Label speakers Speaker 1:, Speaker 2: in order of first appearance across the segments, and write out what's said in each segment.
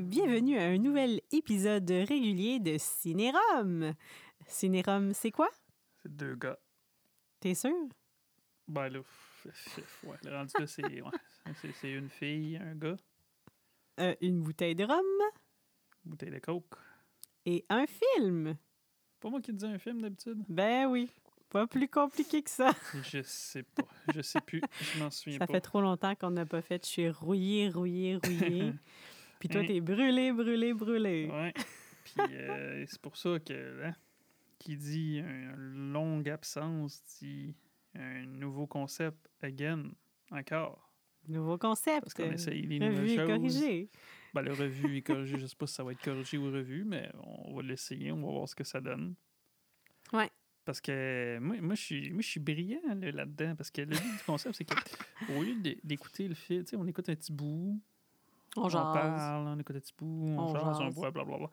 Speaker 1: bienvenue à un nouvel épisode régulier de Cinérum. Cinérum, c'est quoi?
Speaker 2: C'est deux gars.
Speaker 1: T'es sûr?
Speaker 2: Ben là, pff, ouais, le rendu là, c'est ouais, c'est- c'est une fille, un gars,
Speaker 1: Euh, une bouteille de rhum
Speaker 2: bouteille de coke.
Speaker 1: et un film.
Speaker 2: Pas moi qui te dis un film d'habitude.
Speaker 1: Ben oui, pas plus compliqué que ça.
Speaker 2: Je sais pas. Je sais plus. Je m'en souviens
Speaker 1: Ça
Speaker 2: pas.
Speaker 1: fait trop longtemps qu'on n'a pas fait. Je suis rouillée, rouillée, rouillée. Puis toi,
Speaker 2: Hein.
Speaker 1: t'es brûlée, brûlée, brûlée.
Speaker 2: Ouais. Puis euh, c'est pour ça que hein, qui dit une longue absence dit un nouveau concept again encore.
Speaker 1: Nouveau concept.
Speaker 2: Parce qu'on essaye des
Speaker 1: Revu Euh, et
Speaker 2: nouvelles choses.
Speaker 1: corrigé.
Speaker 2: Ben, le revu et corrigé, je sais pas si ça va être corrigé ou revu, mais on va l'essayer, on va voir ce que ça donne.
Speaker 1: Ouais.
Speaker 2: Parce que moi, moi, je, suis, moi je suis brillant là, là-dedans, parce que le but du concept, c'est qu'au lieu d'é- d'écouter le film, tu sais, on écoute un petit bout,
Speaker 1: On jase.
Speaker 2: parle, on écoute un petit bout, on,
Speaker 1: On
Speaker 2: jase, on
Speaker 1: jase.
Speaker 2: voit, blablabla.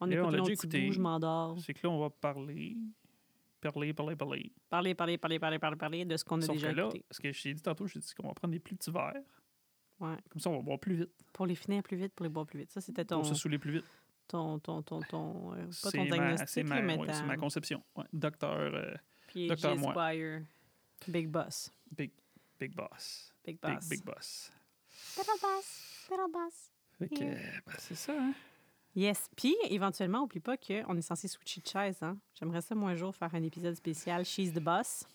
Speaker 1: On
Speaker 2: Là, on
Speaker 1: écoute
Speaker 2: l'a
Speaker 1: nos
Speaker 2: déjà
Speaker 1: petits
Speaker 2: écouté.
Speaker 1: bouts, je m'endors.
Speaker 2: C'est que là, on va parler, parler, parler, parler.
Speaker 1: Parler, parler, parler, parler, parler, parler de ce qu'on a
Speaker 2: Sauf que
Speaker 1: déjà
Speaker 2: là,
Speaker 1: écouté.
Speaker 2: ce que je t'ai dit tantôt, je t'ai dit qu'on va prendre des plus petits verres.
Speaker 1: Ouais.
Speaker 2: Comme ça, on va boire plus vite,
Speaker 1: Pour les finir plus vite, pour les boire plus vite. Ça, c'était ton,
Speaker 2: pour se saouler plus vite.
Speaker 1: ton, ton, ton, ton, euh, pas
Speaker 2: C'est
Speaker 1: ton
Speaker 2: ma, c'est
Speaker 1: diagnostic,
Speaker 2: ma,
Speaker 1: là, mais
Speaker 2: ouais, c'est
Speaker 1: ta-
Speaker 2: ma conception. Ouais. Docteur euh,
Speaker 1: Puis
Speaker 2: Docteur
Speaker 1: J.
Speaker 2: Moi.
Speaker 1: Squire. Big Boss.
Speaker 2: Big, Big Boss.
Speaker 1: Big
Speaker 2: Big,
Speaker 1: Boss.
Speaker 2: big boss.
Speaker 1: Little Boss. Little Boss.
Speaker 2: Fait que,
Speaker 1: Yeah.
Speaker 2: euh, ben, c'est ça, hein?
Speaker 1: Yes. Puis, éventuellement, oublie pas qu'on est censé switcher de chaise. Hein? J'aimerais ça, moi, un jour, faire un épisode spécial She's the Boss.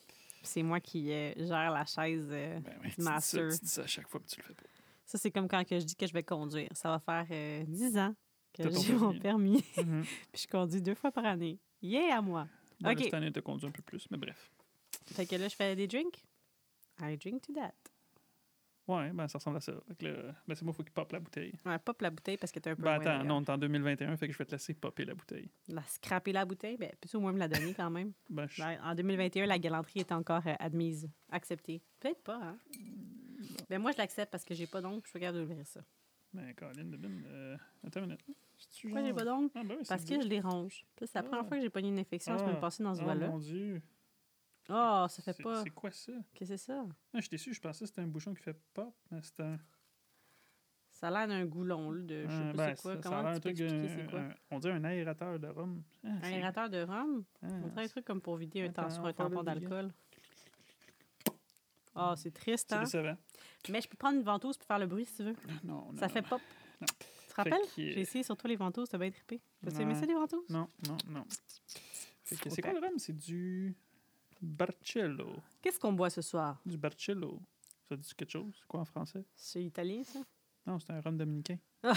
Speaker 1: C'est moi qui euh, gère la chaise. euh.
Speaker 2: Ben oui, tu,
Speaker 1: Tu
Speaker 2: dis ça,
Speaker 1: m'assures.
Speaker 2: tu dis ça à chaque fois que tu le fais pas.
Speaker 1: Ça, c'est comme quand que je dis que je vais conduire. Ça va faire euh, 10 ans
Speaker 2: T'as
Speaker 1: que
Speaker 2: ton
Speaker 1: j'ai mon
Speaker 2: permis.
Speaker 1: permis.
Speaker 2: Mhm.
Speaker 1: Puis, je conduis deux fois par année. Yeah, à moi.
Speaker 2: Bon, là,
Speaker 1: Ok.
Speaker 2: Cette année, t'as conduit un peu plus, mais bref.
Speaker 1: Fait que là, je fais des drinks. I drink to that.
Speaker 2: Ouais, ben ça ressemble à ça. Fait que là, ben, c'est moi, faut qu'il pop la bouteille.
Speaker 1: Ouais, pop la bouteille parce que t'es un peu.
Speaker 2: Ben
Speaker 1: loin
Speaker 2: attends,
Speaker 1: derrière.
Speaker 2: non, t'es en 2021, fait que je vais te laisser popper la bouteille.
Speaker 1: La scraper la bouteille, ben, peux-tu au moins me la donner quand même?
Speaker 2: Ben, je...
Speaker 1: Ben, en 2021, la galanterie est encore euh, admise, acceptée. Peut-être pas, hein? Ben, moi, je l'accepte parce que j'ai pas d'ongle, je suis capable d'ouvrir ça.
Speaker 2: Ben, Colin, Debine, euh... attends une minute. C'est-tu
Speaker 1: Pourquoi j'ai
Speaker 2: genre-
Speaker 1: pas d'ongle?
Speaker 2: Ah, ben oui,
Speaker 1: Parce que je les ronge. Puis C'est la première
Speaker 2: Ah.
Speaker 1: fois que j'ai pogné une infection la semaine
Speaker 2: Ah.
Speaker 1: passée dans ce
Speaker 2: Oh
Speaker 1: voile là
Speaker 2: mon dieu.
Speaker 1: Oh, ça fait
Speaker 2: C'est-
Speaker 1: pas.
Speaker 2: C'est quoi ça?
Speaker 1: Qu'est-ce que c'est ça?
Speaker 2: Ah, je suis déçu, je pensais que c'était un bouchon qui fait pop, mais c'est un.
Speaker 1: Ça a l'air d'un goulon, là, de. Euh, Je sais
Speaker 2: un-
Speaker 1: pas
Speaker 2: ben,
Speaker 1: c'est quoi.
Speaker 2: ça- ça a
Speaker 1: Comment
Speaker 2: l'air
Speaker 1: tu peux
Speaker 2: un truc,
Speaker 1: expliquer
Speaker 2: un-
Speaker 1: c'est quoi?
Speaker 2: un- On dirait un aérateur de rhum. Ah,
Speaker 1: Un
Speaker 2: c'est-
Speaker 1: aérateur de rhum?
Speaker 2: ah,
Speaker 1: On dirait un truc comme pour vider un
Speaker 2: Attends,
Speaker 1: temps sur un
Speaker 2: on va
Speaker 1: tampon
Speaker 2: le vider.
Speaker 1: d'alcool. Oh, c'est triste,
Speaker 2: c'est
Speaker 1: hein?
Speaker 2: décevant.
Speaker 1: Mais je peux prendre une ventouse pour faire le bruit si tu veux.
Speaker 2: Non, non,
Speaker 1: Ça fait
Speaker 2: non.
Speaker 1: pop.
Speaker 2: Non.
Speaker 1: Tu te rappelles?
Speaker 2: que-
Speaker 1: J'ai essayé sur toi les ventouses, t'as bien trippé. T'as-tu
Speaker 2: Ouais.
Speaker 1: aimé ça, les ventouses?
Speaker 2: Non, non, non. Fait que c'est
Speaker 1: Ok.
Speaker 2: quoi le rhum? C'est du Barcello.
Speaker 1: Qu'est-ce qu'on boit ce soir?
Speaker 2: Du Barcello. Ça dit quelque chose? C'est quoi en français?
Speaker 1: C'est italien, ça?
Speaker 2: Non, c'est un rhum dominicain.
Speaker 1: Ah.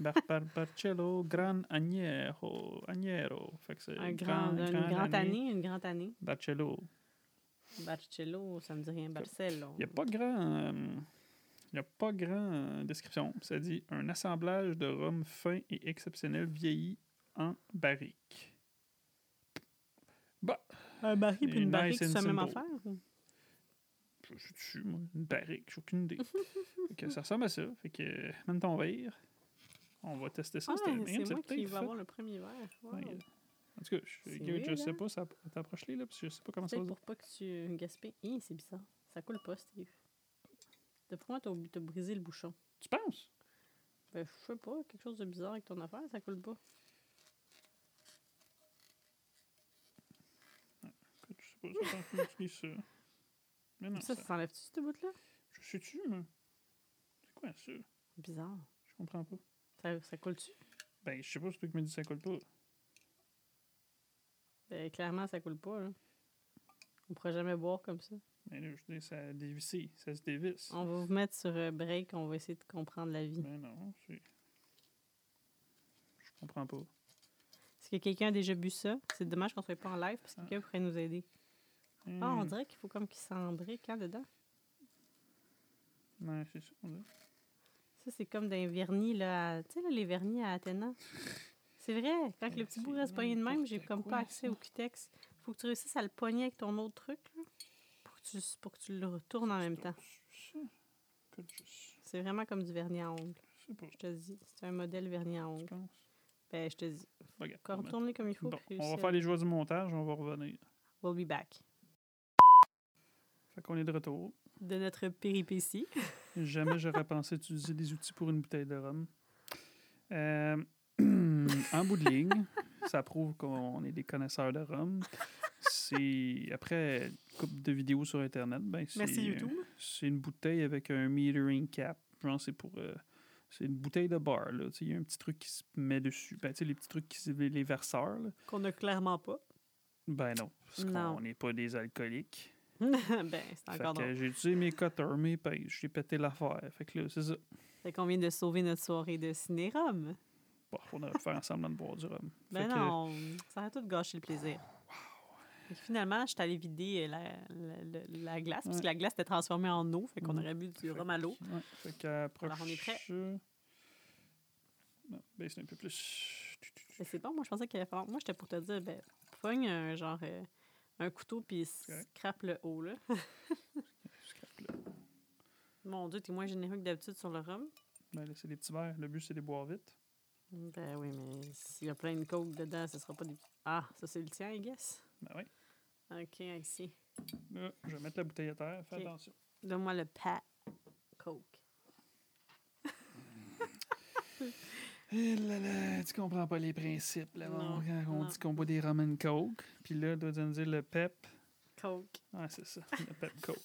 Speaker 2: Bar, bar- Barcello Gran Añero. Añero. Fait que c'est
Speaker 1: Un grand, une
Speaker 2: grande
Speaker 1: grande année, une grande année.
Speaker 2: Barcello.
Speaker 1: Barcello, ça me dit rien. Barcello.
Speaker 2: Il n'y a pas grand... euh, il n'y a pas grand euh, description. Ça dit un assemblage de rhum fin et exceptionnel vieilli en barrique. Bah,
Speaker 1: Un baril puis une
Speaker 2: Nice
Speaker 1: barrique, c'est la
Speaker 2: and
Speaker 1: même
Speaker 2: simple. Ah,
Speaker 1: affaire? ou?
Speaker 2: je suis dessus, moi. Une barrique, j'ai aucune idée. Fait que ça ressemble à ça. Fait que euh, mène ton verre. On va tester ça.
Speaker 1: Ah,
Speaker 2: c'était- man,
Speaker 1: c'est moi
Speaker 2: peut-être
Speaker 1: qui vais
Speaker 2: fait.
Speaker 1: avoir le premier verre. Wow.
Speaker 2: Ouais, euh, En tout cas, je,
Speaker 1: C'est
Speaker 2: je-
Speaker 1: weird,
Speaker 2: je sais
Speaker 1: hein?
Speaker 2: pas, ça t'approche-les là, parce que je sais pas comment ça va
Speaker 1: Peut-être
Speaker 2: se dire.
Speaker 1: pour pas que tu gaspilles. Hi, c'est bizarre. Ça coule pas, Steve. De pourquoi t'as t'as brisé le bouchon?
Speaker 2: Tu penses?
Speaker 1: Ben, je sais pas, quelque chose de bizarre avec ton affaire, ça coule pas.
Speaker 2: Écoute, Je sais pas, ça sent plus que ça. Mais non,
Speaker 1: ça,
Speaker 2: ça,
Speaker 1: ça s'enlève-tu, ce bout-là?
Speaker 2: je sais-tu, moi? C'est quoi ça? Je
Speaker 1: Bizarre.
Speaker 2: comprends pas.
Speaker 1: Ça, ça coule-tu?
Speaker 2: Ben, je sais pas, c'est toi qui me dis que ça colle pas.
Speaker 1: Ben, clairement, ça coule pas, là. On pourra jamais boire comme ça.
Speaker 2: Mais là, je dis, ça a dévissé, ça se dévisse.
Speaker 1: On va vous mettre sur euh, break, on va essayer de comprendre la vie.
Speaker 2: Mais non, c'est. Je comprends pas.
Speaker 1: Est-ce que quelqu'un a déjà bu ça? C'est dommage qu'on soit pas en live, parce que
Speaker 2: Ah.
Speaker 1: quelqu'un pourrait nous aider. Ah,
Speaker 2: Hmm,
Speaker 1: on dirait qu'il faut comme qu'il s'embrique, hein, dedans.
Speaker 2: Non, c'est ça. on dirait.
Speaker 1: Ça, c'est comme d'un vernis, là. à- Tu sais, là, les vernis à Athéna. C'est vrai, quand
Speaker 2: Mais
Speaker 1: le petit
Speaker 2: c'est
Speaker 1: bout reste pogné de même, j'ai
Speaker 2: n'importe
Speaker 1: comme
Speaker 2: quoi,
Speaker 1: pas accès
Speaker 2: ça.
Speaker 1: au cutex. Faut que tu réussisses à le pogner avec ton autre truc, là, pour que tu, pour que tu le retournes en même
Speaker 2: C'est
Speaker 1: temps.
Speaker 2: ça. Écoute, je sais
Speaker 1: C'est vraiment comme du vernis à ongles,
Speaker 2: pas,
Speaker 1: je te dis. C'est un modèle vernis à
Speaker 2: je
Speaker 1: ongles.
Speaker 2: pense.
Speaker 1: Ben, je te dis.
Speaker 2: Regarde,
Speaker 1: Qu'on retourne-les comme il faut.
Speaker 2: Bon,
Speaker 1: puis
Speaker 2: on va
Speaker 1: réussir.
Speaker 2: faire les joies du montage, on va revenir.
Speaker 1: We'll be back.
Speaker 2: Fait qu'on est de retour.
Speaker 1: De notre péripétie.
Speaker 2: Jamais j'aurais pensé utiliser des outils pour une bouteille de rhum. Euh, en bout de ligne, ça prouve qu'on est des connaisseurs de rhum. C'est après coupe de vidéos sur internet, ben c'est
Speaker 1: Merci YouTube.
Speaker 2: c'est une bouteille avec un metering cap. Genre, c'est pour. euh, c'est une bouteille de bar, là. Tu sais, Il y a un petit truc qui se met dessus. Ben, tu sais, les petits trucs, qui, se- les les verseurs, là.
Speaker 1: Qu'on n'a clairement pas.
Speaker 2: Ben non, parce
Speaker 1: Non.
Speaker 2: qu'on n'est pas des alcooliques.
Speaker 1: ben, c'est
Speaker 2: Fait
Speaker 1: encore
Speaker 2: que
Speaker 1: drôle.
Speaker 2: j'ai utilisé mes cutters, mes pêches, j'ai pété l'affaire. Fait que là, c'est ça.
Speaker 1: Fait qu'on vient de sauver notre soirée de ciné-rhum.
Speaker 2: Bon, on aurait pu faire ensemble de boire du rhum. Fait
Speaker 1: Ben
Speaker 2: que-
Speaker 1: non, ça a tout gâché le plaisir. Fait que Finalement, je suis allée vider euh, la, la- la- la glace, puisque
Speaker 2: Ouais.
Speaker 1: la glace était transformée en eau, fait qu'on
Speaker 2: Mm.
Speaker 1: aurait bu du
Speaker 2: Fait
Speaker 1: rhum à l'eau.
Speaker 2: que- ouais, fait qu'approche.
Speaker 1: Alors, on est prêt.
Speaker 2: Non, baisse un peu plus.
Speaker 1: Mais c'est bon, moi, je pensais qu'il allait falloir. Moi, j'étais pour te dire, ben, pogne un genre euh, un couteau puis
Speaker 2: correct.
Speaker 1: scrape le haut, là.
Speaker 2: Scrap, là.
Speaker 1: Mon Dieu, t'es moins généreux que d'habitude sur le rhum.
Speaker 2: Ben là, c'est des petits verres. Le but, c'est de les boire vite.
Speaker 1: Ben oui, mais s'il y a plein de coke dedans, ce sera pas des. Ah, ça, c'est le tien, I guess.
Speaker 2: Ben oui.
Speaker 1: OK, ici.
Speaker 2: Là, je vais mettre la bouteille à terre. Fais
Speaker 1: Ok.
Speaker 2: attention.
Speaker 1: Donne-moi le pat coke.
Speaker 2: Eh là là, tu comprends pas les principes. Là,
Speaker 1: Non,
Speaker 2: on- quand on
Speaker 1: non.
Speaker 2: dit qu'on boit des Roman Coke, puis là, doit nous dire le pep.
Speaker 1: Coke.
Speaker 2: Ah, c'est ça, le pep Coke.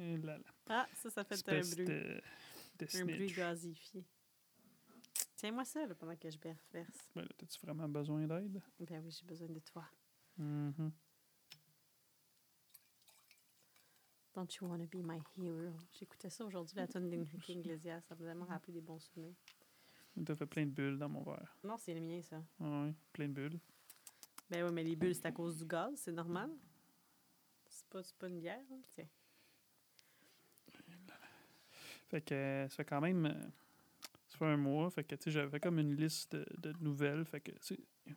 Speaker 2: Eh là là.
Speaker 1: Ah, ça, ça fait un
Speaker 2: Espèce
Speaker 1: bruit.
Speaker 2: de, de
Speaker 1: Un bruit
Speaker 2: snitch.
Speaker 1: gazifié. Tiens-moi ça là, pendant que je berce.
Speaker 2: Ben là, t'as-tu vraiment besoin d'aide?
Speaker 1: Ben oui, j'ai besoin de toi.
Speaker 2: Mhm.
Speaker 1: Don't you wanna be my hero? J'écoutais ça aujourd'hui, la tonne d'Enrique Iglesias. Ça m'a vraiment rappelé des bons souvenirs.
Speaker 2: T'as fait plein de bulles dans mon verre.
Speaker 1: Non, c'est le mien, ça.
Speaker 2: Ah oui, plein de bulles.
Speaker 1: Ben oui, mais les bulles, c'est à cause du gaz, c'est normal. C'est pas, c'est pas une bière, hein? Tiens.
Speaker 2: Fait que euh, ça fait quand même. euh, Ça fait un mois. Fait que tu sais, j'avais comme une liste de, de nouvelles. Fait que tu sais,
Speaker 1: On va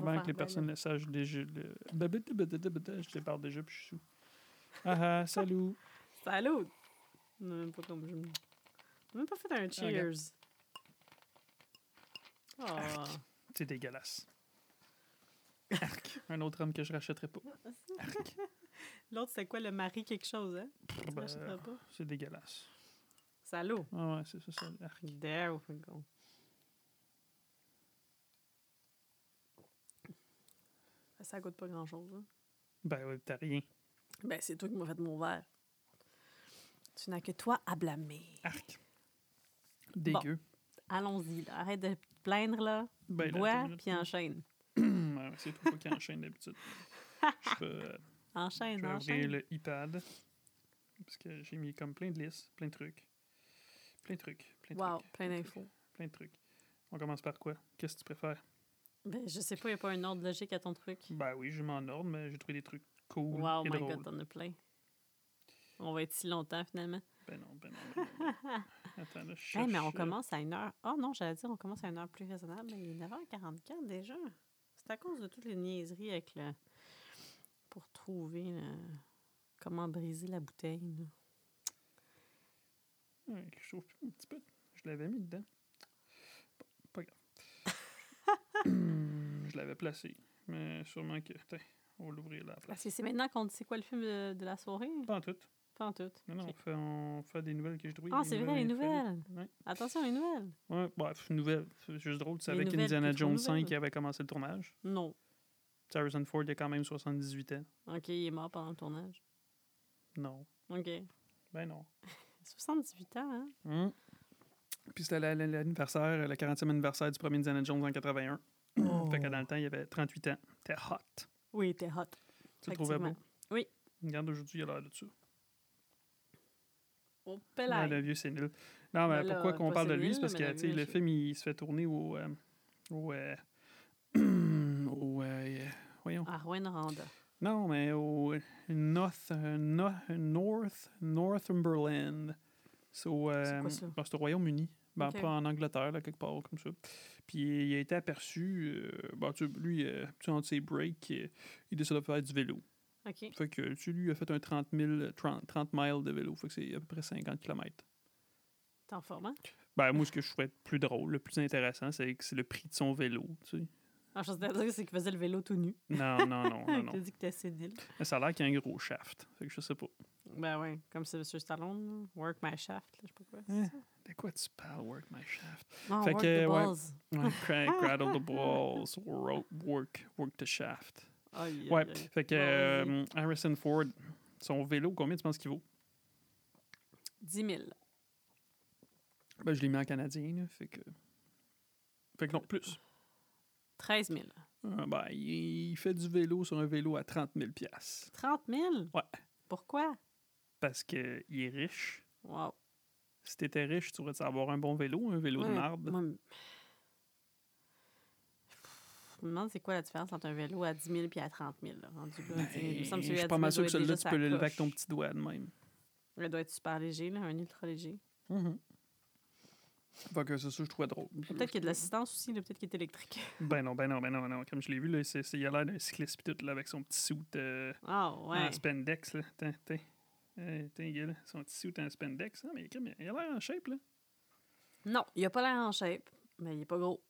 Speaker 2: probablement
Speaker 1: faire
Speaker 2: que les
Speaker 1: belle.
Speaker 2: personnes le savent déjà. le- Babadabadabada, Je débarque déjà puis je suis sous. Ah ah, salut!
Speaker 1: Salut! On a même pas comme je me- On a même pas fait un cheers. Oh.
Speaker 2: C'est dégueulasse. Arc. Un autre homme que je rachèterai pas.
Speaker 1: L'autre, c'est quoi le mari quelque chose, hein?
Speaker 2: Brr,
Speaker 1: Tu
Speaker 2: ben,
Speaker 1: l'achèteras pas?
Speaker 2: c'est dégueulasse.
Speaker 1: Salut!
Speaker 2: Ah ouais, c'est ça, ça. Arc.
Speaker 1: There we go. Ah, Ça goûte pas grand-chose. hein.
Speaker 2: Ben oui, t'as rien.
Speaker 1: Ben, c'est toi qui m'as fait mon verre. Tu n'as que toi à blâmer.
Speaker 2: Arc. Dégueu.
Speaker 1: Allons-y, là. Arrête de te plaindre, là.
Speaker 2: Ben, là, attends
Speaker 1: Bois,
Speaker 2: une minute.
Speaker 1: puis enchaîne.
Speaker 2: Ouais, ouais, c'est toi pas qui enchaîne d'habitude. Je peux, euh, Je
Speaker 1: Enchaîne,
Speaker 2: vais ouvrir
Speaker 1: enchaîne.
Speaker 2: le iPad. Parce que j'ai mis comme plein de listes, plein de trucs. Plein de trucs, plein de
Speaker 1: Wow,
Speaker 2: trucs.
Speaker 1: plein
Speaker 2: de trucs,
Speaker 1: d'infos.
Speaker 2: Plein de trucs. On commence par quoi? Qu'est-ce que tu préfères?
Speaker 1: Ben, je sais pas, il a pas un ordre logique à ton truc.
Speaker 2: Ben oui, je m'en ordre, mais j'ai trouvé des trucs cool
Speaker 1: Wow,
Speaker 2: et
Speaker 1: my
Speaker 2: drôles.
Speaker 1: God, t'en as plein. On va être si longtemps, finalement.
Speaker 2: Ben non, ben non. ben non, ben non. Attends, là, je
Speaker 1: Eh, mais on
Speaker 2: cherche, euh,
Speaker 1: commence à une heure. Oh non, j'allais dire, on commence à une heure plus raisonnable, mais il est 9h44 déjà. C'est à cause de toutes les niaiseries avec le. pour trouver le- comment briser la bouteille. là.
Speaker 2: ouais, je trouve plus un petit peu. Je l'avais mis dedans. Pas, pas grave. je l'avais placé. Mais sûrement que. Tiens, on va l'ouvrir là après.
Speaker 1: Parce que c'est maintenant qu'on dit c'est quoi le film de, de la soirée?
Speaker 2: Pas en tout.
Speaker 1: Pas en tout.
Speaker 2: Non, non,
Speaker 1: Ok.
Speaker 2: on fait, on fait des nouvelles que j'ai trouvées.
Speaker 1: Ah,
Speaker 2: des
Speaker 1: c'est vrai, les
Speaker 2: infolies.
Speaker 1: nouvelles.
Speaker 2: Ouais.
Speaker 1: Attention, les nouvelles.
Speaker 2: Ouais, bref, nouvelle. C'est juste drôle. Tu
Speaker 1: Les
Speaker 2: savais
Speaker 1: nouvelles,
Speaker 2: qu'Indiana
Speaker 1: plus trop
Speaker 2: Jones 5
Speaker 1: nouvelles.
Speaker 2: qui avait commencé le tournage.
Speaker 1: Non.
Speaker 2: Harrison Ford il a quand même 78 ans.
Speaker 1: OK, il est mort pendant le tournage.
Speaker 2: Non.
Speaker 1: OK.
Speaker 2: Ben non.
Speaker 1: 78 ans, hein?
Speaker 2: Hein? Puis c'était la- la- l'anniversaire, le 40e anniversaire du premier Indiana Jones en 81.
Speaker 1: Oh.
Speaker 2: Fait que dans le temps, il avait 38 ans. T'es hot.
Speaker 1: Oui, t'es hot.
Speaker 2: Tu le trouvais beau?
Speaker 1: Effectivement. Oui.
Speaker 2: Regarde, aujourd'hui, il a l'air de ça.
Speaker 1: Oh,
Speaker 2: Ouais,
Speaker 1: pelaye.
Speaker 2: le vieux sénile. Non, mais
Speaker 1: Ben là,
Speaker 2: pourquoi qu'on
Speaker 1: pas
Speaker 2: parle de lui,
Speaker 1: sénile,
Speaker 2: c'est parce
Speaker 1: mais
Speaker 2: que
Speaker 1: le
Speaker 2: tu sais,
Speaker 1: vieux,
Speaker 2: le
Speaker 1: je-
Speaker 2: film, il se fait tourner au... euh, au, euh, au euh, voyons.
Speaker 1: À Rouen Noranda.
Speaker 2: Non, mais au North, euh, no- North, Northumberland. C'est au, euh,
Speaker 1: quoi ça?
Speaker 2: ben, c'est au Royaume-Uni. Ben,
Speaker 1: Ok.
Speaker 2: pas en Angleterre, là, quelque part, comme ça. Puis il a été aperçu. euh, ben, tu, lui, euh, tu sais, entre ses breaks, euh, il décide de faire du vélo.
Speaker 1: OK.
Speaker 2: Fait que tu lui a fait un 30, 000, 30, 30 miles de vélo. Fait que c'est à peu près 50 km.
Speaker 1: T'es en forme, hein?
Speaker 2: Ben, moi, ce que je trouvais plus drôle, le plus intéressant, c'est que c'est le prix de son vélo. Tu sais.
Speaker 1: Ah, je pensais dire, c'est qu'il faisait le vélo tout nu.
Speaker 2: Non, non, Oh, non, non.
Speaker 1: Il
Speaker 2: non.
Speaker 1: dit que t'es sénile.
Speaker 2: Mais ça a l'air qu'il y a un gros shaft. Fait que je sais pas.
Speaker 1: Ben ouais, comme Sylvester Stallone, là. Work My Shaft, là, je sais pas quoi.
Speaker 2: Hein? De quoi tu parles, work my shaft?
Speaker 1: Non,
Speaker 2: Fait
Speaker 1: work
Speaker 2: que,
Speaker 1: the
Speaker 2: ouais.
Speaker 1: balls.
Speaker 2: Ouais, crank, rattle the balls, ro- work, work the shaft.
Speaker 1: Aïe,
Speaker 2: Ouais,
Speaker 1: aïe, aïe.
Speaker 2: fait que
Speaker 1: Ouais, vas-y.
Speaker 2: euh, Harrison Ford, son vélo, combien tu penses qu'il vaut?
Speaker 1: 10 000.
Speaker 2: Ben, je l'ai mis en canadien, là, fait que... Fait que non, plus.
Speaker 1: 13 000.
Speaker 2: Ah, ben, il il fait du vélo sur un vélo à 30 000 piastres.
Speaker 1: 30 000?
Speaker 2: Ouais.
Speaker 1: Pourquoi?
Speaker 2: Parce qu'il est riche.
Speaker 1: Wow.
Speaker 2: Si t'étais riche, tu pourrais avoir un bon vélo, un vélo
Speaker 1: Ouais,
Speaker 2: de
Speaker 1: mais
Speaker 2: marde.
Speaker 1: moi, m- Je me demande c'est quoi la différence entre un vélo à 10 000 et à 30 000. là, rendu là,
Speaker 2: Ben,
Speaker 1: tu sais, il me semble que
Speaker 2: je
Speaker 1: celui
Speaker 2: suis
Speaker 1: à
Speaker 2: pas
Speaker 1: 10 000
Speaker 2: mal sûr
Speaker 1: doit
Speaker 2: que
Speaker 1: être
Speaker 2: celui-là, tu
Speaker 1: déjà
Speaker 2: peux
Speaker 1: sa
Speaker 2: l'élever avec ton
Speaker 1: coche.
Speaker 2: petit doigt de même.
Speaker 1: Il doit être super léger, là, un ultra léger.
Speaker 2: Mhm. Fait que c'est ça, je trouvais drôle.
Speaker 1: Peut-être qu'il y a de l'assistance aussi, là, peut-être qu'il est électrique.
Speaker 2: Ben non, ben non, ben non, ben non. Comme je l'ai vu, là, c'est, c'est- il a l'air d'un cycliste pis tout, là, avec son petit suit euh,
Speaker 1: Ah ouais.
Speaker 2: en spandex, là. T'in, t'in. Hey, t'in, gars, là, son petit suit en spandex. Ah, mais comme, il a l'air en shape, là.
Speaker 1: non, il a pas l'air en shape, mais il est pas gros.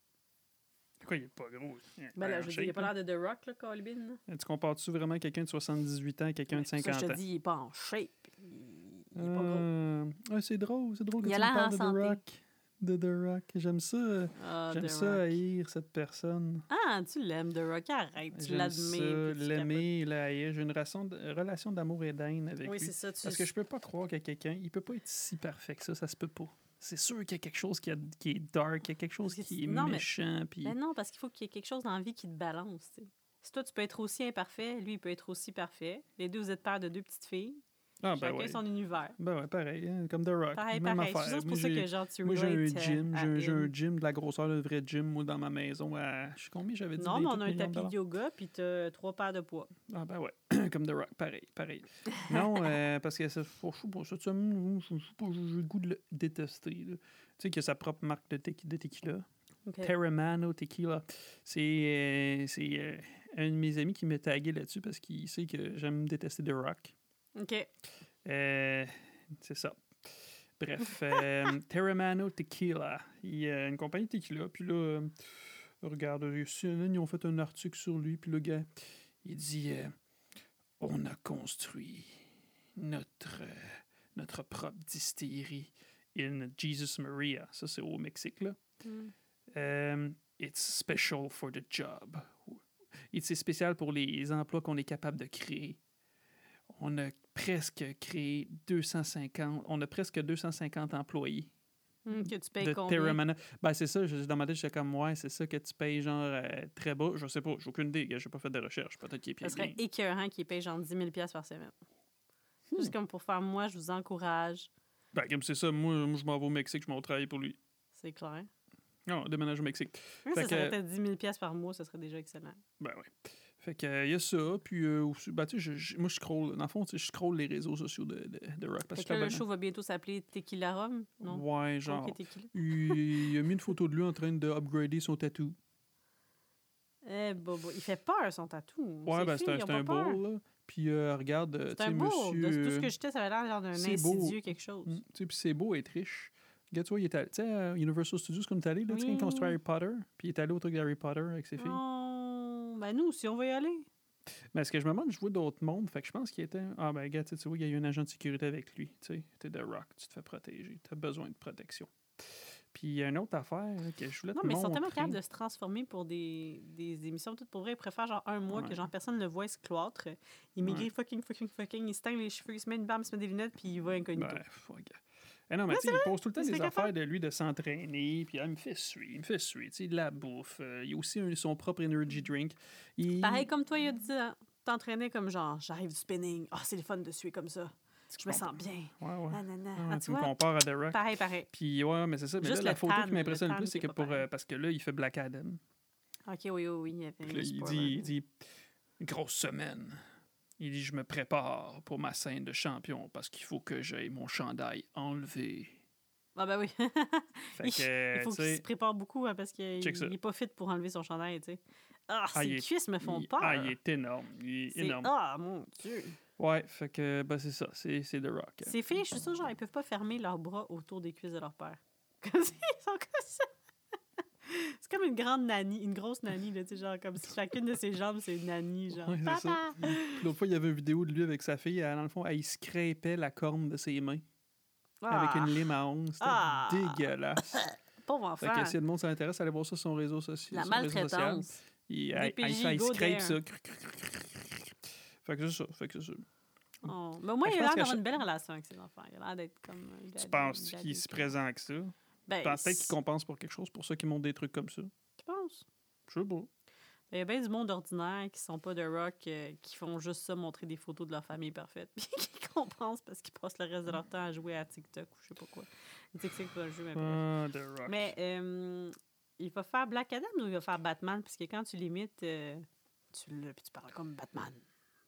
Speaker 2: Pourquoi il est pas gros? Il a
Speaker 1: Ben là,
Speaker 2: l'air en
Speaker 1: je veux dire,
Speaker 2: shape,
Speaker 1: il a pas
Speaker 2: là.
Speaker 1: l'air de The Rock, là, Colbin. là.
Speaker 2: Tu compares-tu vraiment quelqu'un de 78 ans à quelqu'un de
Speaker 1: C'est pour ça
Speaker 2: 50
Speaker 1: que Je
Speaker 2: ans?
Speaker 1: te dis, il est pas en shape. Il, il est pas gros.
Speaker 2: Euh, ah, c'est drôle, c'est drôle que
Speaker 1: Il a
Speaker 2: tu me
Speaker 1: l'air en
Speaker 2: parles de
Speaker 1: santé.
Speaker 2: The Rock. De The Rock. J'aime ça.
Speaker 1: Ah,
Speaker 2: J'aime
Speaker 1: The
Speaker 2: ça
Speaker 1: Rock.
Speaker 2: haïr cette personne.
Speaker 1: Ah, tu l'aimes, The Rock. Arrête, tu
Speaker 2: J'aime ça,
Speaker 1: l'admires. puis tu
Speaker 2: l'aimer, la haïr. J'ai une ration de- relation d'amour et d'haine
Speaker 1: capotes.
Speaker 2: avec
Speaker 1: Oui,
Speaker 2: lui.
Speaker 1: c'est ça. Tu...
Speaker 2: Parce que je peux pas croire que quelqu'un, il peut pas être si parfait que ça, ça se peut pas. C'est sûr qu'il y a quelque chose qui, a- qui est dark, il y a quelque chose
Speaker 1: Parce que
Speaker 2: qui
Speaker 1: tu-
Speaker 2: est
Speaker 1: non, mais-
Speaker 2: méchant, puis
Speaker 1: Ben non, parce qu'il faut qu'il y ait quelque chose dans la vie qui te balance. tu sais. Si toi, tu peux être aussi imparfait, lui, il peut être aussi parfait. Les deux, vous êtes pères de deux petites filles.
Speaker 2: ah ben
Speaker 1: Chacun
Speaker 2: ouais,
Speaker 1: son univers.
Speaker 2: ben ouais, pareil, hein, comme The Rock,
Speaker 1: Pareil,
Speaker 2: même
Speaker 1: pareil. C'est
Speaker 2: affaire.
Speaker 1: juste
Speaker 2: Moi,
Speaker 1: pour ça
Speaker 2: j'ai-
Speaker 1: que genre, tu
Speaker 2: moi j'ai un
Speaker 1: relates, euh,
Speaker 2: gym,
Speaker 1: à
Speaker 2: j'ai un- j'ai un
Speaker 1: une.
Speaker 2: gym de la grosseur d'un vrai gym, moi dans ma maison, à... je sais combien j'avais dit
Speaker 1: Non, mais on a
Speaker 2: 28
Speaker 1: un
Speaker 2: millions de
Speaker 1: tapis de yoga, puis t'as trois paires de poids.
Speaker 2: Ah ben ouais, comme The Rock, pareil, pareil. Non, euh, parce que ça, je sais pas, ça, tu sais, moi, je je sais pas, j'ai le goût de le détester. là. Tu sais qu'il a sa propre marque de, tequi- de tequila,
Speaker 1: OK.
Speaker 2: Terramano Tequila. C'est euh, c'est, euh, un de mes amis qui m'a tagué là-dessus parce qu'il sait que j'aime détester The Rock.
Speaker 1: OK.
Speaker 2: Euh, c'est ça. Bref, euh, Terramano Tequila. Il y a une compagnie de tequila. Puis là, euh, regarde, euh, CNN, ils ont fait un article sur lui. Puis le gars, il dit euh, On a construit notre, euh, notre propre distillerie in Jesus Maria. Ça, c'est au Mexique, là.
Speaker 1: Mm.
Speaker 2: Um, it's special for the job. Et C'est spécial pour les emplois qu'on est capable de créer. On a presque créé 250, on a presque 250 employés
Speaker 1: Mm, Que tu payes
Speaker 2: de
Speaker 1: combien?
Speaker 2: Terramana. Ben, c'est ça, je- dans ma tête, j'étais comme, ouais, c'est ça que tu payes, genre, euh, très bas. Je sais pas, j'ai aucune idée, gars, j'ai pas fait de recherche. Peut-être qu'il est
Speaker 1: Ça
Speaker 2: bien.
Speaker 1: serait
Speaker 2: bien.
Speaker 1: écœurant qu'il paye genre 10 000 par semaine.
Speaker 2: Hmm.
Speaker 1: Juste comme pour faire moi, je vous encourage.
Speaker 2: Ben, comme c'est ça, moi, moi, je m'en vais au Mexique, je m'en vais travailler pour lui.
Speaker 1: C'est clair.
Speaker 2: Non, déménage au Mexique.
Speaker 1: Même
Speaker 2: Fait
Speaker 1: si ça serait
Speaker 2: que-
Speaker 1: peut-être 10 000 par mois, ce serait déjà excellent.
Speaker 2: Ben ouais. Fait que euh, y a ça, puis euh, aussi- ben, tu sais, je- je- moi je scroll, dans le fond, tu sais, je scroll les réseaux sociaux de, de, de Rock parce
Speaker 1: Fait que
Speaker 2: que
Speaker 1: là,
Speaker 2: je
Speaker 1: le
Speaker 2: suis
Speaker 1: show va bientôt s'appeler Tequila Rome,
Speaker 2: abonné.
Speaker 1: non?
Speaker 2: Ouais, genre.
Speaker 1: Coke et tequila.
Speaker 2: il, il a mis une photo de lui en train de upgrader son tatou.
Speaker 1: Eh, bobo. Il fait peur, son tatou.
Speaker 2: Ouais,
Speaker 1: Ces
Speaker 2: ben c'est un,
Speaker 1: filles, ils
Speaker 2: c'est
Speaker 1: ont
Speaker 2: un
Speaker 1: pas peur.
Speaker 2: beau, là. Puis euh, regarde, euh,
Speaker 1: C'est
Speaker 2: tu sais,
Speaker 1: un beau.
Speaker 2: monsieur.
Speaker 1: De tout ce
Speaker 2: euh,
Speaker 1: que j'étais, ça avait l'air genre d'un
Speaker 2: c'est beau.
Speaker 1: insidieux quelque chose.
Speaker 2: mm, tu sais, puis c'est beau être riche. Regarde, tu vois, il est allé, tu sais, à Universal Studios, comme t'es allé, là, tu sais,
Speaker 1: Oui.
Speaker 2: quand
Speaker 1: Ah,
Speaker 2: ils construisent Harry Potter, puis il est allé au truc d'Harry Potter avec ses filles.
Speaker 1: Oh, ben nous aussi, on va y aller.
Speaker 2: Mais ce que je me demande, je vois d'autres mondes, fait que je pense qu'il était. Ah, ben, gars, tu sais, tu vois, il y a eu un agent de sécurité avec lui. Tu sais, t'es de rock, tu te fais protéger, t'as besoin de protection. Puis il y a une autre affaire là, que je voulais te
Speaker 1: Non, mais ils sont tellement
Speaker 2: montrer.
Speaker 1: capables de se transformer pour des, des émissions toutes pour vrai. Ils préfèrent genre un mois
Speaker 2: Ouais.
Speaker 1: que genre personne ne le voit se cloître. Il maigrit fucking, fucking, fucking. Il se teigne les cheveux, il se met une barbe, il se met des lunettes, puis il va incognito.
Speaker 2: Ben, fuck. Eh non, mais
Speaker 1: Ouais,
Speaker 2: tu sais, il pose tout le temps
Speaker 1: Il se
Speaker 2: des
Speaker 1: fait
Speaker 2: affaires de lui de s'entraîner, puis ah, il me fait suer, il me fait suer, tu sais, de la bouffe. euh, il y a aussi un- son propre energy drink. Il-
Speaker 1: Pareil comme toi, il y a 10 ans. T'entraînais comme genre, j'arrive du spinning. Ah, c'est le fun de suer comme ça. Je me sens bien.
Speaker 2: Ouais, ouais.
Speaker 1: Ah, nan, nan.
Speaker 2: Ah,
Speaker 1: Ah,
Speaker 2: tu
Speaker 1: tu
Speaker 2: me
Speaker 1: vois?
Speaker 2: compares à The Rock.
Speaker 1: Pareil, pareil.
Speaker 2: Puis ouais, mais c'est ça. Mais
Speaker 1: Juste
Speaker 2: là, la
Speaker 1: le
Speaker 2: photo
Speaker 1: tan,
Speaker 2: qui
Speaker 1: le
Speaker 2: m'impressionne le
Speaker 1: tan
Speaker 2: plus, c'est
Speaker 1: qui
Speaker 2: que
Speaker 1: est pas
Speaker 2: pour. euh,
Speaker 1: pareil.
Speaker 2: parce que là, il fait Black Adam.
Speaker 1: Ok, oui, oui, oui. Il y avait
Speaker 2: Puis là,
Speaker 1: un
Speaker 2: il
Speaker 1: spoiler.
Speaker 2: dit, il dit une grosse semaine. Il dit je me prépare pour ma scène de champion parce qu'il faut que j'aie mon chandail enlevé.
Speaker 1: Ah, ben oui.
Speaker 2: Fait que,
Speaker 1: il faut
Speaker 2: Eh, tu
Speaker 1: qu'il se
Speaker 2: sais,
Speaker 1: prépare beaucoup hein, parce qu'il
Speaker 2: Check ça.
Speaker 1: n'est pas fit pour enlever son chandail, tu sais. Ah,
Speaker 2: Ah,
Speaker 1: ses
Speaker 2: il est-
Speaker 1: cuisses me font
Speaker 2: il-
Speaker 1: peur.
Speaker 2: Ah, il est énorme. Il est
Speaker 1: C'est-
Speaker 2: énorme.
Speaker 1: Ah, mon Dieu.
Speaker 2: Ouais, fait que ben, c'est ça, c'est, c'est The Rock.
Speaker 1: Ces filles, je suis sûre, genre, ils peuvent pas fermer leurs bras autour des cuisses de leur père. Comme ça, ils sont comme ça. C'est comme une grande nanny, une grosse nanny, là, tu sais, genre, comme si chacune de ses jambes, c'est une nanny, genre.
Speaker 2: Ouais, c'est ça.
Speaker 1: Papa!
Speaker 2: Puis L'autre fois, il y avait une vidéo de lui avec sa fille. elle, Dans le fond, elle, il scrapait la corne de ses mains. avec
Speaker 1: Ah.
Speaker 2: une lime à ongles. C'était
Speaker 1: Ah.
Speaker 2: dégueulasse.
Speaker 1: Pauvre
Speaker 2: Fait
Speaker 1: enfant.
Speaker 2: que si le monde s'intéresse, allez voir ça sur son réseau social.
Speaker 1: La
Speaker 2: son réseau social.
Speaker 1: maltraitance.
Speaker 2: Il,
Speaker 1: Des
Speaker 2: il- il- il-
Speaker 1: PJ
Speaker 2: il scrape ça.
Speaker 1: Godin.
Speaker 2: Fait que c'est ça. Fait que c'est ça.
Speaker 1: Oh, Mais au moins,
Speaker 2: Ben,
Speaker 1: il a l'air
Speaker 2: je pense qu'à
Speaker 1: d'avoir
Speaker 2: chaque-
Speaker 1: une belle relation avec ses enfants. Il a l'air d'être comme. euh,
Speaker 2: Tu
Speaker 1: daddy-
Speaker 2: penses
Speaker 1: daddy.
Speaker 2: qu'il se présente avec ça?
Speaker 1: Ben,
Speaker 2: Tu penses peut-être qu'il
Speaker 1: tu
Speaker 2: compense pour quelque chose, pour ça qu'il monte des trucs comme ça.
Speaker 1: penses?
Speaker 2: Je sais pas.
Speaker 1: Il y a bien du monde ordinaire qui sont pas de rock, euh, qui font juste ça, montrer des photos de leur famille parfaite, puis qui compensent parce qu'ils passent le reste de leur temps à jouer à TikTok ou je sais pas quoi. TikTok, c'est un jeu, mais bref.
Speaker 2: Ah, The Rock.
Speaker 1: Mais euh, il va faire Black Adam ou il va faire Batman? Parce que quand tu l'imites, euh, tu le puis tu parles comme Batman.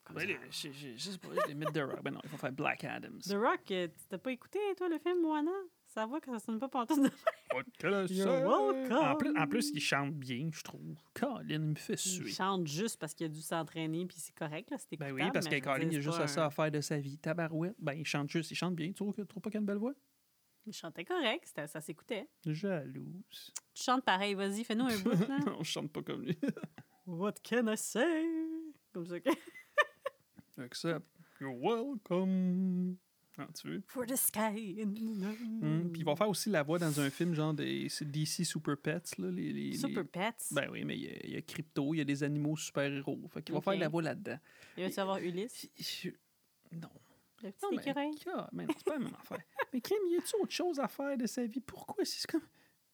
Speaker 1: Comme
Speaker 2: Ouais,
Speaker 1: ça.
Speaker 2: les- je, je- je sais pas, les mythes de Rock. Ben non, ils vont faire Black Adams.
Speaker 1: Ah. The Rock, euh, tu t'as pas écouté, toi, le film Moana? Ça voit que ça sonne pas pantoute de
Speaker 2: Podcast.
Speaker 1: You're welcome.
Speaker 2: En plus, en plus, il chante bien, je trouve. Colin me fait
Speaker 1: Il
Speaker 2: suer.
Speaker 1: chante juste parce qu'il a dû s'entraîner, puis c'est correct, là, c'était
Speaker 2: Ben oui, parce que Colin, il a juste à ça à faire de sa vie. Tabarouette, ben il chante juste, il chante bien. Tu trouves, que- tu trouves pas qu'il a une belle voix?
Speaker 1: Il chantait correct, c'était- ça s'écoutait.
Speaker 2: Jalouse.
Speaker 1: Tu chantes pareil, vas-y, fais-nous un bout, là.
Speaker 2: non, je chante pas comme lui.
Speaker 1: What can I say? Comme ça. que-
Speaker 2: Except, you're welcome. Ah, tu veux?
Speaker 1: For the sky and the
Speaker 2: Hum, Puis il
Speaker 1: Mmh.
Speaker 2: va faire aussi la voix dans un film genre des c'est DC Super Pets. Là, les, les- les-
Speaker 1: Super Pets.
Speaker 2: Ben oui, mais il y a- il y, a Crypto, il y a des animaux super-héros. Fait qu'il va
Speaker 1: Ok.
Speaker 2: faire de la voix là-dedans.
Speaker 1: Il va-tu avoir Ulysse?
Speaker 2: Puis, je- Non.
Speaker 1: Le petit
Speaker 2: Non, mais,
Speaker 1: écureuil?
Speaker 2: Ka- mais non, c'est pas la même affaire. Mais Kim, y a-tu autre chose à faire de sa vie? Pourquoi? Si c'est comme...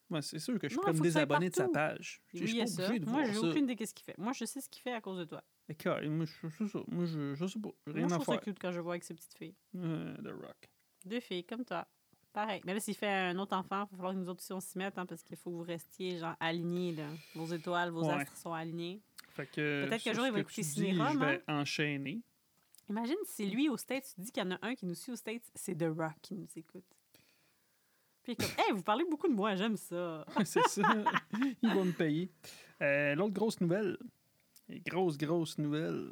Speaker 2: Ouais, c'est sûr que je
Speaker 1: Non,
Speaker 2: pourrais
Speaker 1: faut
Speaker 2: me
Speaker 1: que ça aille
Speaker 2: désabonner de sa
Speaker 1: partout.
Speaker 2: page. Je je
Speaker 1: Oui, il y
Speaker 2: suis
Speaker 1: a
Speaker 2: pas
Speaker 1: ça.
Speaker 2: obligé de
Speaker 1: Moi,
Speaker 2: voir
Speaker 1: j'ai
Speaker 2: ça.
Speaker 1: aucune idée qu'est-ce qu'il fait. Moi, je sais ce qu'il fait à cause de toi.
Speaker 2: Mais Ka- moi, je, c'est ça. Moi, je, je sais pas. J'ai
Speaker 1: Moi,
Speaker 2: Rien
Speaker 1: je
Speaker 2: à
Speaker 1: trouve ça
Speaker 2: faire.
Speaker 1: cute quand je vois avec ses petites filles.
Speaker 2: Euh, The Rock.
Speaker 1: Deux filles, comme toi. Pareil. Mais là, s'il fait un autre enfant, il va falloir que nous autres aussi, on s'y mette, hein, parce qu'il faut que vous restiez, genre, alignés, là. Vos étoiles, vos
Speaker 2: Ouais.
Speaker 1: astres sont alignés.
Speaker 2: Fait que...
Speaker 1: Peut-être
Speaker 2: sur
Speaker 1: qu'un jour,
Speaker 2: ce
Speaker 1: il va
Speaker 2: que
Speaker 1: écouter
Speaker 2: tu dis,
Speaker 1: Cinérum,
Speaker 2: Je vais enchaîner.
Speaker 1: Imagine si c'est lui au States, tu dis qu'il y en a un qui nous suit au States, c'est The Rock qui nous écoute. Puis il est comme, hey, vous parlez beaucoup de moi, j'aime ça.
Speaker 2: c'est ça. il va me payer. Euh, L'autre grosse nouvelle. Et Grosse, grosse nouvelle.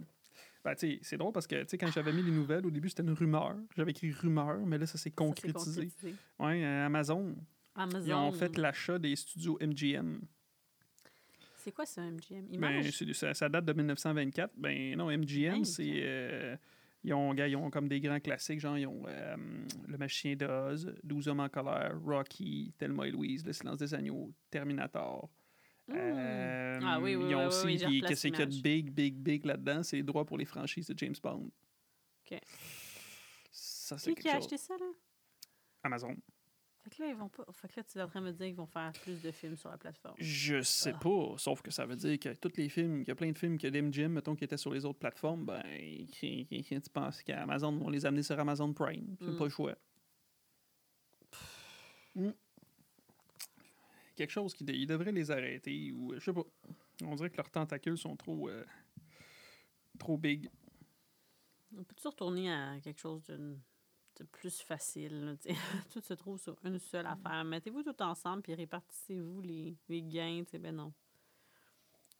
Speaker 2: Ben, tu sais, c'est drôle parce que, tu sais, quand j'avais mis les nouvelles, au début, c'était une rumeur. J'avais écrit rumeur, mais là, ça s'est
Speaker 1: Ça s'est
Speaker 2: concrétisé. Ouais, euh, Amazon.
Speaker 1: Amazon.
Speaker 2: Ils ont fait l'achat des studios MGM.
Speaker 1: C'est quoi ça, MGM?
Speaker 2: Ben,
Speaker 1: Image?
Speaker 2: c'est- ça, ça date de 1924. Ben non, MGM,
Speaker 1: Hey,
Speaker 2: c'est.
Speaker 1: tiens.
Speaker 2: euh, ils, ont, gars, ils ont comme des grands classiques, genre, ils ont euh, Le Magicien d'Oz, 12 hommes en colère, Rocky, Thelma et Louise, Le Silence des Agneaux, Terminator.
Speaker 1: Hmm.
Speaker 2: Euh,
Speaker 1: Ah oui, oui,
Speaker 2: ils ont
Speaker 1: oui, oui,
Speaker 2: aussi,
Speaker 1: oui, j'ai
Speaker 2: puis
Speaker 1: replacé
Speaker 2: qu'est-ce qu'il y a de
Speaker 1: l'image.
Speaker 2: big, big, big là-dedans, c'est les droits pour les franchises de James Bond.
Speaker 1: OK.
Speaker 2: Ça, c'est
Speaker 1: Qui,
Speaker 2: quelque
Speaker 1: qui a
Speaker 2: chose.
Speaker 1: acheté ça, là?
Speaker 2: Amazon.
Speaker 1: Fait que là, ils vont pas. Fait que là, tu es en train de me dire qu'ils vont faire plus de films sur la plateforme.
Speaker 2: Je sais
Speaker 1: Ah.
Speaker 2: pas, sauf que ça veut dire que tous les films, qu'il y a plein de films que MGM, mettons, qui étaient sur les autres plateformes, ben, qui- qui- qui- tu penses qu'Amazon vont les amener sur Amazon Prime. C'est
Speaker 1: Mm.
Speaker 2: pas le choix. Mm. Quelque chose qui de- ils devraient les arrêter, ou euh, je sais pas. On dirait que leurs tentacules sont trop. euh, trop big.
Speaker 1: On peut-tu retourner à quelque chose d'une- de plus facile? là, tu sais? tout se trouve sur une seule
Speaker 2: Mm-hmm.
Speaker 1: affaire. Mettez-vous tout ensemble puis répartissez-vous les, les gains. tu sais, Ben non.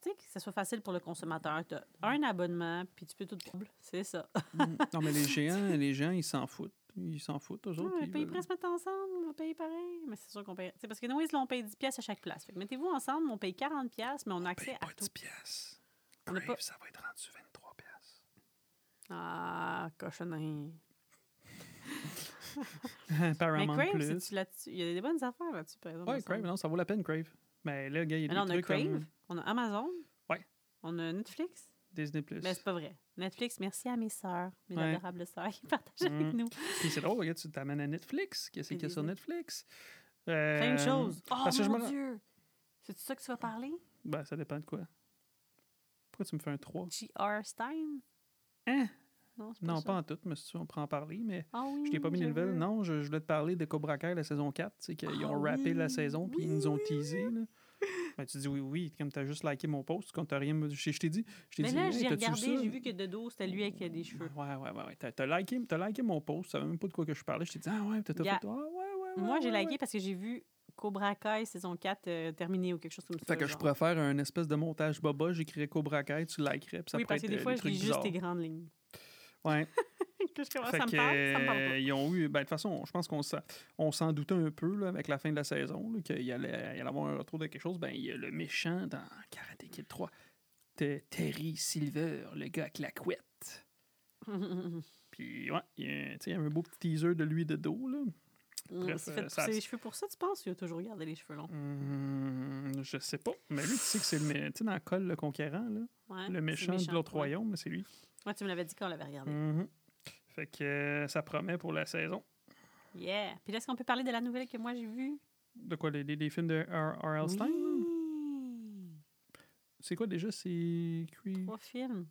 Speaker 1: Tu sais, que ça soit facile pour le consommateur. Tu
Speaker 2: Mm-hmm.
Speaker 1: un abonnement puis tu peux tout. C'est ça.
Speaker 2: Mm. Non, mais les géants, les gens, ils s'en foutent. Ils s'en foutent, eux
Speaker 1: Ouais,
Speaker 2: autres.
Speaker 1: mais
Speaker 2: ils
Speaker 1: payer
Speaker 2: veulent-
Speaker 1: Ah, presque mettre ensemble, on va payer pareil. Mais c'est sûr qu'on paye. C'est parce que nous, on paye 10 pièces à chaque place. Fait que mettez-vous ensemble, on paye 40 pièces, mais on a accès
Speaker 2: Paye
Speaker 1: à
Speaker 2: pas
Speaker 1: tout.
Speaker 2: 10 piastres.
Speaker 1: On n'a pas-
Speaker 2: Crave, ça va être rendu 23 piastres.
Speaker 1: Ah, cochonnerie. Mais
Speaker 2: Paramount
Speaker 1: Crave,
Speaker 2: Plus.
Speaker 1: c'est-tu là-dessus? Il y a des bonnes affaires là-dessus, par exemple. il
Speaker 2: Ouais,
Speaker 1: me semble.
Speaker 2: Crave, non, ça vaut la peine, Crave. Mais là, gars, il y a
Speaker 1: Mais
Speaker 2: des
Speaker 1: là, on a
Speaker 2: trucs
Speaker 1: Crave,
Speaker 2: comme
Speaker 1: on a Amazon.
Speaker 2: Ouais.
Speaker 1: On a Netflix.
Speaker 2: Disney Plus.
Speaker 1: Mais c'est pas vrai. Netflix, merci à mes sœurs, mes
Speaker 2: Ouais.
Speaker 1: adorables sœurs qui partagent avec
Speaker 2: Mm.
Speaker 1: nous.
Speaker 2: Puis c'est drôle, regarde, tu t'amènes à Netflix. Qu'est-ce
Speaker 1: Et
Speaker 2: qu'il y a sur
Speaker 1: Disney.
Speaker 2: Netflix? Euh,
Speaker 1: Plein de choses. Oh
Speaker 2: parce que je
Speaker 1: mon
Speaker 2: me rends-
Speaker 1: Dieu! C'est ça que tu vas parler?
Speaker 2: Ben, ça dépend de quoi. Pourquoi tu me fais un 3?
Speaker 1: J.R. Stein?
Speaker 2: Hein?
Speaker 1: Non, c'est pas
Speaker 2: Non,
Speaker 1: ça.
Speaker 2: pas en tout, mais si tu veux, on pourra en parler. Mais
Speaker 1: Ah oui,
Speaker 2: je t'ai pas mis les
Speaker 1: j'avoue.
Speaker 2: nouvelles. Non, je, je voulais te parler de Cobra Kai, la saison 4. C'est qu'ils
Speaker 1: Ah
Speaker 2: ont rappé la
Speaker 1: oui,
Speaker 2: saison, puis ils
Speaker 1: oui,
Speaker 2: nous ont
Speaker 1: oui,
Speaker 2: teasé. là. Ben, tu dis oui, oui, comme t'as juste liké mon post, comme t'as rien. me- Je je t'ai dit. Je t'ai
Speaker 1: Mais
Speaker 2: dit,
Speaker 1: là,
Speaker 2: Hey,
Speaker 1: j'ai
Speaker 2: t'as-tu
Speaker 1: regardé,
Speaker 2: ça? Ah
Speaker 1: j'ai vu que de dos, c'était lui avec des cheveux.
Speaker 2: Ouais, ouais, ouais. ouais. T'as, t'as liké, t'as liké mon post, tu savais même pas de quoi que je parlais. Je t'ai dit, ah ouais, t'as, t'as
Speaker 1: Gars,
Speaker 2: fait. Ah ouais, ouais, ouais.
Speaker 1: Moi, j'ai
Speaker 2: ouais,
Speaker 1: lagué
Speaker 2: ouais.
Speaker 1: parce que j'ai vu Cobra Kai saison 4 euh, terminée ou quelque chose comme ça.
Speaker 2: Fait que je
Speaker 1: genre.
Speaker 2: pourrais faire un espèce de montage boba, j'écrirais Cobra Kai, tu likerais, puis ça
Speaker 1: Oui,
Speaker 2: pourrait
Speaker 1: parce
Speaker 2: être
Speaker 1: que des
Speaker 2: euh,
Speaker 1: fois,
Speaker 2: des
Speaker 1: je lis
Speaker 2: trucs
Speaker 1: juste
Speaker 2: bizarres.
Speaker 1: tes grandes lignes.
Speaker 2: Ouais.
Speaker 1: que je commence
Speaker 2: Fait
Speaker 1: ça me
Speaker 2: que,
Speaker 1: parle, ça me
Speaker 2: euh,
Speaker 1: parle
Speaker 2: ils ont eu. Ben, de toute façon, je pense qu'on s'en, on s'en doutait un peu là, avec la fin de la saison, là, qu'il y allait, il allait avoir un retour de quelque chose. Ben, il y a le méchant dans Karate Kid 3, de Terry Silver, le gars avec la couette.
Speaker 1: pas.
Speaker 2: Puis, ouais, il y a, tu sais, il y avait un beau petit teaser de lui de dos, là.
Speaker 1: Hum,
Speaker 2: Bref,
Speaker 1: c'est
Speaker 2: euh,
Speaker 1: fait
Speaker 2: ça-
Speaker 1: pousser les cheveux pour ça, tu penses? Il a toujours gardé les cheveux longs.
Speaker 2: Hum, je sais pas. Mais lui, tu sais que c'est le. mé- Tu sais, dans Cole, le conquérant, là,
Speaker 1: Ouais, Ah,
Speaker 2: le
Speaker 1: c'est
Speaker 2: méchant, de l'autre
Speaker 1: ouais. Ah,
Speaker 2: royaume, c'est lui.
Speaker 1: Ouais, tu me l'avais dit quand on l'avait regardé.
Speaker 2: Mhm. Fait que euh, ça promet pour la saison.
Speaker 1: Yeah. Puis là, est-ce qu'on peut parler de la nouvelle que moi j'ai vue?
Speaker 2: De quoi les, les- les films de R.R.L. Stein là?
Speaker 1: Oui.
Speaker 2: C'est quoi déjà C'est. Cree-
Speaker 1: Trois films.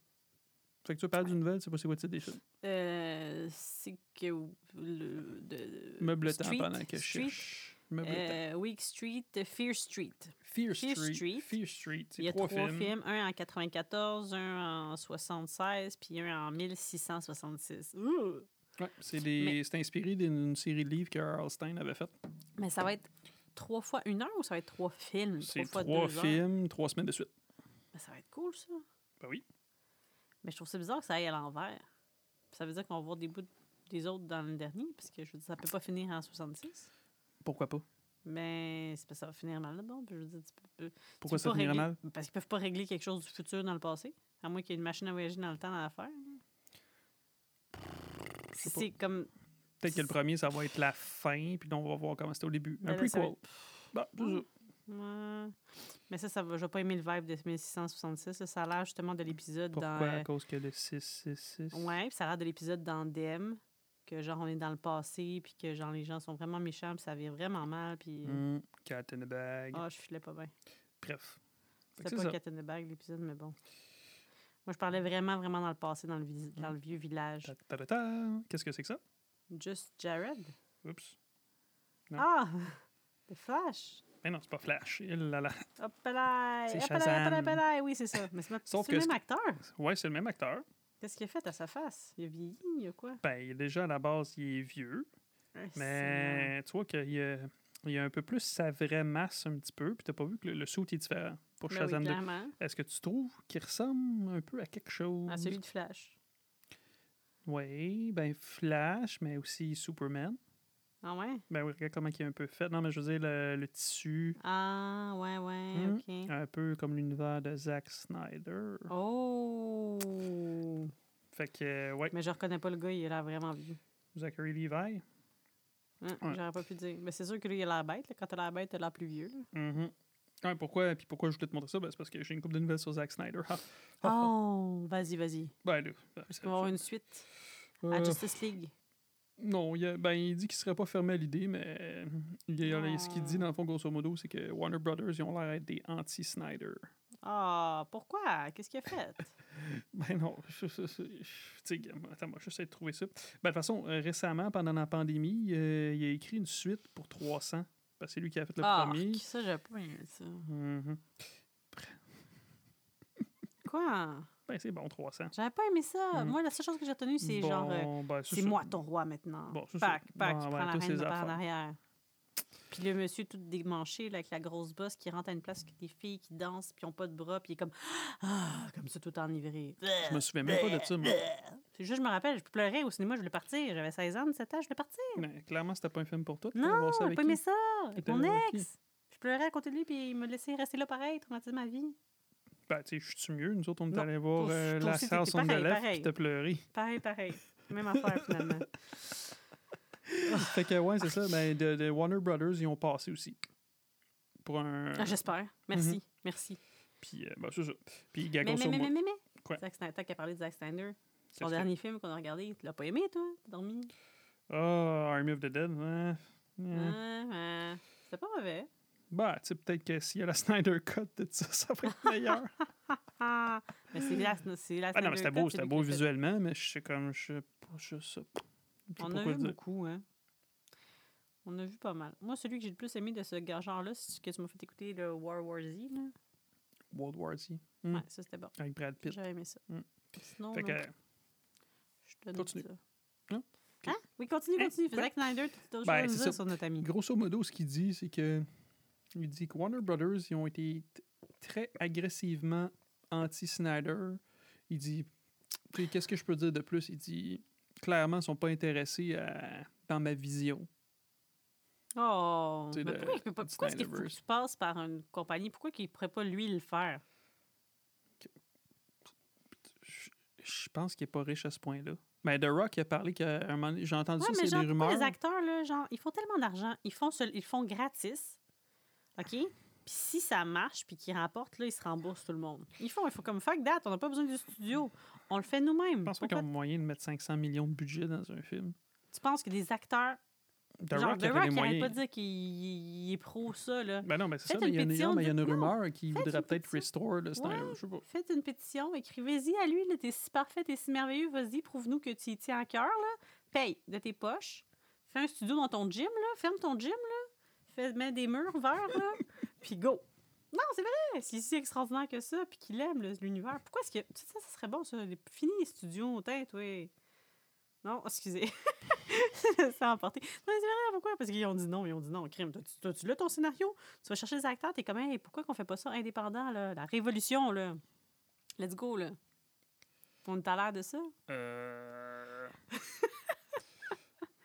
Speaker 2: Fait que tu parles d'une nouvelle, c'est pas c'est quoi le titre des films
Speaker 1: Euh, c'est que le de,
Speaker 2: Meuble temps
Speaker 1: Street,
Speaker 2: pendant que je
Speaker 1: Street,
Speaker 2: cherche. Meuble temps.
Speaker 1: euh, Weak Street, Fear Street.
Speaker 2: Fear
Speaker 1: Fear
Speaker 2: Street.
Speaker 1: Street.
Speaker 2: Fear Street.
Speaker 1: Il y
Speaker 2: C'est
Speaker 1: a
Speaker 2: trois, films.
Speaker 1: un en 94, un en 76, puis un en 1666. Ouh!
Speaker 2: Ouais, c'est des-
Speaker 1: Mais-
Speaker 2: c'est inspiré d'une série de livres que R.R.L. Stein avait faite.
Speaker 1: Mais ça va être trois fois une heure ou ça va être trois films?
Speaker 2: C'est
Speaker 1: fois
Speaker 2: trois,
Speaker 1: deux heures?
Speaker 2: films, trois semaines de suite.
Speaker 1: Mais ça va être cool, ça.
Speaker 2: Ben oui.
Speaker 1: Mais je trouve ça bizarre que ça aille à l'envers. Ça veut dire qu'on va voir des bouts des autres dans le dernier, parce que je veux dire, ça peut pas finir en 66.
Speaker 2: Pourquoi pas
Speaker 1: Mais c'est parce que ça va finir mal là-dedans. Puis je veux dire, tu peux- tu
Speaker 2: Pourquoi
Speaker 1: peux
Speaker 2: ça
Speaker 1: pas
Speaker 2: finirait
Speaker 1: régler-
Speaker 2: mal
Speaker 1: Parce qu'ils peuvent pas régler quelque chose du futur dans le passé, à moins qu'il y ait une machine à voyager dans le temps dans l'affaire.
Speaker 2: sais pas.
Speaker 1: C'est comme.
Speaker 2: Peut-être que le premier, ça va être la fin, puis là, on va voir comment c'était au début.
Speaker 1: Ben
Speaker 2: Un
Speaker 1: là, ça va
Speaker 2: prequel. Bah, c'est
Speaker 1: Ouais.
Speaker 2: ça.
Speaker 1: Ouais. Mais ça, ça va. J'ai pas aimé le vibe de 1666. là. Ça a l'air justement de l'épisode
Speaker 2: Pourquoi
Speaker 1: dans. euh,
Speaker 2: À cause que le 666.
Speaker 1: Ouais, puis ça a l'air de l'épisode dans Dem, que genre on est dans le passé, puis que genre les gens sont vraiment méchants, puis ça vient vraiment mal, puis.
Speaker 2: Mm, Cat in the bag.
Speaker 1: Ah, je filais pas bien.
Speaker 2: Bref. Fait
Speaker 1: C'était
Speaker 2: que c'est
Speaker 1: pas
Speaker 2: ça.
Speaker 1: Cat in the Bag l'épisode, mais bon. Moi, je parlais vraiment, vraiment dans le passé, dans le, vi-
Speaker 2: Mmh.
Speaker 1: dans le vieux village.
Speaker 2: Ta- ta- ta- ta. Qu'est-ce que c'est que ça?
Speaker 1: Just Jared?
Speaker 2: Oups. Non.
Speaker 1: Ah! The Flash!
Speaker 2: Mais non, c'est pas Flash. Il, là, là.
Speaker 1: Hop là!
Speaker 2: C'est
Speaker 1: Hop là,
Speaker 2: Shazam.
Speaker 1: hop là, hop là. Oui, c'est ça. Mais c'est notre-
Speaker 2: Sauf
Speaker 1: c'est le
Speaker 2: que
Speaker 1: même
Speaker 2: ce-
Speaker 1: acteur.
Speaker 2: Ouais, c'est le même acteur.
Speaker 1: Qu'est-ce qu'il a fait à sa face? Il a vieilli, il a quoi?
Speaker 2: Ben, il est déjà à la base, il est vieux.
Speaker 1: Ah, c'est-
Speaker 2: Mais tu vois qu'il y a, il y a un peu plus sa vraie masse un petit peu. Puis t'as pas vu que le, le suit est différent pour
Speaker 1: Ben oui,
Speaker 2: Shazam 2.
Speaker 1: clairement.
Speaker 2: Est-ce que tu trouves qu'il ressemble un peu à quelque chose?
Speaker 1: À celui de Flash.
Speaker 2: Oui, ben Flash, mais aussi Superman.
Speaker 1: Ah ouais?
Speaker 2: Ben oui, regarde comment il est un peu fait. Non, mais je veux dire, le, le tissu,
Speaker 1: Ah, ouais, ouais,
Speaker 2: Hmm.
Speaker 1: ok.
Speaker 2: un peu comme l'univers de Zack Snyder. Oh!
Speaker 1: Oh!
Speaker 2: Fait que, euh, ouais,
Speaker 1: Mais je reconnais pas le gars, il a l'air vraiment vieux.
Speaker 2: Zachary Levi.
Speaker 1: Hein,
Speaker 2: Ouais.
Speaker 1: J'aurais pas pu dire. Mais c'est sûr que lui, il a l'air bête. là. Quand t'as l'air bête, t'as l'air plus vieux. là.
Speaker 2: Mhm. Ouais, pourquoi, puis pourquoi je voulais te montrer ça? Ben, c'est parce que j'ai une coupe de nouvelles sur Zack Snyder. Ah, ah, ah.
Speaker 1: Oh, vas-y, vas-y. Oh.
Speaker 2: ben là. ben,
Speaker 1: Est-ce qu'on va avoir une suite à
Speaker 2: euh,
Speaker 1: Justice League?
Speaker 2: Non, il, a- ben, il dit qu'il serait pas fermé à l'idée, mais euh, il y a-
Speaker 1: Non.
Speaker 2: ce qu'il dit, dans le fond, grosso modo, c'est que Warner Brothers, ils ont l'air d'être des anti-Snyder.
Speaker 1: Ah, pourquoi? Qu'est-ce qu'il a fait?
Speaker 2: Ben non, je- je- je- tu sais, attends, moi, j'essaie de trouver ça. Ben, de toute façon, euh, récemment, pendant la pandémie, euh, il a écrit une suite pour 300. Parce que c'est lui qui a fait le
Speaker 1: ah,
Speaker 2: premier.
Speaker 1: ça, j'ai pas aimé ça.
Speaker 2: Mhm.
Speaker 1: Quoi?
Speaker 2: Ben, c'est bon, 300.
Speaker 1: J'avais pas aimé ça.
Speaker 2: Hmm.
Speaker 1: Moi, la seule chose que j'ai retenue, c'est genre... euh,
Speaker 2: Bon, ben,
Speaker 1: c'est
Speaker 2: ça.
Speaker 1: moi ton roi maintenant.
Speaker 2: Bon, c'est ça.
Speaker 1: Pac, pac,
Speaker 2: Bon,
Speaker 1: tu
Speaker 2: ouais,
Speaker 1: prends la
Speaker 2: tous
Speaker 1: reine
Speaker 2: ces
Speaker 1: de par en
Speaker 2: affaires.
Speaker 1: arrière. Puis le monsieur tout démanché, là, avec la grosse bosse qui rentre à une place que des filles qui dansent, puis ont pas de bras, puis il est comme... Ah, comme ça, tout enivré.
Speaker 2: Je me souviens même pas de ça, moi.
Speaker 1: C'est juste, je me rappelle, je pleurais au cinéma, je voulais partir. J'avais 16 ans, 17 ans, je voulais partir.
Speaker 2: Mais clairement, c'était pas un film pour toi.
Speaker 1: Non, j'ai
Speaker 2: j'ai
Speaker 1: pas aimé ça. Avec
Speaker 2: T'étais
Speaker 1: mon
Speaker 2: là avec
Speaker 1: ex. Je pleurais à côté de lui, puis il me laissait rester là pareil, traumatiser ma vie.
Speaker 2: Ben, tu sais, je suis mieux. Nous autres, on est
Speaker 1: Non,
Speaker 2: allés voir
Speaker 1: toi-
Speaker 2: euh,
Speaker 1: toi
Speaker 2: la
Speaker 1: aussi,
Speaker 2: sœur
Speaker 1: t'étais
Speaker 2: son
Speaker 1: pareil,
Speaker 2: élève,
Speaker 1: pareil.
Speaker 2: puis t'as pleuré.
Speaker 1: Pareil, pareil. Même affaire, finalement.
Speaker 2: fait que, ouais, c'est ça. Ben, de, de Warner Brothers, ils ont passé aussi. Pour un.
Speaker 1: Ah, J'espère. Merci.
Speaker 2: Mhm.
Speaker 1: Merci.
Speaker 2: Puis, euh, ben, c'est ça. Puis, gars,
Speaker 1: Mais, mais,
Speaker 2: grosso
Speaker 1: mais,
Speaker 2: modo.
Speaker 1: mais, mais, mais.
Speaker 2: Quoi?
Speaker 1: Zack Snyder, tant qu'à parler de Zack Snyder,
Speaker 2: qu'est-ce
Speaker 1: son
Speaker 2: que-
Speaker 1: dernier film qu'on a regardé, tu l'as pas aimé, toi? T'as dormi?
Speaker 2: Ah, Army of the Dead. hein.
Speaker 1: Ouais,
Speaker 2: Hein.
Speaker 1: ouais. C'était pas mauvais.
Speaker 2: Ben, tu sais, peut-être que s'il y a la Snyder Cut, de ça, ça va être meilleur.
Speaker 1: Ah, mais c'est la, c'est la
Speaker 2: ah
Speaker 1: Snyder
Speaker 2: non, mais c'était
Speaker 1: Cut,
Speaker 2: beau,
Speaker 1: c'est
Speaker 2: c'était
Speaker 1: lui
Speaker 2: beau
Speaker 1: qui l'a fait.
Speaker 2: visuellement, mais je sais comme, je sais pas, je sais pas. Je sais
Speaker 1: On
Speaker 2: pas
Speaker 1: a
Speaker 2: quoi
Speaker 1: vu
Speaker 2: dire.
Speaker 1: beaucoup, hein? On a vu pas mal. Moi, celui que j'ai le plus aimé de ce gars- genre-là, c'est ce que tu m'as fait écouter, le War War Z. Là.
Speaker 2: World War Z. Mm.
Speaker 1: Ouais, ça, c'était bon.
Speaker 2: Avec Brad Pitt.
Speaker 1: J'avais aimé ça.
Speaker 2: Mm.
Speaker 1: Sinon,
Speaker 2: Fait
Speaker 1: non,
Speaker 2: que,
Speaker 1: je te donne
Speaker 2: continue.
Speaker 1: ça.
Speaker 2: Non? Ok.
Speaker 1: Hein? Oui, continue,
Speaker 2: Hein?
Speaker 1: continue. Faisait
Speaker 2: Ouais.
Speaker 1: que Snyder, tu t'as
Speaker 2: Ben,
Speaker 1: chose à
Speaker 2: c'est
Speaker 1: nous
Speaker 2: ça.
Speaker 1: dire sur notre ami.
Speaker 2: Grosso modo, ce qu'il dit, c'est que il dit que Warner Brothers ils ont été t- très agressivement anti-Snyder. Il dit Tu sais, qu'est-ce que je peux dire de plus Il dit clairement, ils sont pas intéressés à- dans ma vision.
Speaker 1: Oh, mais
Speaker 2: Tu sais, le-
Speaker 1: pourquoi, il peut pas,
Speaker 2: le
Speaker 1: pourquoi est-ce qu'il faut que
Speaker 2: Snyderverse.
Speaker 1: tu passes par une compagnie? Pourquoi qu'il ne pourrait pas lui le faire?
Speaker 2: Je je pense qu'il est pas riche à ce point-là. Mais The Rock il a parlé qu'à un moment donné- j'ai entendu
Speaker 1: Ouais,
Speaker 2: ça,
Speaker 1: mais
Speaker 2: c'est
Speaker 1: genre,
Speaker 2: des rumeurs.
Speaker 1: pourquoi les acteurs, là, genre, ils font tellement d'argent. Ils font, seul- ils font gratis. OK? Puis si ça marche, puis qu'ils remportent, là, ils se remboursent tout le monde. Ils font, il faut comme fuck that, on n'a pas besoin du studio. On le fait nous-mêmes.
Speaker 2: Je pense pas qu'ils
Speaker 1: Pourquoi-
Speaker 2: ont moyen de mettre 500 millions de budget dans un film.
Speaker 1: Tu penses que des acteurs.
Speaker 2: The
Speaker 1: genre,
Speaker 2: Rock,
Speaker 1: The
Speaker 2: il avait
Speaker 1: Rock,
Speaker 2: les
Speaker 1: il arrête pas
Speaker 2: moyens.
Speaker 1: de dire qu'il il est pro ça, là.
Speaker 2: Ben non, mais c'est ça,
Speaker 1: Faites
Speaker 2: mais il y a
Speaker 1: une
Speaker 2: une,
Speaker 1: pétition,
Speaker 2: mais il y a une
Speaker 1: dites-le.
Speaker 2: rumeur qui
Speaker 1: Faites
Speaker 2: voudrait
Speaker 1: une
Speaker 2: peut-être
Speaker 1: pétition.
Speaker 2: restore le Snyder,
Speaker 1: Ouais.
Speaker 2: je sais pas.
Speaker 1: Faites une pétition, écrivez-y à lui, là, t'es si parfait, t'es si merveilleux, vas-y, prouve-nous que tu y tiens à cœur, là. Paye de tes poches, fais un studio dans ton gym, là, ferme ton gym, là, fais, mets des murs verts, là, puis go. Non, c'est vrai, c'est si extraordinaire que ça, puis qu'il aime le- l'univers. Pourquoi est-ce que. Tu sais, ça, ça serait bon, ça, les- fini les studios, tête, oui. Non, excusez. ça a emporté. Non, mais c'est vrai, pourquoi? Parce qu'ils ont dit non, ils ont dit non, crime. Toi, tu- toi, tu l'as ton scénario? Tu vas chercher les acteurs, t'es comme, hey, pourquoi qu'on fait pas ça indépendant, là? La révolution, là. Let's go, là. On est à l'air de ça?
Speaker 2: Euh...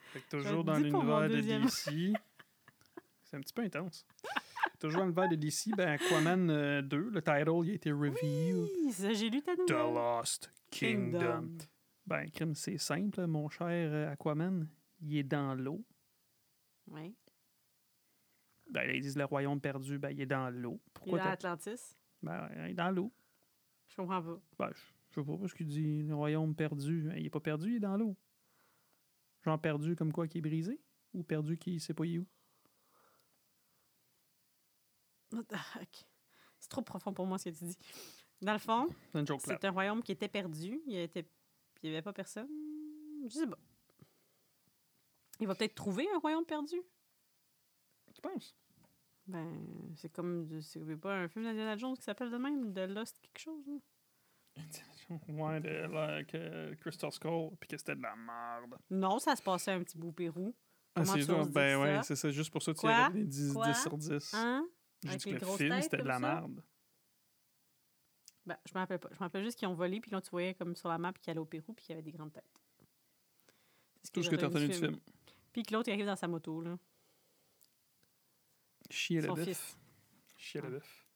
Speaker 2: fait que
Speaker 1: Je le
Speaker 2: toujours dans
Speaker 1: dis pour mon
Speaker 2: l'univers
Speaker 1: deuxième.
Speaker 2: de DC. C'est un petit peu intense. toujours dans l'univers de DC, ben Aquaman euh, 2, le title, il a été revealed.
Speaker 1: Hi, ça, j'ai lu ta nouvelle.
Speaker 2: The Lost Kingdom. Ben, crime, c'est simple, mon cher euh, Aquaman. Il est dans l'eau.
Speaker 1: Oui.
Speaker 2: Ben, là, ils disent le royaume perdu, ben, il est dans
Speaker 1: Il
Speaker 2: l'eau.
Speaker 1: est
Speaker 2: Pourquoi
Speaker 1: dans
Speaker 2: t'as-
Speaker 1: Atlantis.
Speaker 2: Ben, il est dans l'eau.
Speaker 1: Je comprends pas.
Speaker 2: Ben, je, je sais pas ce qu'il dit, le royaume perdu. hein, Il est pas perdu, il est dans l'eau. Genre perdu comme quoi qui est brisé ou perdu qui sait pas il est où.
Speaker 1: Ok. C'est trop profond pour moi, ce que tu dis. Dans le fond,
Speaker 2: C'est une joke plate.
Speaker 1: c'est un royaume qui était perdu. Il n'y avait pas personne. Je sais pas. Il va peut-être trouver un royaume perdu.
Speaker 2: Tu penses?
Speaker 1: Ben, c'est comme. du- C'est pas un film d'Indiana Jones qui s'appelle de même, de Lost quelque chose. là.
Speaker 2: Ouais, de, là, que Crystal Skull, puis que c'était de la merde.
Speaker 1: Non, ça se passait un petit bout au Pérou. Comment
Speaker 2: c'est
Speaker 1: tu oses
Speaker 2: Ben
Speaker 1: dire
Speaker 2: ouais,
Speaker 1: ça?
Speaker 2: c'est ça, juste pour ça, tu
Speaker 1: Quoi?
Speaker 2: y avais des 10,
Speaker 1: Quoi?
Speaker 2: 10 sur 10.
Speaker 1: Hein?
Speaker 2: J'ai
Speaker 1: Avec
Speaker 2: dit que
Speaker 1: les
Speaker 2: le
Speaker 1: grosses
Speaker 2: film,
Speaker 1: têtes
Speaker 2: c'était de
Speaker 1: comme ça?
Speaker 2: la merde.
Speaker 1: Ben, je me rappelle pas. Je me rappelle juste qu'ils ont volé, puis là, tu voyais comme sur la map qu'il allait au Pérou, puis qu'il y avait des grandes têtes. C'est
Speaker 2: Tout ce que
Speaker 1: j'ai
Speaker 2: t'as entendu du film.
Speaker 1: Puis que l'autre, il arrive dans sa moto, là.
Speaker 2: Chier le
Speaker 1: Son
Speaker 2: bœuf.
Speaker 1: fils.
Speaker 2: Chier le
Speaker 1: Ah.
Speaker 2: bœuf.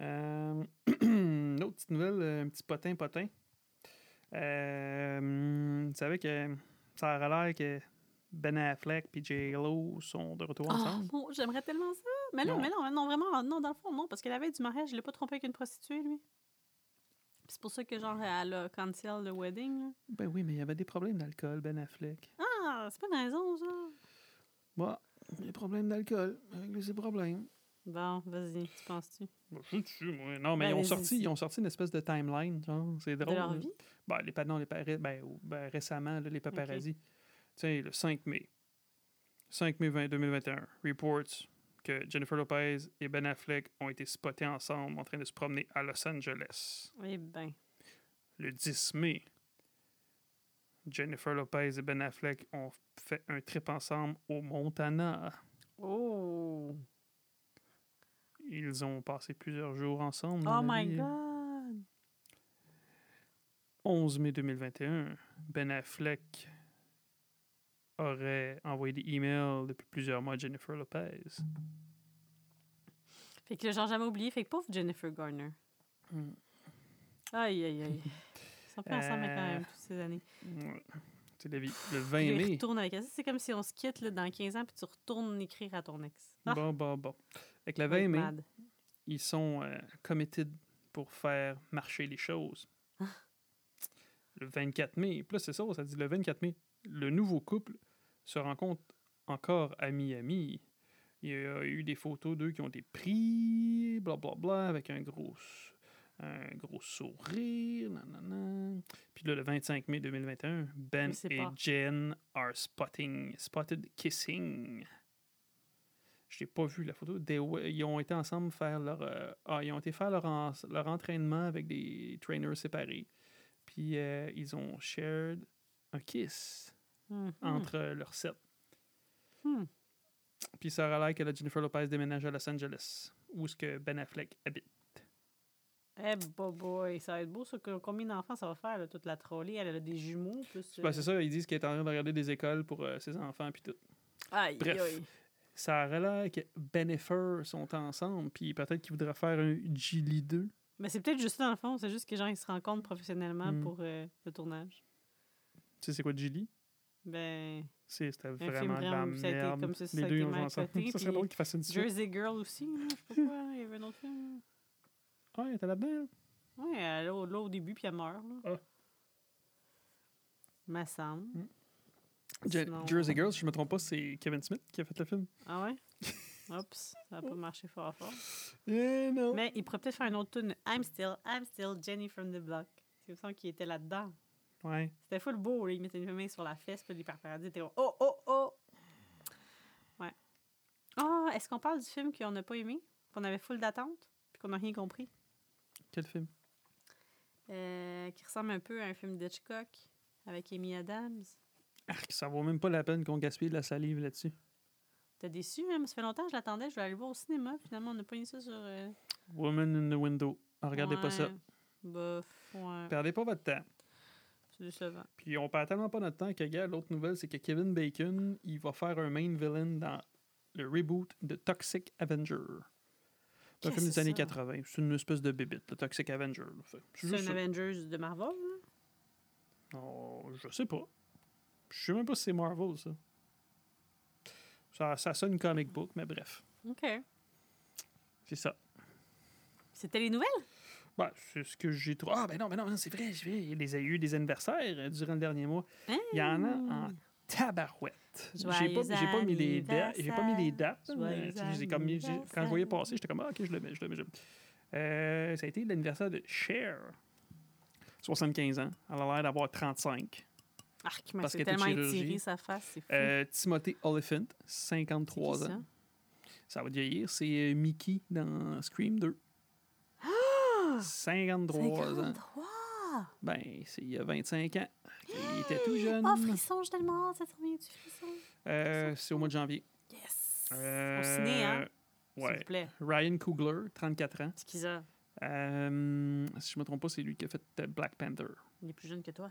Speaker 2: Euh, une autre petite nouvelle, euh, un petit potin potin. Euh, hum, tu savais que ça a l'air que Ben Affleck et J. Lo sont de retour
Speaker 1: Oh,
Speaker 2: ensemble.
Speaker 1: bon, j'aimerais tellement ça. Mais non,
Speaker 2: Non.
Speaker 1: mais non, mais non, vraiment, non, dans le fond, non, parce que la veille du mariage, je l'ai pas trompé avec une prostituée, lui. Puis C'est pour ça que, genre, elle a cancel le wedding. là.
Speaker 2: Ben oui, mais il y avait des problèmes d'alcool, Ben Affleck.
Speaker 1: Ah, c'est pas une raison, ça.
Speaker 2: Moi, des problèmes d'alcool, avec ses problèmes.
Speaker 1: Bon, vas-y, tu penses-tu?
Speaker 2: Ben, je suis dessus, moi. Non, mais
Speaker 1: Ben,
Speaker 2: ils, ont
Speaker 1: mais c'est-
Speaker 2: sorti, ils ont sorti une espèce de timeline, genre, c'est
Speaker 1: De
Speaker 2: drôle.
Speaker 1: leur
Speaker 2: là.
Speaker 1: vie?
Speaker 2: Ben, les, pa- non, les pa- ben, ou- ben, récemment, là, les paparazzi. Tu sais, le 5 mai. 5 mai 20 2021. Reports que Jennifer Lopez et Ben Affleck ont été spottés ensemble en train de se promener à Los Angeles.
Speaker 1: Eh ben.
Speaker 2: Le 10 mai, Jennifer Lopez et Ben Affleck ont fait un trip ensemble au Montana.
Speaker 1: Oh!
Speaker 2: Ils ont passé plusieurs jours ensemble. dans
Speaker 1: Oh
Speaker 2: la
Speaker 1: my
Speaker 2: ville.
Speaker 1: God!
Speaker 2: 11 mai 2021, Ben Affleck aurait envoyé des emails depuis plusieurs mois à Jennifer Lopez.
Speaker 1: Fait que, là, genre, jamais oublié. Fait que, pauvre Jennifer Garner.
Speaker 2: Mm.
Speaker 1: Aïe, aïe, aïe. Ils sont plus ensemble mais quand
Speaker 2: Euh,
Speaker 1: même, toutes ces années.
Speaker 2: Ouais. C'est la vie. Le 20
Speaker 1: Puis là, ils
Speaker 2: mai.
Speaker 1: retournent avec elle. Ça, C'est comme si on se quitte là, dans 15 ans, puis tu retournes écrire à ton ex. Ah,
Speaker 2: Bon, bon, bon. Avec le
Speaker 1: ça va
Speaker 2: 20
Speaker 1: être
Speaker 2: mai,
Speaker 1: mad.
Speaker 2: ils sont euh, committed pour faire marcher les choses. Le 24 mai, plus c'est ça, ça dit le 24 mai, le nouveau couple se rencontre encore à Miami. Il y a eu des photos d'eux qui ont été prises, blablabla, avec un gros, s- un gros sourire, nanana. Puis là, le 25 mai 2021, Ben
Speaker 1: Mais c'est
Speaker 2: et
Speaker 1: pas.
Speaker 2: Jen are spotting, spotted kissing. Je n'ai pas vu la photo. They were- ils ont été ensemble faire leur, euh, ah, ils ont été faire leur, en- leur entraînement avec des trainers séparés. Puis euh, ils ont shared un kiss
Speaker 1: Mhm.
Speaker 2: entre euh, leurs sept.
Speaker 1: Hmm.
Speaker 2: Puis ça aurait l'air que la Jennifer Lopez déménage à Los Angeles, où est-ce que Ben Affleck habite.
Speaker 1: Eh, bo- boy, ça va être beau, ça. que- Combien d'enfants ça va faire, là, toute la trolley? Elle a des jumeaux, plus.
Speaker 2: Ben, c'est ça, ils disent qu'il est en train de regarder des écoles pour euh, ses enfants puis tout.
Speaker 1: euh, Aïe,
Speaker 2: Bref.
Speaker 1: aïe.
Speaker 2: Ça aurait l'air que Ben et Fer sont ensemble, puis peut-être qu'ils voudraient faire un Gilly 2. Hmm.
Speaker 1: Mais c'est peut-être juste ça, dans le fond. C'est juste que, genre, ils se rencontrent professionnellement
Speaker 2: Mm.
Speaker 1: pour euh, le tournage.
Speaker 2: sais, c'est quoi Gilly?
Speaker 1: Ben,
Speaker 2: C'est- C'était
Speaker 1: film
Speaker 2: vraiment de la
Speaker 1: vraiment où ça a été
Speaker 2: merde.
Speaker 1: comme ça, ça
Speaker 2: Les
Speaker 1: a
Speaker 2: deux
Speaker 1: été
Speaker 2: ont
Speaker 1: mal
Speaker 2: ensemble.
Speaker 1: coté,
Speaker 2: Ça serait drôle
Speaker 1: puis
Speaker 2: qu'ils fassent une suite.
Speaker 1: Jersey Girl aussi, là, je sais pas pourquoi. Il y avait un autre film.
Speaker 2: Ah, elle était là-dedans.
Speaker 1: Oui, elle est là, au- là au début, puis elle meurt. Là.
Speaker 2: Ah.
Speaker 1: Ma semble.
Speaker 2: Mm. Je-
Speaker 1: Sinon-
Speaker 2: Jersey Girls, si je me trompe pas, c'est Kevin Smith qui a fait le film.
Speaker 1: Ah ouais? Oups, ça n'a pas marché fort fort.
Speaker 2: Eh non.
Speaker 1: Mais il pourrait peut-être faire une autre tune. I'm still, I'm still Jenny from the block. C'est me semble qu'il était là-dedans.
Speaker 2: Ouais.
Speaker 1: C'était full beau, là. Il mettait une main sur la fesse, puis les paparazzi étaient comme, Oh, oh, oh! Ouais. Ah, est-ce qu'on parle du film qu'on n'a pas aimé? Qu'on avait full d'attente? Puis qu'on n'a rien compris?
Speaker 2: Quel film?
Speaker 1: Euh, qui ressemble un peu à un film d'Hitchcock avec Amy Adams.
Speaker 2: Arc, ça vaut même pas la peine qu'on gaspille de la salive là-dessus.
Speaker 1: T'es déçu, même? Ça fait longtemps que je l'attendais. Je voulais aller voir au cinéma. Finalement, on n'a pas mis ça sur. euh,
Speaker 2: Woman in the Window. Ah, regardez pas ça.
Speaker 1: ouais, Bof, ouais.
Speaker 2: Perdez pas votre temps.
Speaker 1: C'est décevant.
Speaker 2: Puis on perd tellement pas notre temps que, gars, l'autre nouvelle, c'est que Kevin Bacon, il va faire un main villain dans le reboot de Toxic Avenger. Un
Speaker 1: Qu'est-ce
Speaker 2: film
Speaker 1: que
Speaker 2: des
Speaker 1: c'est
Speaker 2: années
Speaker 1: ça?
Speaker 2: 80. C'est une espèce de bébite, le Toxic Avenger. là. Fait-
Speaker 1: C'est
Speaker 2: juste
Speaker 1: un
Speaker 2: ça.
Speaker 1: Avengers de Marvel, là?
Speaker 2: Oh, je sais pas. Je sais même pas si c'est Marvel, ça. ça. Ça sonne comic book, mais bref.
Speaker 1: OK.
Speaker 2: C'est ça.
Speaker 1: C'était les nouvelles?
Speaker 2: Ben, c'est ce que j'ai trouvé. Ah, ben non, ben non, non, c'est vrai, j'ai il y a eu des anniversaires euh, durant le dernier mois.
Speaker 1: Hein?
Speaker 2: Il y en a en tabarouette. J'ai pas,
Speaker 1: Joyeux
Speaker 2: j'ai pas mis les dates. J'ai pas mis les
Speaker 1: anniversaire.
Speaker 2: dates. mais,
Speaker 1: Joyeux
Speaker 2: tu sais, j'ai comme mis- j'ai- quand je voyais passer, j'étais comme, ah, ok, je le mets, je le mets. je le mets. Euh, ça a été l'anniversaire de Cher. 75 ans. Elle a l'air d'avoir 35.
Speaker 1: Arc, mais
Speaker 2: Parce
Speaker 1: c'est
Speaker 2: qu'elle était
Speaker 1: tellement
Speaker 2: de chirurgie.
Speaker 1: étiré sa face, c'est fou.
Speaker 2: Euh, Timothée Oliphant, 53
Speaker 1: Hmm. C'est qui,
Speaker 2: ans. Ça va vieillir. C'est euh, Mickey dans Scream 2.
Speaker 1: Ah.
Speaker 2: 53 ans.
Speaker 1: 53!
Speaker 2: Ben, c'est il y a 25 ans. Il était tout jeune.
Speaker 1: Oh, frisson, je tellement ça te revient du frisson.
Speaker 2: Euh, c'est au mois de janvier.
Speaker 1: Yes!
Speaker 2: Euh,
Speaker 1: Au ciné, hein? S'il
Speaker 2: Ouais.
Speaker 1: vous plaît.
Speaker 2: Ryan Coogler, 34 ans.
Speaker 1: Excusez,
Speaker 2: Euh, si je me trompe pas, c'est lui qui a fait euh, Black Panther.
Speaker 1: il est plus jeune que toi.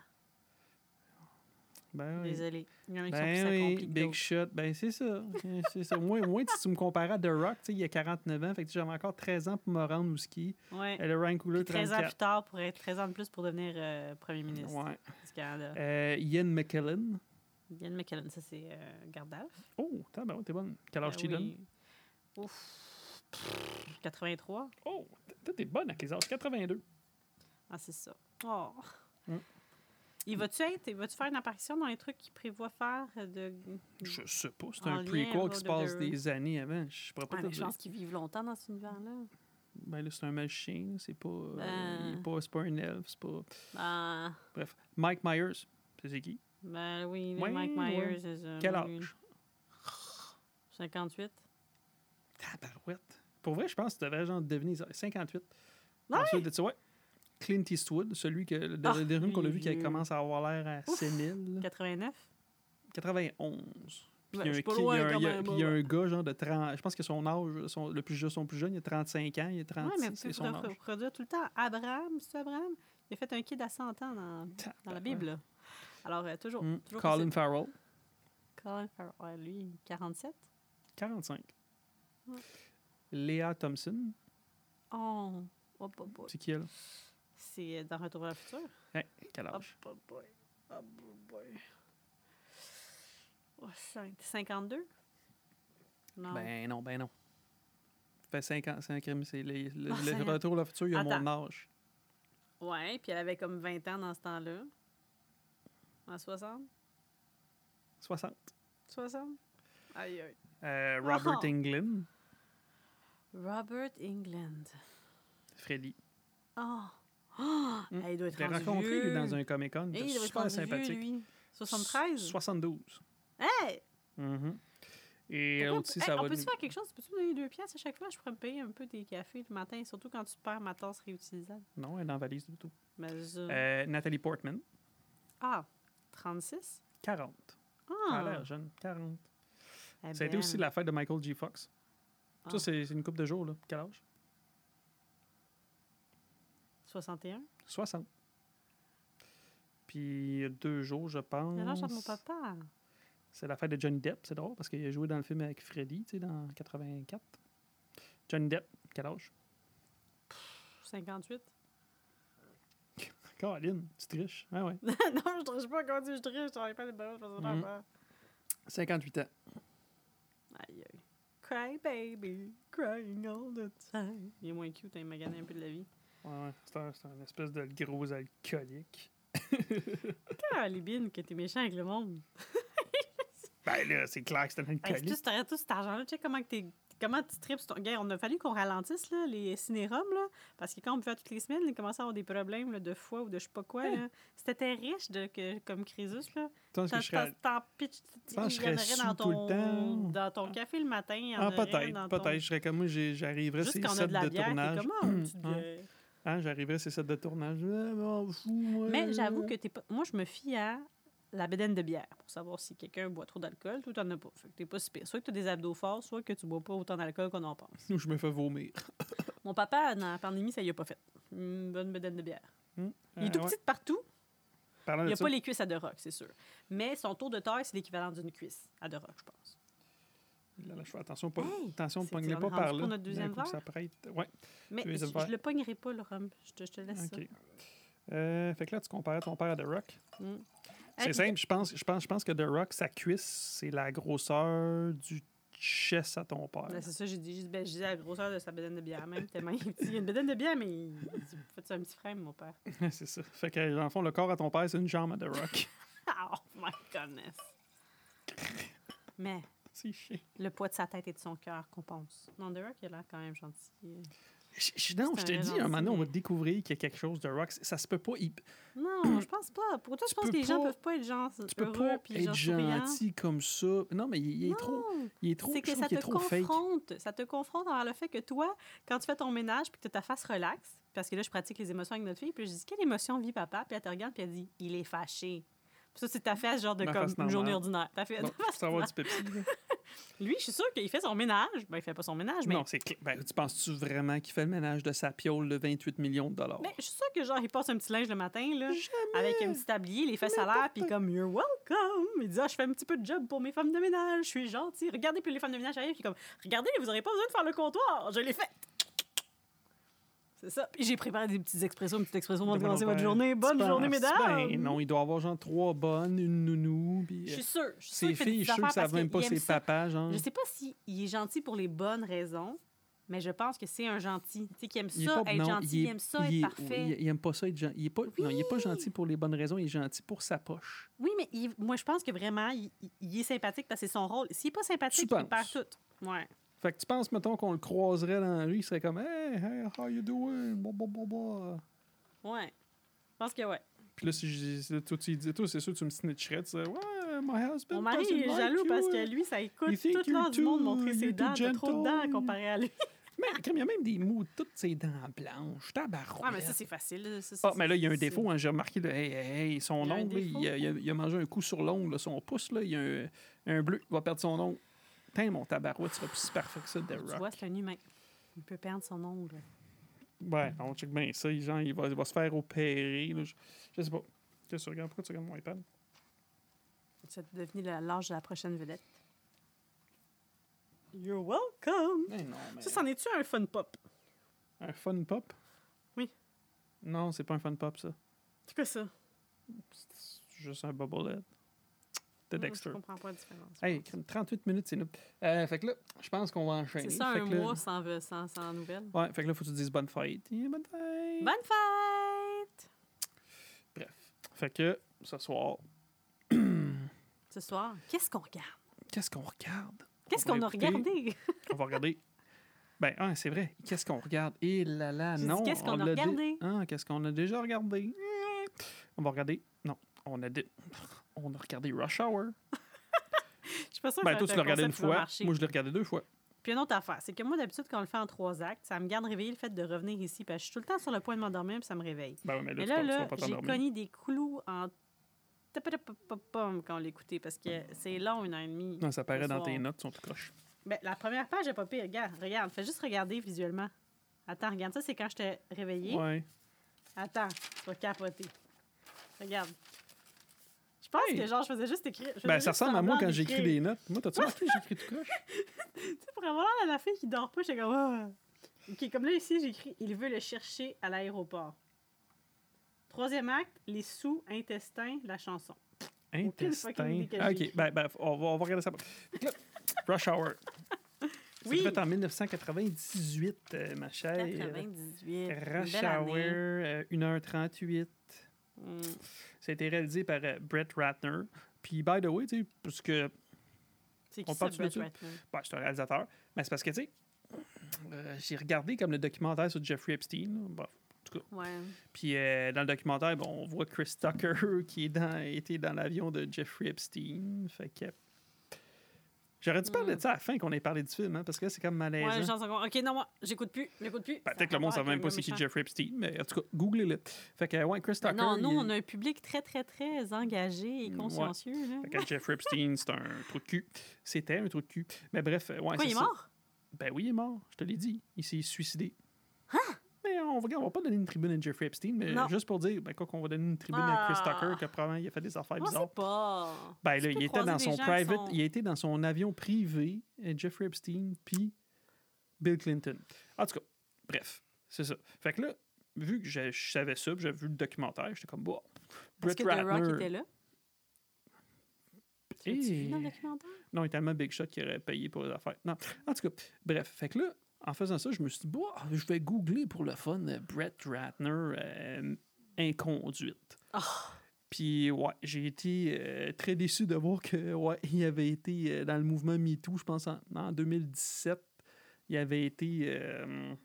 Speaker 2: Ben oui.
Speaker 1: Désolé. Il y en a qui sont
Speaker 2: Ben
Speaker 1: plus
Speaker 2: oui,
Speaker 1: accomplis que
Speaker 2: Big
Speaker 1: d'autres.
Speaker 2: Shot. Ben c'est ça. Euh, c'est ça. Moi, moi, si tu me comparais à The Rock, tu sais, il y a 49 ans, fait que tu sais, j'avais encore 13 ans pour me rendre au ski.
Speaker 1: Ouais.
Speaker 2: Elle a Euh, Ryan
Speaker 1: Puis
Speaker 2: Coogler,
Speaker 1: 13 ans plus
Speaker 2: 34.
Speaker 1: tard pour être 13 ans de plus pour devenir euh, premier ministre
Speaker 2: Ouais.
Speaker 1: du Canada.
Speaker 2: Euh, Ian McKellen.
Speaker 1: Yann McKellen, ça c'est euh, Gandalf.
Speaker 2: Oh, attends, ben ouais, t'es bonne. Quel âge
Speaker 1: Ben
Speaker 2: tu lui donnes?
Speaker 1: oui. Ouf. Pff, 83.
Speaker 2: Oh, t- toi, t'es bonne avec les âges. 82.
Speaker 1: Ah, c'est ça. Oh.
Speaker 2: Mm.
Speaker 1: Il va-tu être, il va-tu faire une apparition dans les trucs qu'il prévoit faire de.
Speaker 2: Je sais pas. C'est
Speaker 1: Mm. En
Speaker 2: un
Speaker 1: lien
Speaker 2: prequel
Speaker 1: avec
Speaker 2: qui se
Speaker 1: The
Speaker 2: passe
Speaker 1: Rock.
Speaker 2: des années avant. Je pourrais pas
Speaker 1: Ouais,
Speaker 2: te
Speaker 1: mais je
Speaker 2: dire.
Speaker 1: pense qu'ils vivent longtemps dans cet univers-là.
Speaker 2: Ben là, c'est un magicien. C'est pas, euh, il est
Speaker 1: Ben.
Speaker 2: pas, c'est pas un elfe. C'est pas...
Speaker 1: Ah,
Speaker 2: Bref. Mike Myers. C'est c'est qui?
Speaker 1: ben oui, le
Speaker 2: Ouais,
Speaker 1: Mike Myers,
Speaker 2: ouais.
Speaker 1: c'est ça.
Speaker 2: Quel
Speaker 1: oui.
Speaker 2: âge?
Speaker 1: 58.
Speaker 2: Tabarouette. Pour vrai, je pense que tu devrais genre deviner ça. 58.
Speaker 1: Ouais!
Speaker 2: Ensuite de ça, ouais. Clint Eastwood, celui que le
Speaker 1: Ah,
Speaker 2: le dernier qu'on a
Speaker 1: il est
Speaker 2: vu qui
Speaker 1: vieux.
Speaker 2: commence à avoir l'air à sénile. là.
Speaker 1: 89.
Speaker 2: 91.
Speaker 1: Ben,
Speaker 2: Puis il y
Speaker 1: je
Speaker 2: a un
Speaker 1: suis pas
Speaker 2: kid- il y
Speaker 1: loin
Speaker 2: a un-
Speaker 1: quand
Speaker 2: il y a-
Speaker 1: même,
Speaker 2: puis il y a
Speaker 1: là.
Speaker 2: un gars genre de 30... Je pense que son âge, son- le plus jeune, son plus jeune, il a 35 ans, il a
Speaker 1: Ouais,
Speaker 2: 36,
Speaker 1: mais tu
Speaker 2: c'est
Speaker 1: peux
Speaker 2: son
Speaker 1: te
Speaker 2: âge.
Speaker 1: reproduire tout le temps. Abraham, c'est Abraham? Il a fait un kid à 100 ans dans, dans la
Speaker 2: Tabarouette.
Speaker 1: Bible. là. Alors, euh, toujours.
Speaker 2: Mm.
Speaker 1: toujours
Speaker 2: Colin
Speaker 1: possible.
Speaker 2: Farrell,
Speaker 1: Colin Farrell. Ouais, lui, 47.
Speaker 2: 45.
Speaker 1: Ouais.
Speaker 2: Léa Thompson,
Speaker 1: Oh, oh, boy, boy.
Speaker 2: c'est qui elle?
Speaker 1: C'est euh, dans Retour vers le futur.
Speaker 2: Hein, quel
Speaker 1: Oh,
Speaker 2: âge?
Speaker 1: boy, boy. Oh, boy, boy. Oh, cinq- 52? Non.
Speaker 2: Ben non, ben non. Ça fait 5 ans, 5 ans, c'est les- le,
Speaker 1: Ah,
Speaker 2: le
Speaker 1: cinq ans.
Speaker 2: retour à le futur, il y a
Speaker 1: Attends.
Speaker 2: mon âge.
Speaker 1: Ouais, puis elle avait comme 20 ans dans ce temps-là. En 60?
Speaker 2: 60.
Speaker 1: 60? Aïe, aïe.
Speaker 2: Euh, Robert
Speaker 1: Oh.
Speaker 2: Englund,
Speaker 1: Robert England.
Speaker 2: Freddy.
Speaker 1: Oh! Oh!
Speaker 2: Mm.
Speaker 1: Elle doit être
Speaker 2: Je l'ai
Speaker 1: rendu
Speaker 2: rencontré lui,
Speaker 1: vieux.
Speaker 2: dans un Comic-Con, il
Speaker 1: Hey,
Speaker 2: était
Speaker 1: il doit être
Speaker 2: super
Speaker 1: rendu vieux,
Speaker 2: sympathique.
Speaker 1: lui. 73?
Speaker 2: 72.
Speaker 1: Hey!
Speaker 2: Mhm. Et
Speaker 1: Pourquoi-
Speaker 2: l'autre aussi,
Speaker 1: hey,
Speaker 2: ça
Speaker 1: on
Speaker 2: va...
Speaker 1: peut-tu faire quelque chose? Peux-tu me donner deux pièces à chaque fois? Je pourrais me payer un peu des cafés le matin, surtout quand tu perds ma tasse réutilisable.
Speaker 2: Non, elle est dans la valise du tout.
Speaker 1: Mais ça-
Speaker 2: Euh, Nathalie Portman,
Speaker 1: Ah, 36?
Speaker 2: 40. Elle a
Speaker 1: Ah! Eh
Speaker 2: l'air jeune, 40.
Speaker 1: elle est
Speaker 2: Ça a été
Speaker 1: belle.
Speaker 2: aussi la fête de Michael G. Fox.
Speaker 1: Ah.
Speaker 2: Ça, c'est c'est une coupe de jours, là. Quel âge?
Speaker 1: 61?
Speaker 2: 60. Puis il y a deux jours, je pense.
Speaker 1: Elle a l'âge de mon papa.
Speaker 2: C'est l'affaire de Johnny Depp, c'est drôle, parce qu'il a joué dans le film avec Freddy, tu sais, dans 84. Johnny Depp, quel âge?
Speaker 1: 58?
Speaker 2: Caroline, tu triches. Ah ouais.
Speaker 1: non, je triche pas. Quand tu je triche, je travaille pas les bonnes personnes
Speaker 2: Mhm.
Speaker 1: avant.
Speaker 2: 58 ans.
Speaker 1: Aïe, aïe. Cry baby, crying all the time. Il est moins cute, hein, il m'a gagné un peu de la vie.
Speaker 2: Ouais, ouais, c'est un, c'est un espèce de gros alcoolique.
Speaker 1: Calibine, que t'es méchant avec le monde.
Speaker 2: Ben là, c'est clair que c'est un
Speaker 1: Hey, c'est tout,
Speaker 2: alcoolique.
Speaker 1: cet- tout cet argent-là, tu sais comment, que t'es- comment tu tripes. sur Ton... Gars, on a fallu qu'on ralentisse là, les cinérums, là, parce que quand on buvait toutes les semaines, il commençait à avoir des problèmes là, de foie ou de je sais pas quoi. là. C'était riche de, que, comme Crésus. Là.
Speaker 2: Tandis que
Speaker 1: T'en
Speaker 2: je serais-
Speaker 1: t'en- t'en pitches, tu-
Speaker 2: penses que
Speaker 1: il
Speaker 2: je
Speaker 1: y en
Speaker 2: serais
Speaker 1: aurait dans
Speaker 2: sous tout le
Speaker 1: ton,
Speaker 2: temps?
Speaker 1: dans ton café le matin. il y en
Speaker 2: Ah,
Speaker 1: aurait
Speaker 2: peut-être,
Speaker 1: dans
Speaker 2: peut-être.
Speaker 1: ton-
Speaker 2: Je serais comme moi, j'ai- j'arriverais
Speaker 1: Juste
Speaker 2: ces
Speaker 1: quand on a
Speaker 2: sets
Speaker 1: de la
Speaker 2: de
Speaker 1: bière, t'es
Speaker 2: tournage.
Speaker 1: comment? tu te-
Speaker 2: Hein? Hein, j'arriverais ces sets de tournage. Ah, m'en fous, moi.
Speaker 1: Mais j'avoue que t'es pas. Moi, je me fie à la bédaine de bière pour savoir si quelqu'un boit trop d'alcool ou t'en as pas. Fait que t'es pas si pire. Soit que t'as des abdos forts, soit que tu bois pas autant d'alcool qu'on en pense.
Speaker 2: Ou je me fais vomir.
Speaker 1: Mon papa, dans la pandémie, ça y a pas fait. Une bonne bédaine de bière. Il est
Speaker 2: Ah,
Speaker 1: tout
Speaker 2: ouais.
Speaker 1: petit de partout.
Speaker 2: Parlant
Speaker 1: Il
Speaker 2: de
Speaker 1: a
Speaker 2: ça,
Speaker 1: pas les cuisses à deux rocs, c'est sûr. Mais son tour de taille, c'est l'équivalent d'une cuisse à deux rocs, je pense.
Speaker 2: là, là, je fais attention, pas,
Speaker 1: Hey!
Speaker 2: attention,
Speaker 1: C'est-
Speaker 2: pogne-les
Speaker 1: on est
Speaker 2: pas par
Speaker 1: rendu
Speaker 2: là.
Speaker 1: pour notre
Speaker 2: D'un
Speaker 1: deuxième
Speaker 2: coup, ça prête. Ouais,
Speaker 1: Mais
Speaker 2: Tu les
Speaker 1: je,
Speaker 2: as
Speaker 1: je le pognerai pas, le rhum. Je te, je te laisse
Speaker 2: ok. Euh, fait que là, tu comparais ton père à The Rock.
Speaker 1: ça. Mm.
Speaker 2: C'est
Speaker 1: Hey,
Speaker 2: simple, je pense, je, pense, je pense que The Rock, sa cuisse, c'est la grosseur du chest à ton père.
Speaker 1: Ben, c'est ça, j'ai dit, j'ai dit, ben, je disais la grosseur de sa bédaine de bière, même tellement il est petit. Il a une bédaine de bière, mais il il fait ça un petit frame, mon père.
Speaker 2: c'est ça. Fait que, dans le fond, le corps à ton père, c'est une jambe à The Rock.
Speaker 1: Oh my goodness. Mais
Speaker 2: c'est chiant.
Speaker 1: le poids de sa tête et de son cœur qu'on pense. Non, The Rock, il a l'air quand même gentil.
Speaker 2: Je- je- Non,
Speaker 1: C'est
Speaker 2: je te
Speaker 1: un
Speaker 2: dis,
Speaker 1: gentil,
Speaker 2: un moment donné, on va
Speaker 1: mais-
Speaker 2: découvrir qu'il y a quelque chose de Rock. Ça se peut pas. il-
Speaker 1: Non, je pense pas. Pour toi, je
Speaker 2: Tu
Speaker 1: pense que
Speaker 2: peux
Speaker 1: les gens
Speaker 2: pas-
Speaker 1: peuvent pas être gens
Speaker 2: tu peux
Speaker 1: heureux
Speaker 2: pas
Speaker 1: puis
Speaker 2: être
Speaker 1: gens souriants.
Speaker 2: gentil comme ça. Non, mais il, il est trop.
Speaker 1: Non,
Speaker 2: Il est trop.
Speaker 1: C'est
Speaker 2: je
Speaker 1: que
Speaker 2: trouve
Speaker 1: ça te
Speaker 2: qu'il est trop fake.
Speaker 1: confronte. Ça te confronte envers le fait que toi, quand tu fais ton ménage puis que ta face relaxe, parce que là, je pratique les émotions avec notre fille, puis je dis Quelle émotion vit papa Puis elle te regarde, puis elle dit Il est fâché. Puis ça, c'est ta face, genre de
Speaker 2: Ma
Speaker 1: comme
Speaker 2: face
Speaker 1: une journée
Speaker 2: normale.
Speaker 1: ordinaire. Ta fa-
Speaker 2: Bon,
Speaker 1: ta face
Speaker 2: ça va du Pepsi. là.
Speaker 1: Lui, je suis sûre qu'il fait son ménage. Ben, il fait pas son ménage, mais
Speaker 2: Non, c'est clair. Ben, tu penses-tu vraiment qu'il fait le ménage de sa piole de 28 millions de dollars?
Speaker 1: Mais Ben, euh, je suis sûre que genre, il passe un petit linge le matin, là,
Speaker 2: Jamais!
Speaker 1: avec un petit tablier, les fesses à l'air, puis comme You're welcome. Il dit, ah, je fais un petit peu de job pour mes femmes de ménage, je suis gentil. Regardez, puis les femmes de ménage arrivent, puis comme, regardez, vous aurez pas besoin de faire le comptoir, je l'ai fait. C'est ça. Puis j'ai préparé des petites expressions, une petite expression avant de
Speaker 2: Demande
Speaker 1: commencer
Speaker 2: au
Speaker 1: votre
Speaker 2: père.
Speaker 1: journée.
Speaker 2: Tu
Speaker 1: Bonne journée,
Speaker 2: penses?
Speaker 1: mesdames.
Speaker 2: Ben non, il doit avoir genre trois bonnes, une nounou.
Speaker 1: Je
Speaker 2: Puis, euh,
Speaker 1: suis sûre. Je suis sûre
Speaker 2: ses
Speaker 1: qu'il fait des
Speaker 2: filles, je
Speaker 1: petites
Speaker 2: suis sûr
Speaker 1: affaires
Speaker 2: que ça
Speaker 1: parce
Speaker 2: même
Speaker 1: qu'il
Speaker 2: pas
Speaker 1: aime
Speaker 2: ses
Speaker 1: ça.
Speaker 2: papas, genre.
Speaker 1: Je sais pas si il est gentil pour les bonnes raisons, mais je pense que c'est un gentil. Tu sais, qui aime
Speaker 2: Il est
Speaker 1: ça,
Speaker 2: pas-
Speaker 1: être
Speaker 2: non,
Speaker 1: gentil,
Speaker 2: il
Speaker 1: il
Speaker 2: est-
Speaker 1: aime ça,
Speaker 2: il
Speaker 1: être
Speaker 2: est-
Speaker 1: parfait.
Speaker 2: Il, il aime pas ça être gentil. Il est pas, non, il est pas
Speaker 1: Oui.
Speaker 2: gentil pour les bonnes raisons, il est gentil pour sa poche.
Speaker 1: Oui, mais il- moi, je pense que vraiment, il, il- il est sympathique parce que c'est son rôle. S'il n'est pas sympathique,
Speaker 2: Tu
Speaker 1: il perd
Speaker 2: penses?
Speaker 1: tout. Ouais.
Speaker 2: Fait que tu penses, mettons, qu'on le croiserait dans la rue, il serait comme Hey, hey, how you doing? Bah, bah, bah, bah.
Speaker 1: Ouais. Je pense que ouais.
Speaker 2: Puis là, si je dis, toi, tu lui dis, toi, c'est sûr, que tu me snitcherais, tu dirais, ouais, my husband.
Speaker 1: Mon mari
Speaker 2: doesn't
Speaker 1: est
Speaker 2: like
Speaker 1: jaloux
Speaker 2: you,
Speaker 1: parce
Speaker 2: ouais.
Speaker 1: que lui, ça écoute
Speaker 2: You think
Speaker 1: tout l'heure
Speaker 2: you're
Speaker 1: du monde
Speaker 2: too-
Speaker 1: montrer ses
Speaker 2: you're too
Speaker 1: dents. T'as trop de dents
Speaker 2: gentle.
Speaker 1: comparé à lui.
Speaker 2: Mais, comme il y a même des mots, toutes ses dents blanches, tabarouette.
Speaker 1: Ouais, mais ça, c'est facile. là. Ça,
Speaker 2: Ah,
Speaker 1: c'est-
Speaker 2: mais là, il y a un
Speaker 1: c'est-
Speaker 2: défaut. hein. J'ai remarqué le, hey, hey, hey, son
Speaker 1: Il y a un
Speaker 2: ongle, là, il,
Speaker 1: défaut. hein?
Speaker 2: a- il a, il a mangé un coup sur l'ongle, là, son pouce. Là, il y a un, un bleu qui va perdre son ongle. Putain, mon tabarouette sera plus si parfait que ça, The
Speaker 1: Tu
Speaker 2: Rock.
Speaker 1: vois, c'est un humain. Il peut perdre son ongle.
Speaker 2: Ouais, on check bien ça. il- genre, il, va, il va se faire opérer. là. je, je sais pas. Qu'est-ce que tu regardes? Pourquoi tu regardes mon iPad?
Speaker 1: Ça va devenir la- l'âge de la prochaine vedette. You're welcome.
Speaker 2: Mais non, mais...
Speaker 1: Ça, c'en est-tu un fun pop?
Speaker 2: Un fun pop?
Speaker 1: Oui.
Speaker 2: Non, c'est pas un fun pop, ça.
Speaker 1: C'est quoi ça?
Speaker 2: C'est juste un bubblehead. De
Speaker 1: Hum,
Speaker 2: Dexter.
Speaker 1: Je comprends pas la différence.
Speaker 2: Hey, crime, 38 minutes, c'est là. Euh, fait que là, je pense qu'on va enchaîner.
Speaker 1: C'est ça,
Speaker 2: Fait
Speaker 1: un
Speaker 2: que là-
Speaker 1: mois sans, ve- sans, sans nouvelles.
Speaker 2: Ouais, fait que là, faut que tu dises bonne fête. Et Bonne fête!
Speaker 1: Bonne fête!
Speaker 2: Bref. Fait que ce soir,
Speaker 1: Ce soir, qu'est-ce qu'on regarde?
Speaker 2: qu'est-ce qu'on regarde?
Speaker 1: Qu'est-ce
Speaker 2: On va
Speaker 1: qu'on a
Speaker 2: écouter-
Speaker 1: regardé?
Speaker 2: On va regarder. Ben, ah, c'est vrai. Qu'est-ce qu'on regarde? Et là là,
Speaker 1: J'ai dit,
Speaker 2: non.
Speaker 1: qu'est-ce qu'on
Speaker 2: on
Speaker 1: a
Speaker 2: l'a dé-
Speaker 1: regardé?
Speaker 2: Ah, qu'est-ce qu'on a déjà regardé? On va regarder. Non, on a, dé- on a regardé Rush Hour.
Speaker 1: Je suis pas sûre
Speaker 2: Ben,
Speaker 1: que
Speaker 2: toi,
Speaker 1: ça
Speaker 2: tu
Speaker 1: va
Speaker 2: l'as
Speaker 1: être un
Speaker 2: regardé une
Speaker 1: concept qui va
Speaker 2: fois.
Speaker 1: marcher.
Speaker 2: Moi, je l'ai regardé deux fois.
Speaker 1: Puis une autre affaire, c'est que moi, d'habitude, quand on le fait en trois actes, ça me garde réveillée le fait de revenir ici. Parce que je suis tout le temps sur le point de m'endormir, puis ça me réveille.
Speaker 2: Ben, ouais, mais là,
Speaker 1: Mais
Speaker 2: tu
Speaker 1: là,
Speaker 2: vas- tu vas
Speaker 1: là,
Speaker 2: pas
Speaker 1: j'ai
Speaker 2: t'endormir.
Speaker 1: cogné des clous en tapatapapapam quand on l'écoutait, parce que c'est long, une heure et demie.
Speaker 2: Non, ça paraît dans
Speaker 1: soir.
Speaker 2: tes notes, sont tout croches.
Speaker 1: Ben, la première page est pas pire. Regarde, regarde, fais juste regarder visuellement. Attends, regarde ça, c'est quand je t'ai réveillée.
Speaker 2: Ouais.
Speaker 1: Attends, tu vas capoter. Regarde. Je pense
Speaker 2: Hey!
Speaker 1: que genre, je faisais juste écrire. je faisais
Speaker 2: Ben, ça
Speaker 1: juste
Speaker 2: ressemble à moi
Speaker 1: semblant
Speaker 2: quand j'écris
Speaker 1: d'écrire.
Speaker 2: des notes. Moi, t'as-tu remarqué que j'écris tout croche?
Speaker 1: Tu sais, pour avoir l'air de la fille qui dort pas, j'étais comme. oh. Ah. Ok, comme là, ici, j'écris Il veut le chercher à l'aéroport. Troisième acte, les sous-intestins, la chanson. Aucune fucking
Speaker 2: Intestin.
Speaker 1: idée que j'ai
Speaker 2: OK,
Speaker 1: écrit.
Speaker 2: ben, ben, on, va, on va regarder ça. après. Fait que là, Rush Hour.
Speaker 1: Oui.
Speaker 2: C'est fait en 1998, euh, ma chère.
Speaker 1: 98.
Speaker 2: Rush
Speaker 1: belle
Speaker 2: Hour,
Speaker 1: année.
Speaker 2: euh, 1h38.
Speaker 1: Mm.
Speaker 2: Ça a été réalisé par euh, Brett Ratner. Puis, by the way, tu sais, parce que
Speaker 1: C'est qui
Speaker 2: On
Speaker 1: ça,
Speaker 2: part-tu
Speaker 1: Brett
Speaker 2: là-dessus?
Speaker 1: Ratner?
Speaker 2: bon, je suis un réalisateur, mais c'est parce que, tu sais, euh, j'ai regardé comme le documentaire sur Jeffrey Epstein. là. Bon,
Speaker 1: Ouais.
Speaker 2: Puis euh, dans le documentaire, bon, on voit Chris Tucker qui est dans, était dans l'avion de Jeffrey Epstein. Fait que. J'aurais dû parler de ça à la fin qu'on ait parlé du film, hein, parce que là, c'est comme malaisant.
Speaker 1: Hmm. Ouais, j'en sais encore. Ok, non, moi, j'écoute plus. J'écoute plus.
Speaker 2: Ben,
Speaker 1: Ça
Speaker 2: Peut-être que
Speaker 1: a
Speaker 2: le monde ne
Speaker 1: rapport
Speaker 2: savait même
Speaker 1: avec
Speaker 2: pas
Speaker 1: le
Speaker 2: c'est qui
Speaker 1: méchant.
Speaker 2: Jeffrey Epstein, mais en tout cas, googlez-le. Fait que, ouais, Chris Tucker.
Speaker 1: Non, nous,
Speaker 2: il- Mm,
Speaker 1: on a un public très, très, très engagé et
Speaker 2: Ouais.
Speaker 1: consciencieux. là.
Speaker 2: Fait que Jeffrey Epstein, c'est un trou de cul. C'était un trou de cul. Mais bref, euh,
Speaker 1: Quoi,
Speaker 2: ouais, c'est
Speaker 1: il est
Speaker 2: ça.
Speaker 1: mort?
Speaker 2: Ben oui, il est mort, je te l'ai dit. Il s'est suicidé. Mais on va, on va pas donner une tribune à Jeffrey Epstein, mais
Speaker 1: Hein? Non.
Speaker 2: juste pour dire, ben, quoi qu'on va donner une tribune à Chris
Speaker 1: Ah.
Speaker 2: Tucker, que probablement il a fait des affaires
Speaker 1: On
Speaker 2: bizarres.
Speaker 1: sait pas.
Speaker 2: Ben
Speaker 1: Tu
Speaker 2: là,
Speaker 1: peux
Speaker 2: il était
Speaker 1: croiser
Speaker 2: dans
Speaker 1: des
Speaker 2: son
Speaker 1: gens qui
Speaker 2: private,
Speaker 1: sont-
Speaker 2: il était dans son avion privé, euh, Jeffrey Epstein, puis Bill Clinton. En tout cas, bref, c'est ça. Fait que là, vu que je, je savais ça, puis j'avais vu le documentaire, j'étais comme, bon,
Speaker 1: Est-ce
Speaker 2: Brett
Speaker 1: que The Rock était
Speaker 2: Ratner.
Speaker 1: là? Tu
Speaker 2: Hey.
Speaker 1: l'as-tu vu dans le documentaire?
Speaker 2: Non, il est tellement Big Shot qu'il aurait payé pour les affaires. Non, en tout cas, bref, fait que là, en faisant ça, je me suis dit, bon, je vais googler pour le fun euh, Brett Ratner euh, inconduite.
Speaker 1: Ah.
Speaker 2: Puis, ouais, j'ai été euh, très déçu de voir que, ouais, il avait été euh, dans le mouvement MeToo, je pense, en, en 2017. Il avait été euh,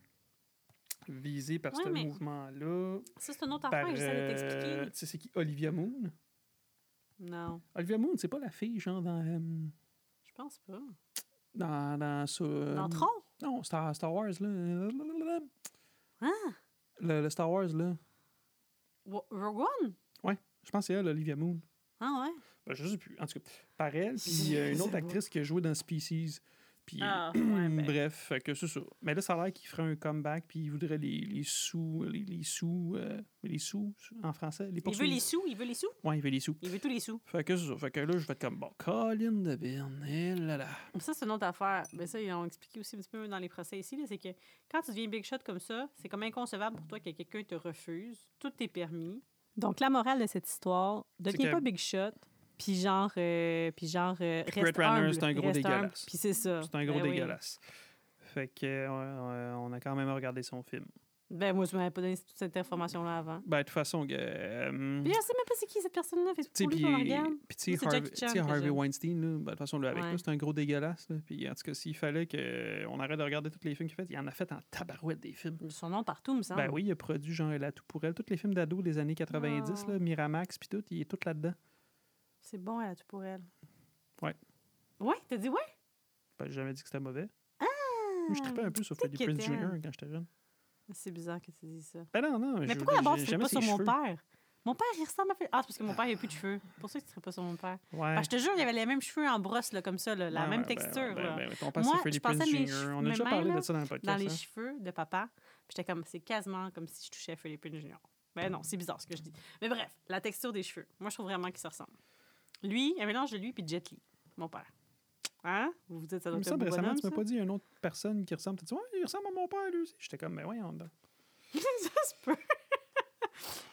Speaker 2: visé par
Speaker 1: Ouais,
Speaker 2: ce
Speaker 1: mais-
Speaker 2: mouvement-là.
Speaker 1: Ça, c'est une autre
Speaker 2: Par,
Speaker 1: affaire que j'essaie de
Speaker 2: euh,
Speaker 1: t'expliquer.
Speaker 2: tu sais, c'est qui Olivia Moon
Speaker 1: Non,
Speaker 2: Olivia Moon, c'est pas la fille, genre, dans. euh,
Speaker 1: je pense pas.
Speaker 2: dans. Dans, ce, euh,
Speaker 1: Dans Tron?
Speaker 2: Non, Star, Star Wars, là. euh,
Speaker 1: Hein?
Speaker 2: Le, le Star Wars, là.
Speaker 1: Wo- Rogue One?
Speaker 2: Je pense que c'est elle, Olivia Moon.
Speaker 1: Ah ouais?
Speaker 2: Ben, je sais plus. En tout cas, par elle, puis euh, une
Speaker 1: Je
Speaker 2: autre
Speaker 1: sais
Speaker 2: actrice qui a joué dans Species. Puis,
Speaker 1: Ah, ouais, ben.
Speaker 2: bref, fait que c'est ça. Mais là, ça a l'air qu'il ferait un comeback, puis il voudrait les, les sous, les, les sous, euh, les sous, en français, les
Speaker 1: Il veut
Speaker 2: poursuites.
Speaker 1: les sous, il veut les sous.
Speaker 2: Ouais, il veut les sous.
Speaker 1: Il veut tous les sous.
Speaker 2: Fait que c'est ça. Fait que là, je vais être comme, bon, Colin de Byrne, eh là là.
Speaker 1: Ça, c'est une autre affaire. Mais ça, ils l'ont expliqué aussi un petit peu dans les procès ici. là, C'est que quand tu deviens big shot comme ça, c'est comme inconcevable pour toi que quelqu'un te refuse. Tout est permis. Donc, la morale de cette histoire, deviens
Speaker 2: que-
Speaker 1: pas big shot, puis genre, euh, puis genre euh,
Speaker 2: Puis
Speaker 1: reste
Speaker 2: Brett Ratner,
Speaker 1: humble,
Speaker 2: c'est un gros
Speaker 1: reste humble,
Speaker 2: dégueulasse.
Speaker 1: Puis c'est ça.
Speaker 2: C'est un gros
Speaker 1: Ben oui.
Speaker 2: dégueulasse. Fait que, euh, euh, on a quand même regardé son film.
Speaker 1: Ben, moi, je m'avais pas donné toute cette information-là avant.
Speaker 2: Ben, de toute façon, euh,
Speaker 1: Puis je sais même pas c'est qui cette personne-là. Fait que
Speaker 2: Tu sais,
Speaker 1: pour lui
Speaker 2: puis
Speaker 1: qu'on la regarde.
Speaker 2: puis tu
Speaker 1: Moi,
Speaker 2: sais,
Speaker 1: c'est
Speaker 2: Harvey,
Speaker 1: Jackie Chan
Speaker 2: tu
Speaker 1: que
Speaker 2: sais, Harvey
Speaker 1: j'aime.
Speaker 2: Weinstein, là, ben, de toute façon, là, avec
Speaker 1: Ouais.
Speaker 2: nous, c'est un gros dégueulasse. Là. Puis en tout cas, s'il fallait qu'on arrête de regarder tous les films qu'il a fait, il en a fait en tabarouette des films.
Speaker 1: Son nom partout, me semble.
Speaker 2: Ben oui, il a produit Jean Elle a tout pour elle. Tous les films d'ado des années 90,
Speaker 1: Ah.
Speaker 2: là, Miramax, puis tout, il est tout là-dedans.
Speaker 1: C'est bon, elle a tout pour elle.
Speaker 2: Ouais.
Speaker 1: Ouais, t'as dit ouais?
Speaker 2: Ben, j'ai jamais dit que c'était mauvais.
Speaker 1: Ah!
Speaker 2: Moi, je tripais un peu sur Freddie
Speaker 1: t'inquiète,
Speaker 2: Prince Jr. quand j'étais jeune.
Speaker 1: C'est bizarre que tu dis ça.
Speaker 2: Ben non,
Speaker 1: hein.
Speaker 2: non.
Speaker 1: Mais
Speaker 2: je-
Speaker 1: pourquoi d'abord
Speaker 2: j'ai-
Speaker 1: tu serais
Speaker 2: j'aimais
Speaker 1: pas
Speaker 2: ses
Speaker 1: sur mon
Speaker 2: cheveux.
Speaker 1: père? Mon père, il ressemble à Phil- Ah, c'est parce que mon père, il a plus de cheveux. C'est pour ça que tu serais pas sur mon père.
Speaker 2: Ouais.
Speaker 1: Parce que je te jure, il avait les mêmes cheveux en brosse, là, comme ça, là, la
Speaker 2: Ouais,
Speaker 1: même
Speaker 2: ouais, ben,
Speaker 1: texture.
Speaker 2: ben,
Speaker 1: là,
Speaker 2: ben, ben, ton père, c'est
Speaker 1: Moi,
Speaker 2: Freddie
Speaker 1: je pensais
Speaker 2: Prince
Speaker 1: à mes
Speaker 2: Jr. On a
Speaker 1: cheveux,
Speaker 2: déjà
Speaker 1: mais
Speaker 2: parlé
Speaker 1: même,
Speaker 2: de
Speaker 1: là,
Speaker 2: ça dans le
Speaker 1: dans les
Speaker 2: podcast. hein.
Speaker 1: cheveux de papa. Puis j'étais comme, c'est quasiment comme si je touchais Philippe Junior. Ben non, c'est bizarre ce que je dis. Mais bref, la texture des cheveux. Moi, je trouve vraiment qu'ils se ressemblent. Lui, un mélange de lui puis de Jet Li, mon père. Hein? Vous vous dites, ça doit
Speaker 2: Il me
Speaker 1: être un
Speaker 2: semble
Speaker 1: beau
Speaker 2: récemment,
Speaker 1: bonhomme,
Speaker 2: tu
Speaker 1: ça?
Speaker 2: m'as pas dit une autre personne qui ressemble. Tu dit, ouais, il ressemble à mon père, lui aussi. J'étais comme, ben voyons, donc.
Speaker 1: ça se peut.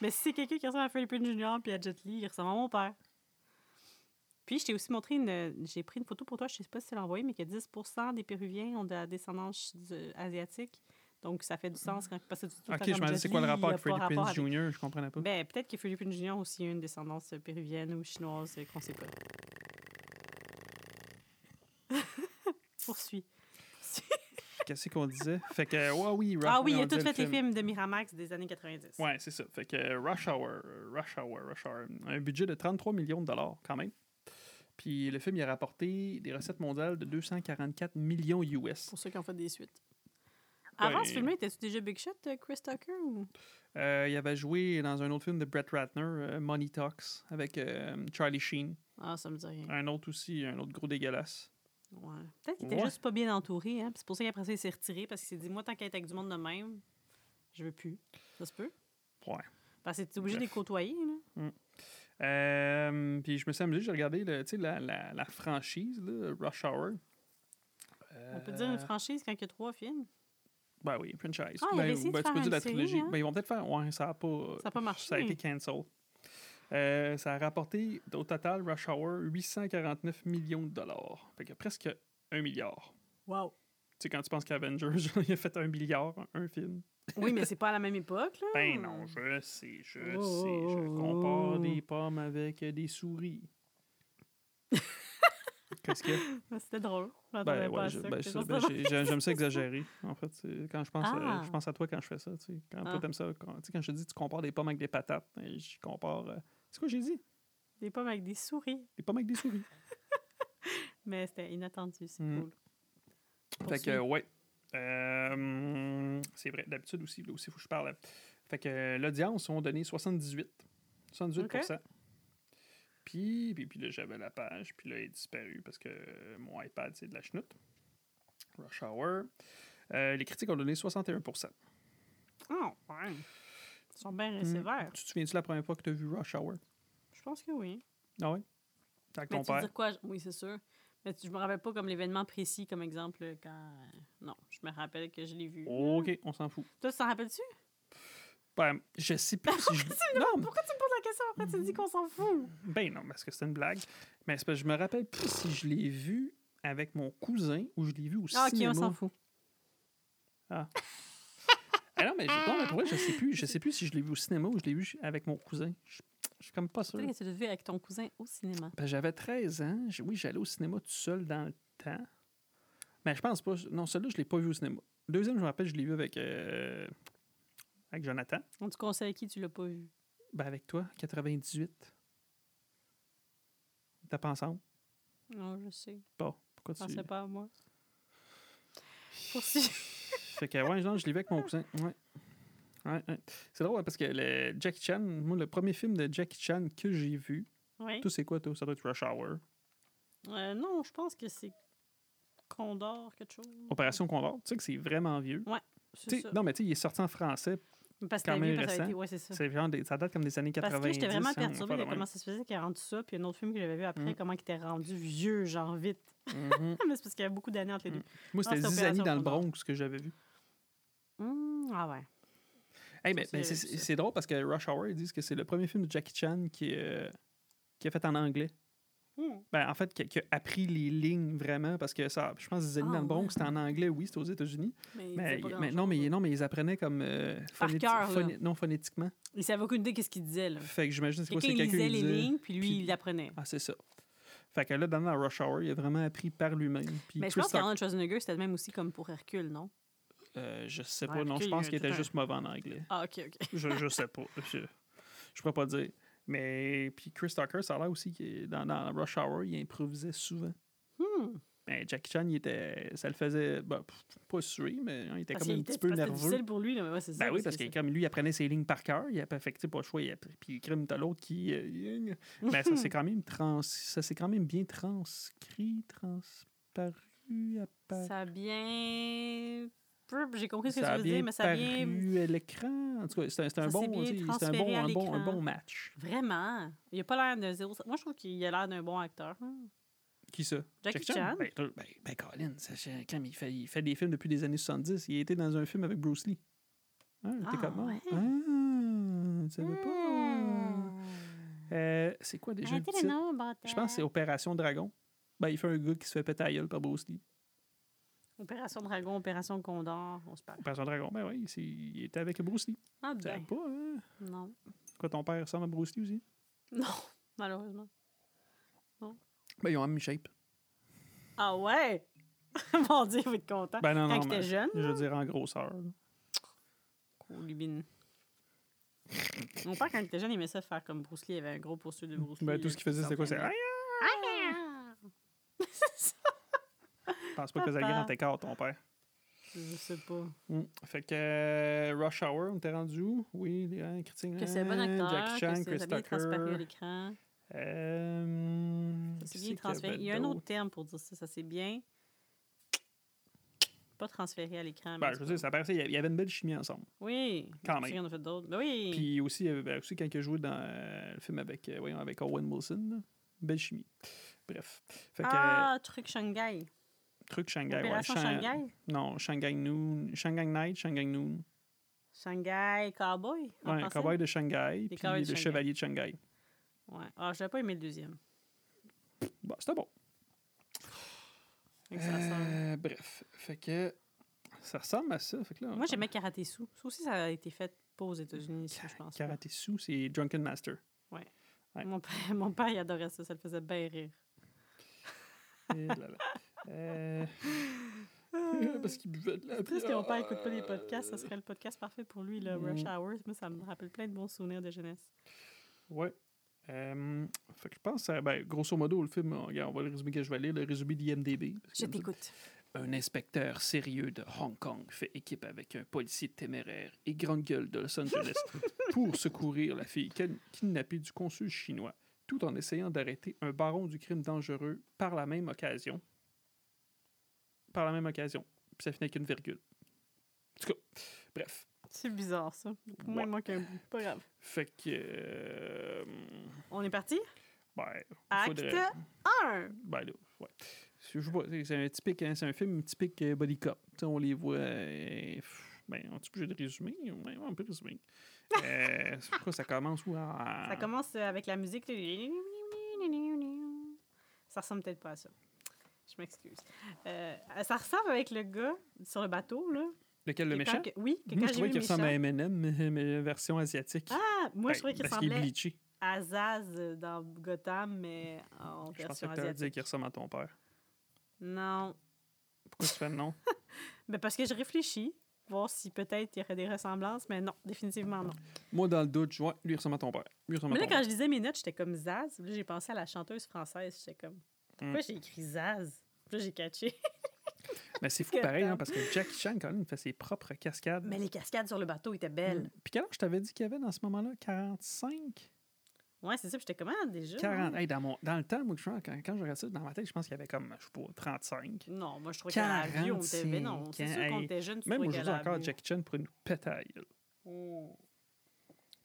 Speaker 1: Mais si c'est quelqu'un qui ressemble à Freddie Prinze Jr. puis à Jet Li, il ressemble à mon père. Puis je t'ai aussi montré une. J'ai pris une photo pour toi, je sais pas si tu l'as envoyée, mais que 10 des Péruviens ont de la descendance euh, asiatique. Donc ça fait du sens quand parce que tu tout le
Speaker 2: Ok,
Speaker 1: temps
Speaker 2: je
Speaker 1: comme
Speaker 2: me disais,
Speaker 1: Jet
Speaker 2: c'est quoi le
Speaker 1: Li,
Speaker 2: rapport
Speaker 1: il a
Speaker 2: avec Freddie
Speaker 1: pas rapport
Speaker 2: Prince
Speaker 1: avec-
Speaker 2: Jr., je comprenais pas.
Speaker 1: Ben, peut-être que Freddie Prinze Jr. aussi a une descendance euh, péruvienne ou chinoise euh, qu'on sait pas. Poursuis.
Speaker 2: Qu'est-ce qu'on disait? Fait que, euh, ouais, oui, Rush
Speaker 1: Ah oui,
Speaker 2: on
Speaker 1: il a tout
Speaker 2: disait le
Speaker 1: fait les
Speaker 2: film.
Speaker 1: films de Miramax des années 90.
Speaker 2: Ouais, c'est ça. Fait que euh, Rush Hour, euh, Rush Hour, Rush Hour. Un budget de 33 millions de dollars, quand même. Puis le film, il a rapporté des recettes mondiales de 244 millions US.
Speaker 1: pour ceux qui ont fait des suites. Avant
Speaker 2: Ben-
Speaker 1: ce film-là, étais-tu déjà Big Shot, euh, Chris Tucker? Ou...
Speaker 2: Euh, il avait joué dans un autre film de Brett Ratner, euh, Money Talks, avec euh, Charlie Sheen.
Speaker 1: Ah, ça me dit rien.
Speaker 2: Un autre aussi, un autre gros dégueulasse.
Speaker 1: Ouais. Peut-être qu'il était
Speaker 2: Ouais.
Speaker 1: juste pas bien entouré. Hein? puis C'est pour ça qu'après ça, il s'est retiré parce qu'il s'est dit Moi, tant qu'à être avec du monde de même, je veux plus. Ça se peut.
Speaker 2: Ouais.
Speaker 1: Parce que t'es obligé de les
Speaker 2: Bref.
Speaker 1: côtoyer. Là.
Speaker 2: Euh, puis je me suis amusé, j'ai regardé le, tu sais, la, la, la franchise, là, Rush Hour.
Speaker 1: On peut dire une
Speaker 2: Euh,
Speaker 1: franchise quand il y a trois films.
Speaker 2: Ben oui, franchise.
Speaker 1: Ah, il
Speaker 2: ben,
Speaker 1: avait essayé de
Speaker 2: ben,
Speaker 1: faire
Speaker 2: tu peux dire
Speaker 1: une
Speaker 2: la
Speaker 1: série,
Speaker 2: trilogie.
Speaker 1: hein?
Speaker 2: Ben, ils vont peut-être faire. Ouais, ça a pas.
Speaker 1: Ça a pas marché.
Speaker 2: Ça a été cancel. Euh, ça a rapporté au total Rush Hour 849 millions de dollars. Fait que presque un milliard.
Speaker 1: Wow.
Speaker 2: Tu sais, quand tu penses qu'Avengers, il a fait un milliard, un film.
Speaker 1: Oui, mais c'est pas à la même époque, là.
Speaker 2: Ben non, je sais, je
Speaker 1: Oh,
Speaker 2: sais. Je
Speaker 1: oh,
Speaker 2: compare
Speaker 1: oh.
Speaker 2: des pommes avec euh, des souris. Qu'est-ce que.
Speaker 1: Mais C'était drôle. Je m'attendais
Speaker 2: Ben,
Speaker 1: pas à
Speaker 2: ouais, je-
Speaker 1: ça,
Speaker 2: ben,
Speaker 1: que
Speaker 2: je-
Speaker 1: les gens
Speaker 2: ben,
Speaker 1: se
Speaker 2: j'ai- j'ai- j'aime ça exagérer. En fait, c'est- quand je pense, à,
Speaker 1: Ah.
Speaker 2: je pense à toi quand je fais ça. Tu sais, quand toi
Speaker 1: Ah.
Speaker 2: t'aimes ça, quand, tu sais, quand je te dis tu compares des pommes avec des patates, ben, je compare. euh, c'est quoi j'ai dit
Speaker 1: Des pommes avec des souris.
Speaker 2: Des pommes avec des souris.
Speaker 1: Mais c'était inattendu, c'est
Speaker 2: Mm.
Speaker 1: cool.
Speaker 2: fait que
Speaker 1: Poursuis.
Speaker 2: ouais, Euh, c'est vrai. D'habitude aussi, là aussi faut que je parle. Fait que euh, l'audience ont donné 78, 78 Puis, puis, puis là, j'avais la page, puis là, elle est disparue parce que euh, mon iPad, c'est de la chenoute. Rush Hour. Euh, les critiques ont donné 61
Speaker 1: Oh, ouais. Ils sont bien
Speaker 2: Mm.
Speaker 1: sévères.
Speaker 2: Tu te souviens-tu la première fois que tu as vu Rush Hour?
Speaker 1: Je pense que oui.
Speaker 2: Ah ouais? Avec
Speaker 1: Mais
Speaker 2: ton
Speaker 1: tu veux
Speaker 2: père?
Speaker 1: dire quoi? je- Oui, c'est sûr. Mais tu- je me rappelle pas comme l'événement précis, comme exemple, euh, quand... euh, Non, je me rappelle que je l'ai vu.
Speaker 2: Ok, on s'en fout.
Speaker 1: Toi, tu t'en rappelles-tu?
Speaker 2: Ben, je sais plus si je. Non,
Speaker 1: Pourquoi tu me poses la question après? Tu me
Speaker 2: Mm.
Speaker 1: dis qu'on s'en fout.
Speaker 2: ben non, parce que c'était une blague. Mais c'est parce que je me rappelle plus si je l'ai vu avec mon cousin ou je l'ai vu au
Speaker 1: Ah, ok,
Speaker 2: cinéma.
Speaker 1: on s'en fout.
Speaker 2: Ah non, mais, je... non, mais pour vrai, je sais plus. Je sais plus si je l'ai vu au cinéma ou je l'ai vu avec mon cousin. Je, je suis comme pas sûr.
Speaker 1: Peut-être que tu l'as vu avec ton cousin au cinéma.
Speaker 2: Ben, j'avais 13 ans. J- Oui, j'allais au cinéma tout seul dans le temps. Mais je pense pas. Non, celui-là, je l'ai pas vu au cinéma. Deuxième, je me rappelle, je l'ai vu avec, euh, avec Jonathan.
Speaker 1: Donc, tu conseilles à qui tu l'as pas vu?
Speaker 2: Ben avec toi, 98. T'as pas ensemble?
Speaker 1: Non, je sais.
Speaker 2: Pas. Pourquoi
Speaker 1: Je
Speaker 2: tu.
Speaker 1: pensais pas à moi. Poursuivre.
Speaker 2: Fait que ouais, non, je l'ai vu avec mon cousin. Ouais. Ouais, ouais. C'est drôle hein, parce que le Jackie Chan, moi, le premier film de Jackie Chan que j'ai vu,
Speaker 1: Oui.
Speaker 2: tout c'est quoi, toi? Ça doit être Rush Hour.
Speaker 1: Euh, non, je pense que c'est Condor, quelque chose.
Speaker 2: Opération Condor. Tu sais que c'est vraiment vieux. Tu
Speaker 1: C'est
Speaker 2: sais,
Speaker 1: ça.
Speaker 2: non, mais tu sais, il est sorti en français.
Speaker 1: Mais Parce que
Speaker 2: quand
Speaker 1: c'était
Speaker 2: même
Speaker 1: mieux, parce que ça a
Speaker 2: récent.
Speaker 1: été- ouais, c'est ça.
Speaker 2: C'est genre des- ça date comme des années 90.
Speaker 1: Parce que j'étais vraiment
Speaker 2: hein, on va
Speaker 1: perturbée
Speaker 2: faire
Speaker 1: de
Speaker 2: de
Speaker 1: comment ça se faisait qu'il a rendu ça, puis il y a un autre film que j'avais vu après,
Speaker 2: Mm.
Speaker 1: comment il était rendu vieux, genre vite.
Speaker 2: même. Mhm.
Speaker 1: Mais c'est parce qu'il y a beaucoup d'années entre les deux.
Speaker 2: Moi, c'était
Speaker 1: c'est
Speaker 2: Zizanie
Speaker 1: Opération
Speaker 2: dans le
Speaker 1: Condor.
Speaker 2: Bronx que j'avais vu.
Speaker 1: Mm, Ah ouais. Ça,
Speaker 2: Hey, ben,
Speaker 1: c'est-
Speaker 2: ben, c'est-
Speaker 1: c'est-
Speaker 2: c'est drôle parce que Rush Hour, ils disent que c'est le premier film de Jackie Chan qui, est qui est fait en anglais.
Speaker 1: Mm.
Speaker 2: Ben, en fait, qui, qui a appris les lignes vraiment, parce que ça, je pense que Zélie
Speaker 1: Ah,
Speaker 2: dans le Bronx,
Speaker 1: ouais.
Speaker 2: c'était en anglais, oui, c'était aux États-Unis.
Speaker 1: Mais, il
Speaker 2: Mais,
Speaker 1: disait pas
Speaker 2: Ben, il- mais
Speaker 1: grand-chose,
Speaker 2: non, mais,
Speaker 1: là.
Speaker 2: non, mais ils apprenaient comme euh,
Speaker 1: Par
Speaker 2: phonéti-
Speaker 1: cœur, là.
Speaker 2: phoné- non phonétiquement.
Speaker 1: Il savait aucune idée qu'est-ce qu'il disait, là.
Speaker 2: Fait que j'imagine c'est quoi, c'est
Speaker 1: Quelqu'un lisait
Speaker 2: quelqu'un qui
Speaker 1: les
Speaker 2: disait-
Speaker 1: lignes, puis lui,
Speaker 2: puis-
Speaker 1: il l'apprenait.
Speaker 2: Ah, c'est ça. Fait que là, dans la Rush Hour, il a vraiment appris par lui-même. Puis
Speaker 1: Mais je pense
Speaker 2: Christophe-
Speaker 1: qu'Arnold Schwarzenegger, c'était le même aussi comme pour Hercule, non?
Speaker 2: euh, je sais pas,
Speaker 1: Ouais,
Speaker 2: non,
Speaker 1: puis
Speaker 2: je
Speaker 1: il
Speaker 2: pense
Speaker 1: y a
Speaker 2: qu'il
Speaker 1: tout
Speaker 2: était
Speaker 1: un-
Speaker 2: juste mauvais en anglais.
Speaker 1: Ah, OK, OK.
Speaker 2: Je, je sais pas. Je, je pourrais pas dire. Mais puis Chris Tucker, ça a l'air aussi que dans, dans Rush Hour, il improvisait souvent.
Speaker 1: Hmm.
Speaker 2: Ben, Jackie Chan, il était, ça le faisait ben, pff, pas suer, mais hein, il était
Speaker 1: Parce
Speaker 2: comme un
Speaker 1: qu'il
Speaker 2: petit
Speaker 1: était-
Speaker 2: peu
Speaker 1: parce que c'était
Speaker 2: nerveux.
Speaker 1: difficile pour lui, là, mais ouais, c'est ça.
Speaker 2: Ben oui, parce que comme lui, il apprenait ses lignes par cœur, il a pas- fait que, tu sais, pas le choix, il a, puis il crime de l'autre qui. euh, ben, ça s'est quand même trans, ça s'est quand même bien transcrit, transparu, apparu.
Speaker 1: Ça a bien. Peu- J'ai compris ce que
Speaker 2: Ça a
Speaker 1: tu veux dire, mais ça a bien.
Speaker 2: paru à l'écran. En tout cas, c'est un, c'est un
Speaker 1: Ça s'est
Speaker 2: bon,
Speaker 1: bien
Speaker 2: tu sais, c'est un
Speaker 1: transféré
Speaker 2: bon,
Speaker 1: à
Speaker 2: un bon, un
Speaker 1: l'écran.
Speaker 2: bon match.
Speaker 1: Vraiment. Il a pas l'air d'un zéro. Moi, je trouve qu'il a l'air d'un bon acteur. hein.
Speaker 2: Qui ça?
Speaker 1: Jackie Chan?
Speaker 2: Ben, t'as- ben, ben, Colin, ça, c'est- quand il fait, il fait des films depuis les années 70, il était dans un film avec Bruce Lee. Hein,
Speaker 1: Ah,
Speaker 2: t'es comment?
Speaker 1: ouais.
Speaker 2: Ah, tu savais pas?
Speaker 1: Hmm.
Speaker 2: Euh, c'est quoi déjà le
Speaker 1: Arrêtez
Speaker 2: titre?
Speaker 1: le nom, bâtard.
Speaker 2: Je pense que c'est Opération Dragon. Ben, il fait un gars qui se fait péter la gueule par Bruce Lee.
Speaker 1: Opération Dragon, Opération Condor, on se parle.
Speaker 2: Opération Dragon, ben oui, c'est- il était avec Bruce Lee.
Speaker 1: Ah
Speaker 2: Tu savais
Speaker 1: ben,
Speaker 2: pas, hein?
Speaker 1: non.
Speaker 2: Quoi, ton père ressemble à Bruce Lee aussi?
Speaker 1: Non, malheureusement.
Speaker 2: Ben, ils ont la même shape.
Speaker 1: Ah ouais? Mon Dieu, vous êtes content.
Speaker 2: Ben non,
Speaker 1: Ah, Quand
Speaker 2: non,
Speaker 1: il était
Speaker 2: mais-
Speaker 1: jeune,
Speaker 2: Je veux dire en grosseur. là.
Speaker 1: Colibine. Mon père, quand il était jeune, il aimait ça faire comme Bruce Lee. Il avait un gros poursuit de Bruce Lee.
Speaker 2: Ben, tout ce qu'il faisait, c'était quoi? C'est.
Speaker 1: Ah,
Speaker 2: Aïe,
Speaker 1: ah.
Speaker 2: Je hein? pense pas que ça
Speaker 1: Papa.
Speaker 2: grand écart, ton père.
Speaker 1: Je sais pas.
Speaker 2: Mm. Fait que euh, Rush Hour, on était rendu où? Oui, les hein, critiques.
Speaker 1: Que c'est un bon
Speaker 2: hein,
Speaker 1: acteur,
Speaker 2: Jackie Chan,
Speaker 1: que c'est-
Speaker 2: Chris
Speaker 1: ça a bien transparu à
Speaker 2: Tucker.
Speaker 1: l'écran.
Speaker 2: euh,
Speaker 1: Ça s'est
Speaker 2: qui
Speaker 1: bien
Speaker 2: c'est qu'il y avait
Speaker 1: transféré. Il y a un
Speaker 2: d'autre?
Speaker 1: autre terme pour dire ça. Ça s'est bien... Pas transféré à l'écran. mais
Speaker 2: Ben,
Speaker 1: en
Speaker 2: je
Speaker 1: tout
Speaker 2: veux
Speaker 1: cas.
Speaker 2: dire, ça paraissait, il y avait une belle chimie ensemble.
Speaker 1: Oui.
Speaker 2: Quand
Speaker 1: Tu sais,
Speaker 2: même.
Speaker 1: on a fait d'autres. Ben oui.
Speaker 2: Puis aussi, il y avait- ben, aussi quand il a joué dans euh, le film avec, euh, voyons, avec Owen Wilson, là. belle chimie. Bref. Fait que,
Speaker 1: ah, truc Shanghai.
Speaker 2: euh, truc Shanghai. Ouais.
Speaker 1: Ah! Opération
Speaker 2: Shan-
Speaker 1: Shanghai?
Speaker 2: Non, Shanghai Noon. Shanghai Night, Shanghai Noon.
Speaker 1: Shanghai Cowboy? en
Speaker 2: Ouais,
Speaker 1: français?
Speaker 2: Cowboy de Shanghai, puis
Speaker 1: Cowboys de
Speaker 2: le
Speaker 1: Shanghai.
Speaker 2: Chevalier de Shanghai.
Speaker 1: Ouais. Ah, j'avais pas aimé le deuxième.
Speaker 2: Bon, c'était bon.
Speaker 1: Fait que ça ressemble.
Speaker 2: Euh, bref, fait que ça ressemble à ça. Fait que là, on
Speaker 1: Moi,
Speaker 2: parle-
Speaker 1: j'aimais Karate Sou. Ça aussi, ça a été fait pas aux États-Unis, ça, je pense. pas.
Speaker 2: Karate Sue, c'est Drunken Master. ouais.
Speaker 1: Mon père, mon père, il adorait ça. Ça le faisait bien rire.
Speaker 2: Eh là là. Euh, Ah, Parce euh, qu'il buvait de la
Speaker 1: Triste que mon
Speaker 2: bière.
Speaker 1: père écoute pas les podcasts. Ça serait le podcast parfait pour lui, le Rush
Speaker 2: Mm.
Speaker 1: Hours. Moi, ça me rappelle plein de bons souvenirs de jeunesse.
Speaker 2: Ouais. Euh, fait que je pense, à- ben, grosso modo, le film, on, regarde, on va le résumer que je vais lire, le résumé d'IMDB. parce que
Speaker 1: Je
Speaker 2: comme ça,
Speaker 1: t'écoute.
Speaker 2: Un inspecteur sérieux de Hong Kong fait équipe avec un policier téméraire et grande gueule de Los Angeles pour secourir la fille kin- kidnappée du consul chinois, tout en essayant d'arrêter un baron du crime dangereux par la même occasion. Par la même occasion. Puis ça finit avec une virgule. En tout cas, bref.
Speaker 1: C'est bizarre, ça. Pour moi,
Speaker 2: Ouais.
Speaker 1: il manque un bout. Pas grave.
Speaker 2: Fait que. euh,
Speaker 1: On est parti?
Speaker 2: ben,
Speaker 1: Acte
Speaker 2: faudrait-
Speaker 1: 1!
Speaker 2: Ben là, ouais. Je sais pas, c'est- c'est un typique, hein, c'est un film typique euh, body cop. Tu sais, on les voit. euh, pff, ben, on est obligé de résumer. Ouais, on peut résumer. Euh, c'est pourquoi ça commence où en-
Speaker 1: Ça commence euh, avec la musique. Ça ressemble peut-être pas à ça. Je m'excuse. Euh, ça ressemble avec le gars sur le bateau, là.
Speaker 2: Lequel
Speaker 1: que
Speaker 2: le méchant
Speaker 1: quand que- Oui, que
Speaker 2: Moi,
Speaker 1: quand
Speaker 2: je
Speaker 1: j'ai vu
Speaker 2: trouvais
Speaker 1: le
Speaker 2: qu'il
Speaker 1: méchant...
Speaker 2: ressemble à M&M, mais- mais version asiatique.
Speaker 1: Ah, moi,
Speaker 2: Ben,
Speaker 1: je trouvais qu'il
Speaker 2: Parce qu'il est
Speaker 1: ressemblait
Speaker 2: bleaché.
Speaker 1: à Zaz euh, dans Gotham, mais en
Speaker 2: Je pensais
Speaker 1: version
Speaker 2: que tu allais dire
Speaker 1: asiatique.
Speaker 2: qu'il ressemble à ton père.
Speaker 1: Non.
Speaker 2: Pourquoi tu fais non
Speaker 1: Mais parce que je réfléchis, voir si peut-être il y aurait des ressemblances, mais non, définitivement non.
Speaker 2: Moi, dans le doute, je vois, lui, il ressemble à ton père. Lui, il ressemble à
Speaker 1: Mais là,
Speaker 2: ton père.
Speaker 1: quand je lisais mes notes, j'étais comme Zaz. Puis Là, j'ai pensé à la chanteuse française. J'étais comme, pourquoi
Speaker 2: Mm.
Speaker 1: j'ai écrit Zaz? Puis Là, j'ai catché.
Speaker 2: Mais c'est fou
Speaker 1: que
Speaker 2: pareil, hein,
Speaker 1: t'as-
Speaker 2: parce que Jackie Chan, quand même, il fait ses propres cascades.
Speaker 1: Mais les cascades sur le bateau étaient belles.
Speaker 2: Mm. Puis quel âge je t'avais dit qu'il y avait dans ce moment-là 45
Speaker 1: Ouais, c'est ça. Puis j'étais comme, ah, déjà.
Speaker 2: 40.
Speaker 1: ouais.
Speaker 2: Hey, dans, mon, dans le temps, moi, que je, suis- quand, quand je regarde ça dans ma tête, je pense qu'il y avait comme, je sais pas, 35.
Speaker 1: Non, moi, je trouvais qu'à la vie, on était. Mais non, c'est
Speaker 2: 45,
Speaker 1: sûr qu'on
Speaker 2: hey.
Speaker 1: était jeunes. tu
Speaker 2: Même
Speaker 1: trouvais qu'à
Speaker 2: aujourd'hui
Speaker 1: la
Speaker 2: encore,
Speaker 1: vie.
Speaker 2: Jackie Chan pourrait nous péter à la gueule.
Speaker 1: Oh.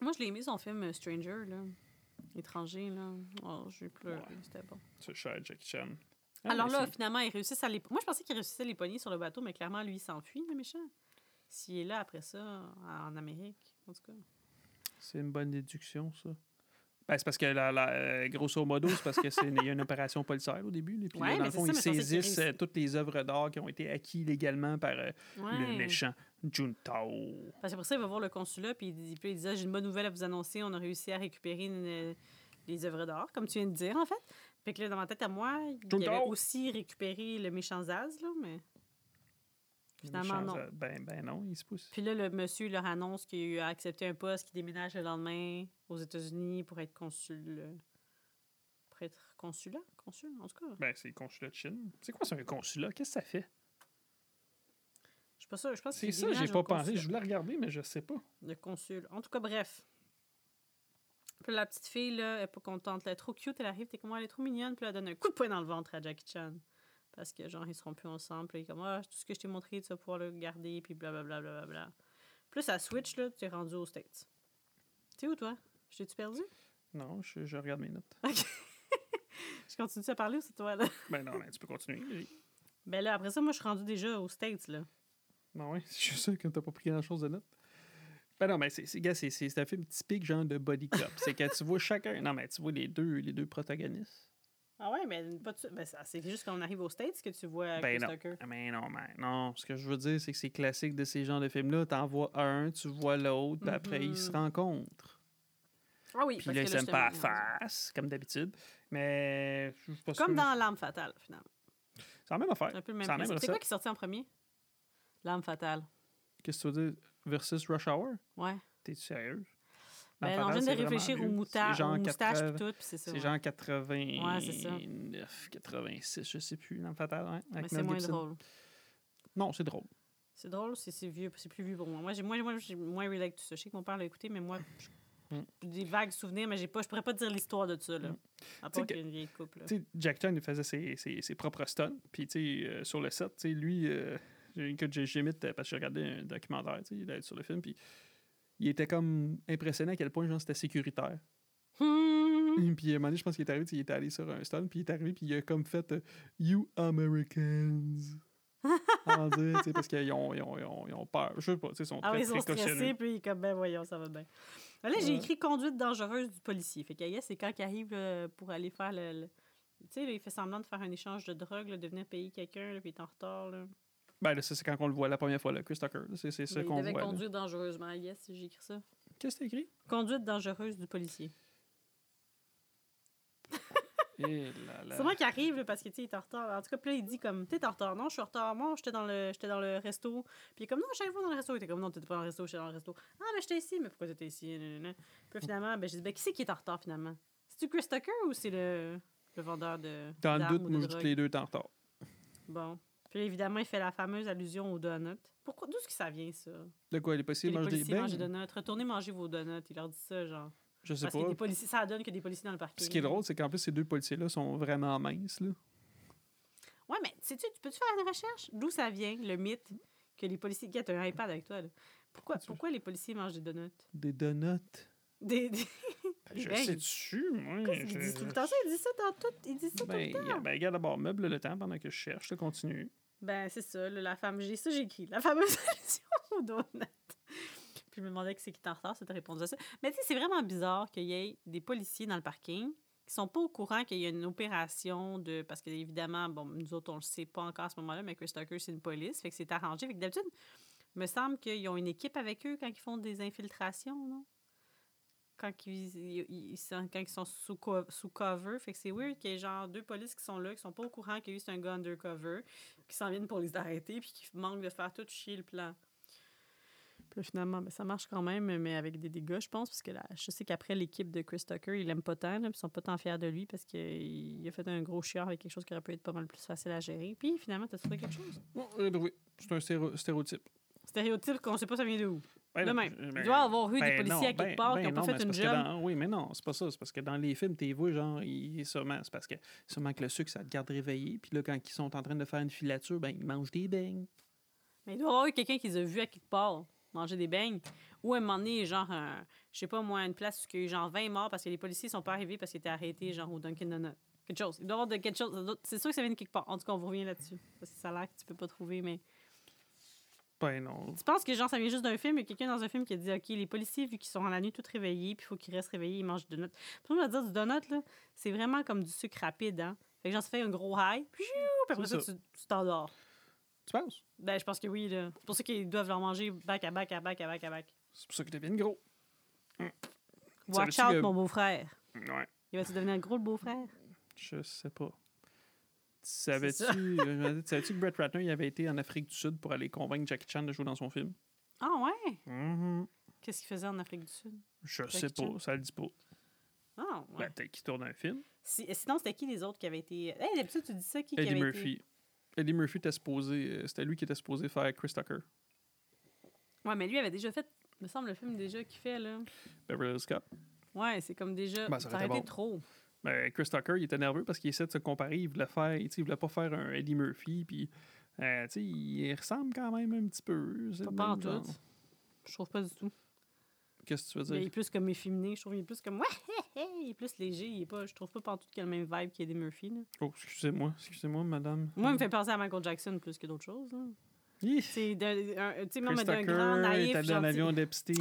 Speaker 1: Moi, je l'ai aimé, son film euh, Stranger, là. Étranger, là. Oh, j'ai pleuré.
Speaker 2: Ouais.
Speaker 1: C'était bon.
Speaker 2: C'est cher, Jackie Chan. Ah,
Speaker 1: Alors
Speaker 2: mais
Speaker 1: là,
Speaker 2: c'est-
Speaker 1: finalement, ils réussissent à les. Moi, je pensais qu'ils réussissaient à les pogner sur le bateau, mais clairement, lui, il s'enfuit, le méchant. S'il est là après ça, en Amérique, en tout cas.
Speaker 2: c'est une bonne déduction, ça. Ben, c'est parce que, la, la- euh, grosso modo, c'est parce qu'il y a une opération policière au début. là, puis là,
Speaker 1: Ouais,
Speaker 2: dans
Speaker 1: mais
Speaker 2: le
Speaker 1: c'est ça,
Speaker 2: fond, ils
Speaker 1: mais je pensais qu'il
Speaker 2: saisissent euh,
Speaker 1: réussit.
Speaker 2: toutes les œuvres d'art qui ont été acquises légalement par euh, le méchant Juntao.
Speaker 1: Parce qu'après ça, il va voir le consulat, puis il, dit- puis il disait J'ai une bonne nouvelle à vous annoncer, on a réussi à récupérer une- euh, les œuvres d'art, comme tu viens de dire, en fait. Puis que là, dans ma tête à moi,
Speaker 2: Tout
Speaker 1: il
Speaker 2: le
Speaker 1: avait
Speaker 2: temps.
Speaker 1: aussi récupéré le méchant Zaz, là, mais. Finalement,
Speaker 2: Méchant,
Speaker 1: non.
Speaker 2: ça- Ben, ben non, il se pousse.
Speaker 1: Puis là, le monsieur leur annonce qu'il a accepté un poste, qu'il déménage le lendemain aux États-Unis pour être consul. euh, Pour être consulat Consul, en tout cas.
Speaker 2: Ben, c'est le consulat de Chine. C'est quoi, c'est un consulat? Qu'est-ce que ça fait?
Speaker 1: Je suis pas sûre. Je pense
Speaker 2: C'est
Speaker 1: qu'il
Speaker 2: ça, j'ai
Speaker 1: déménage
Speaker 2: pas
Speaker 1: au
Speaker 2: pensé.
Speaker 1: consulat.
Speaker 2: Je voulais regarder, mais je sais pas.
Speaker 1: Le consul. En tout cas, bref. Puis la petite fille, là, elle est pas contente. Elle est trop cute, elle arrive, t'es comme, Ah, elle est trop mignonne, puis elle donne un coup de poing dans le ventre à Jackie Chan. Parce que, genre, ils seront plus ensemble, puis elle est comme, ah, tout ce que je t'ai montré, tu vas pouvoir le garder, puis blablabla. Bla, bla, bla. Puis là, ça switch, là, tu es rendu aux States. T'es où, toi? Je t'ai-tu perdu?
Speaker 2: Non, je, je regarde mes notes.
Speaker 1: Je continue à parler ou c'est toi, là?
Speaker 2: Ben non, ben, tu peux continuer. Vas-y.
Speaker 1: Ben là, après ça, moi, je suis rendu déjà aux States, là.
Speaker 2: Non, Ben ouais, je suis sûr que t'as pas pris grand-chose de notes. Ben non, mais c'est, c'est, gars, c'est, c'est, c'est un film typique genre de body cop. c'est que tu vois chacun... Non, mais tu vois les deux, les deux protagonistes.
Speaker 1: Ah ouais, mais pas de- ben, ça- c'est juste quand on arrive aux States que tu vois
Speaker 2: Ben
Speaker 1: Chris
Speaker 2: non.
Speaker 1: Tucker.
Speaker 2: Ah, Mais non, mais non. Ce que je veux dire, c'est que c'est classique de ces genres de films-là. T'en vois un, tu vois l'autre, puis après, ils se
Speaker 1: Mhm.
Speaker 2: rencontrent.
Speaker 1: Ah oui,
Speaker 2: Puis
Speaker 1: parce
Speaker 2: là, ils
Speaker 1: que là,
Speaker 2: s'aiment pas à
Speaker 1: justement,
Speaker 2: face, comme d'habitude. Mais je suis pas sûr-
Speaker 1: hein. Comme dans L'âme fatale, finalement.
Speaker 2: C'est la même affaire.
Speaker 1: C'est un peu le même
Speaker 2: C'est la même
Speaker 1: principe. C'est quoi
Speaker 2: recette.
Speaker 1: qui est sorti en premier? L'âme fatale.
Speaker 2: Qu'est-ce que tu veux dire? Versus Rush Hour?
Speaker 1: Ouais.
Speaker 2: T'es sérieux?
Speaker 1: Ben,
Speaker 2: L'Empereur,
Speaker 1: on vient
Speaker 2: c'est
Speaker 1: de réfléchir aux,
Speaker 2: vraiment vieux.
Speaker 1: moutards,
Speaker 2: C'est genre
Speaker 1: aux moustaches
Speaker 2: 80
Speaker 1: et tout, puis c'est ça.
Speaker 2: C'est
Speaker 1: ouais.
Speaker 2: genre 89,
Speaker 1: Ouais, c'est ça.
Speaker 2: 86, je sais plus, dans le fatal, hein,
Speaker 1: Mais
Speaker 2: avec
Speaker 1: c'est
Speaker 2: Mel
Speaker 1: moins
Speaker 2: Gibson.
Speaker 1: drôle.
Speaker 2: Non, c'est drôle.
Speaker 1: C'est drôle, c'est c'est vieux, c'est plus vieux pour moi. Moi, j'ai moins, moi, j'ai moins relate tout ça. Je sais que mon père l'a écouté, mais moi, je-
Speaker 2: Mm.
Speaker 1: j'ai des vagues souvenirs, mais j'ai pas, je pourrais pas te dire l'histoire de ça, là.
Speaker 2: Mm.
Speaker 1: À
Speaker 2: Tu sais
Speaker 1: part
Speaker 2: que-
Speaker 1: qu'il y a une vieille couple, là.
Speaker 2: Tu sais, Jack Chan, il faisait ses, ses- ses propres stunts. Puis, tu sais, euh, sur le set, tu sais, lui, euh, j'ai- écoute, j'ai- j'imite euh, parce que j'ai regardé un documentaire, tu sais, il est sur le film. Puis, il était comme impressionné à quel point, genre, c'était sécuritaire.
Speaker 1: Hmm.
Speaker 2: puis à un moment donné, je pense qu'il est arrivé, tu sais, il est allé sur un stand, puis il est arrivé, puis il a comme fait euh, You Americans. On dit, tu sais, parce qu'ils ont, ils ont, ils ont, ils ont peur. Je sais pas, tu sais, ils sont
Speaker 1: Ah
Speaker 2: très
Speaker 1: oui, ils sont
Speaker 2: précautionneux.
Speaker 1: stressés, puis ils comme, ben voyons, ça va bien. Ben Là, j'ai
Speaker 2: Ouais.
Speaker 1: écrit conduite dangereuse du policier. Fait qu'Ayas, c'est quand il arrive là, pour aller faire le. le- Tu sais, là, il fait semblant de faire un échange de drogue, là, de venir payer quelqu'un, là, puis il est en retard. Là.
Speaker 2: Ben là, ça, c'est quand on le voit la première fois, là, Chris Tucker. là, C'est c'est ce
Speaker 1: Ben, il
Speaker 2: qu'on
Speaker 1: devait
Speaker 2: voit. là.
Speaker 1: conduire dangereusement, Ayas, si j'ai écrit ça.
Speaker 2: Qu'est-ce que t'as écrit?
Speaker 1: Conduite dangereuse du policier.
Speaker 2: Eh là là.
Speaker 1: C'est moi qui arrive là, parce que tu sais, il est en retard. En tout cas, puis là, il dit comme T'es en retard. Non, je suis en retard. Moi, j'étais dans le j'étais dans le resto. Puis il est comme Non, j'allais voir dans le resto. Il était comme Non, t'étais pas dans le resto, j'étais dans le resto. Ah, mais j'étais ici, mais pourquoi t'étais ici? Nan, nan, nan. Puis là, finalement, ben, j'ai dit Ben, qui c'est qui est en retard finalement? C'est-tu Chris Tucker ou c'est le, le vendeur de.
Speaker 2: Dans le
Speaker 1: d'armes
Speaker 2: doute,
Speaker 1: ou de
Speaker 2: moi, je dis
Speaker 1: drogue?
Speaker 2: que les deux, t'es en retard.
Speaker 1: Bon. Puis là, évidemment, il fait la fameuse allusion aux donuts. Pourquoi D'où est-ce que ça vient, ça?
Speaker 2: De quoi, les
Speaker 1: Que
Speaker 2: policiers
Speaker 1: les
Speaker 2: mangent des
Speaker 1: policiers mangent des
Speaker 2: beignes?
Speaker 1: donuts. Retournez manger vos donuts. Il leur dit ça, genre.
Speaker 2: Je sais
Speaker 1: Parce que
Speaker 2: pas.
Speaker 1: des policiers, ça donne que des policiers dans le
Speaker 2: Puis
Speaker 1: parking.
Speaker 2: Ce qui est drôle, c'est qu'en plus, ces deux policiers-là sont vraiment minces, là.
Speaker 1: Ouais, mais sais-tu, tu peux-tu faire une recherche d'où ça vient, le mythe que les policiers. Gars, t'as un iPad avec toi, là. Pourquoi,
Speaker 2: Tu-
Speaker 1: pourquoi les policiers mangent des donuts?
Speaker 2: Des donuts.
Speaker 1: Des. des... Des
Speaker 2: Je
Speaker 1: beignes.
Speaker 2: sais dessus, moi.
Speaker 1: Pourquoi ils
Speaker 2: je-
Speaker 1: disent tout le temps ça? Ils disent ça dans tout. Ils disent ça
Speaker 2: Ben,
Speaker 1: tout le temps.
Speaker 2: ben, regarde d'abord, meuble le temps pendant que je cherche, là, continue.
Speaker 1: Ben, c'est ça, là, la femme. J'ai ça, j'ai écrit. La fameuse allusion aux donuts. Puis je me demandais que c'est qui t'en retard, ça te répondu à ça. Mais tu sais, c'est vraiment bizarre qu'il y ait des policiers dans le parking qui sont pas au courant qu'il y a une opération de. Parce que, évidemment, bon, nous autres, on le sait pas encore à ce moment-là, mais Chris Tucker, c'est une police. Fait que c'est arrangé. Fait que d'habitude, me semble qu'ils ont une équipe avec eux quand ils font des infiltrations, non? Quand ils, ils- ils sont, quand ils sont sous, co- sous cover. Fait que c'est weird qu'il y ait genre deux polices qui sont là, qui sont pas au courant qu'il y a eu c'est un gars undercover, qui s'en viennent pour les arrêter, puis qui manquent de faire tout chier le plan. Puis là, finalement, ben, ça marche quand même, mais avec des dégâts, je pense, parce que là, je sais qu'après, l'équipe de Chris Tucker, ils l'aiment pas tant, là, puis ils sont pas tant fiers de lui, parce qu'il a fait un gros chiard avec quelque chose qui aurait pu être pas mal plus facile à gérer. Puis finalement, t'as trouvé quelque chose?
Speaker 2: Bon, j'ai trouvé. euh, ben C'est un stéro- stéréotype.
Speaker 1: Stéréotype qu'on sait pas ça vient de où.
Speaker 2: Ben,
Speaker 1: Le
Speaker 2: non,
Speaker 1: même.
Speaker 2: je-
Speaker 1: Il
Speaker 2: ben,
Speaker 1: doit avoir eu des
Speaker 2: ben
Speaker 1: policiers
Speaker 2: non,
Speaker 1: à quelque
Speaker 2: ben-
Speaker 1: part
Speaker 2: ben
Speaker 1: qui n'ont
Speaker 2: non,
Speaker 1: pas
Speaker 2: mais
Speaker 1: fait une
Speaker 2: c'est
Speaker 1: job.
Speaker 2: parce que dans- oui, mais non, c'est pas ça. C'est parce que dans les films, t'es vois, genre, il, sûrement, c'est parce que sûrement que le sucre, ça te garde réveillé. Puis là, quand ils sont en train de faire une filature, ben, ils mangent des beignes.
Speaker 1: Mais il doit y avoir eu quelqu'un qui les a vus à quelque part manger des beignes. Ou à un moment donné, genre, un- je sais pas moi, une place où il y a eu genre 20 morts parce que les policiers sont pas arrivés parce qu'ils étaient arrêtés, genre au Dunkin' Donut. Quelque chose. Il doit y avoir de quelque chose. ça doit- C'est sûr que ça vient de quelque part. En tout cas, on vous revient là-dessus. Parce que ça a l'air que tu peux pas trouver, mais.
Speaker 2: Ben non.
Speaker 1: Tu penses que genre ça vient juste d'un film, il y a quelqu'un dans un film qui a dit OK, les policiers, vu qu'ils sont en la nuit tout réveillés, puis il faut qu'ils restent réveillés, ils mangent du donut. Puis on va dire du donut, là, c'est vraiment comme du sucre rapide, hein. Fait que genre, ça fait un gros high, puis puis après
Speaker 2: C'est
Speaker 1: ça, tu tu t'endors.
Speaker 2: Tu penses?
Speaker 1: Ben, je pense que oui, là. C'est pour ça qu'ils doivent leur manger back à back à back à back à back.
Speaker 2: C'est pour ça qu'ils deviennent gros.
Speaker 1: Watch
Speaker 2: Savais-tu
Speaker 1: out,
Speaker 2: que-
Speaker 1: mon beau-frère.
Speaker 2: Ouais.
Speaker 1: Il va-tu devenir gros, le beau-frère?
Speaker 2: Je sais pas. Tu
Speaker 1: ça.
Speaker 2: Savais-tu euh, tu savais-tu que Brett Ratner il avait été en Afrique du Sud pour aller convaincre Jackie Chan de jouer dans son film?
Speaker 1: Ah ouais?
Speaker 2: Mhm.
Speaker 1: Qu'est-ce qu'il faisait en Afrique du Sud?
Speaker 2: Je
Speaker 1: Jackie
Speaker 2: sais
Speaker 1: Chan?
Speaker 2: pas, ça le dit pas.
Speaker 1: Ah ouais.
Speaker 2: Ben, peut-être qu'il tourne un film.
Speaker 1: Si- sinon, c'était qui les autres qui avaient été... Hey, d'habitude, tu dis ça, qui, qui
Speaker 2: Eddie
Speaker 1: avait
Speaker 2: Murphy.
Speaker 1: été...
Speaker 2: Eddie Murphy était supposé. euh, C'était lui qui était supposé faire Chris Tucker.
Speaker 1: Ouais, mais lui avait déjà fait, me semble, le film déjà qu'il fait, là.
Speaker 2: Beverly Hills Cop.
Speaker 1: Ouais, c'est comme déjà...
Speaker 2: Ben, ça
Speaker 1: ça
Speaker 2: aurait été
Speaker 1: aurait été
Speaker 2: bon.
Speaker 1: trop.
Speaker 2: Ben, Chris Tucker, il était nerveux parce qu'il essaie de se comparer. Il voulait faire. tu sais, Il voulait pas faire un Eddie Murphy. Puis, euh, tu sais, il ressemble quand même un petit peu. c'est
Speaker 1: Pas,
Speaker 2: le
Speaker 1: pas en
Speaker 2: même genre.
Speaker 1: tout. Je trouve pas du tout.
Speaker 2: Qu'est-ce que tu veux
Speaker 1: Mais il est
Speaker 2: dire?
Speaker 1: plus comme efféminé. Je trouve qu'il est plus comme... Ouais, hé, hé, il est plus léger. Il est pas... Je trouve pas pantoute qu'il a le même vibe qu'Eddie Murphy, là.
Speaker 2: Oh, excusez-moi, excusez-moi, madame.
Speaker 1: Moi, il me fait penser à Michael Jackson plus que d'autres choses, là.
Speaker 2: Hi!
Speaker 1: C'est d'un- un- tu sais, non,
Speaker 2: Chris
Speaker 1: mais d'un
Speaker 2: Tucker
Speaker 1: grand naïf.
Speaker 2: est allé dans
Speaker 1: gentil.
Speaker 2: l'avion d'Epstein,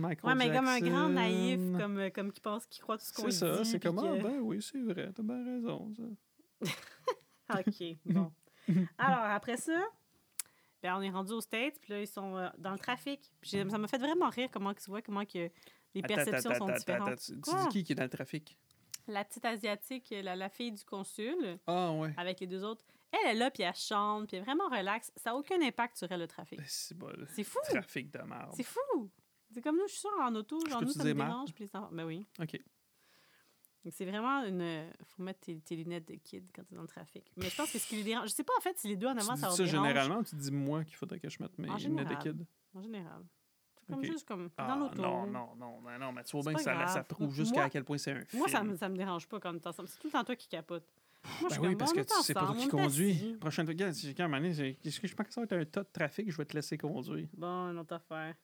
Speaker 2: Michael
Speaker 1: Ouais, mais
Speaker 2: Jackson.
Speaker 1: comme un grand naïf, comme, euh, comme qui pense, qui croit tout ce qu'on
Speaker 2: C'est
Speaker 1: lui dit.
Speaker 2: ça, c'est
Speaker 1: puis
Speaker 2: comme, ah,
Speaker 1: que-
Speaker 2: ben oui, c'est vrai, t'as bien raison. Ça. ah, bah.
Speaker 1: OK, bon. Alors, après ça, ben, on est rendu aux States, puis là, ils sont euh, dans le trafic. Puis j'ai- ça m'a fait vraiment rire comment que tu vois comment que les
Speaker 2: Attends,
Speaker 1: perceptions
Speaker 2: attends,
Speaker 1: sont
Speaker 2: attends,
Speaker 1: différentes.
Speaker 2: attends, tu- tu
Speaker 1: Quoi?
Speaker 2: dis qui qui est dans le trafic?
Speaker 1: La petite Asiatique, euh, la, la fille du consul,
Speaker 2: Ah, ouais.
Speaker 1: avec les deux autres, elle est là, puis elle chante, puis elle est vraiment relax. Ça n'a aucun impact sur elle, le trafic.
Speaker 2: Ben, C'est bon, le
Speaker 1: C'est fou!
Speaker 2: trafic de merde.
Speaker 1: C'est fou! C'est comme nous, je suis sûre, en auto,
Speaker 2: Je
Speaker 1: genre
Speaker 2: peux-tu
Speaker 1: nous, ça me
Speaker 2: dire marque?
Speaker 1: dérange, puis les enfants. Ben oui.
Speaker 2: OK.
Speaker 1: Donc, c'est vraiment une. Faut mettre tes, tes lunettes de kid quand t'es dans le trafic. Mais je pense que ce qui les dérange. Je sais pas, en fait, si les deux en
Speaker 2: Tu
Speaker 1: avant,
Speaker 2: dis
Speaker 1: ça
Speaker 2: ça
Speaker 1: leur dérange.
Speaker 2: généralement ou tu dis moi qu'il faudrait que je mette mes
Speaker 1: En
Speaker 2: lunettes de
Speaker 1: général.
Speaker 2: kid?
Speaker 1: En général. C'est comme
Speaker 2: Ok.
Speaker 1: juste comme. t'es
Speaker 2: Ah,
Speaker 1: dans l'auto.
Speaker 2: non, non, non, ben non, non, mais tu vois
Speaker 1: C'est
Speaker 2: bien que
Speaker 1: pas
Speaker 2: ça, ça
Speaker 1: grave.
Speaker 2: prouve
Speaker 1: Moi-
Speaker 2: jusqu'à quel point c'est un film.
Speaker 1: Moi, ça me, ça me dérange pas quand on est ensemble. C'est tout le temps toi qui capote. Moi, je
Speaker 2: Ben
Speaker 1: suis
Speaker 2: oui,
Speaker 1: comme,
Speaker 2: parce
Speaker 1: bon,
Speaker 2: que
Speaker 1: on est
Speaker 2: tu sais pas
Speaker 1: ensemble,
Speaker 2: toi qui
Speaker 1: on est
Speaker 2: conduis.
Speaker 1: assis.
Speaker 2: Prochaine fois, regarde, si- quand à un moment donné, j'ai- je pense que ça va être un tas de trafic, je vais te laisser conduire.
Speaker 1: Bon, une autre affaire.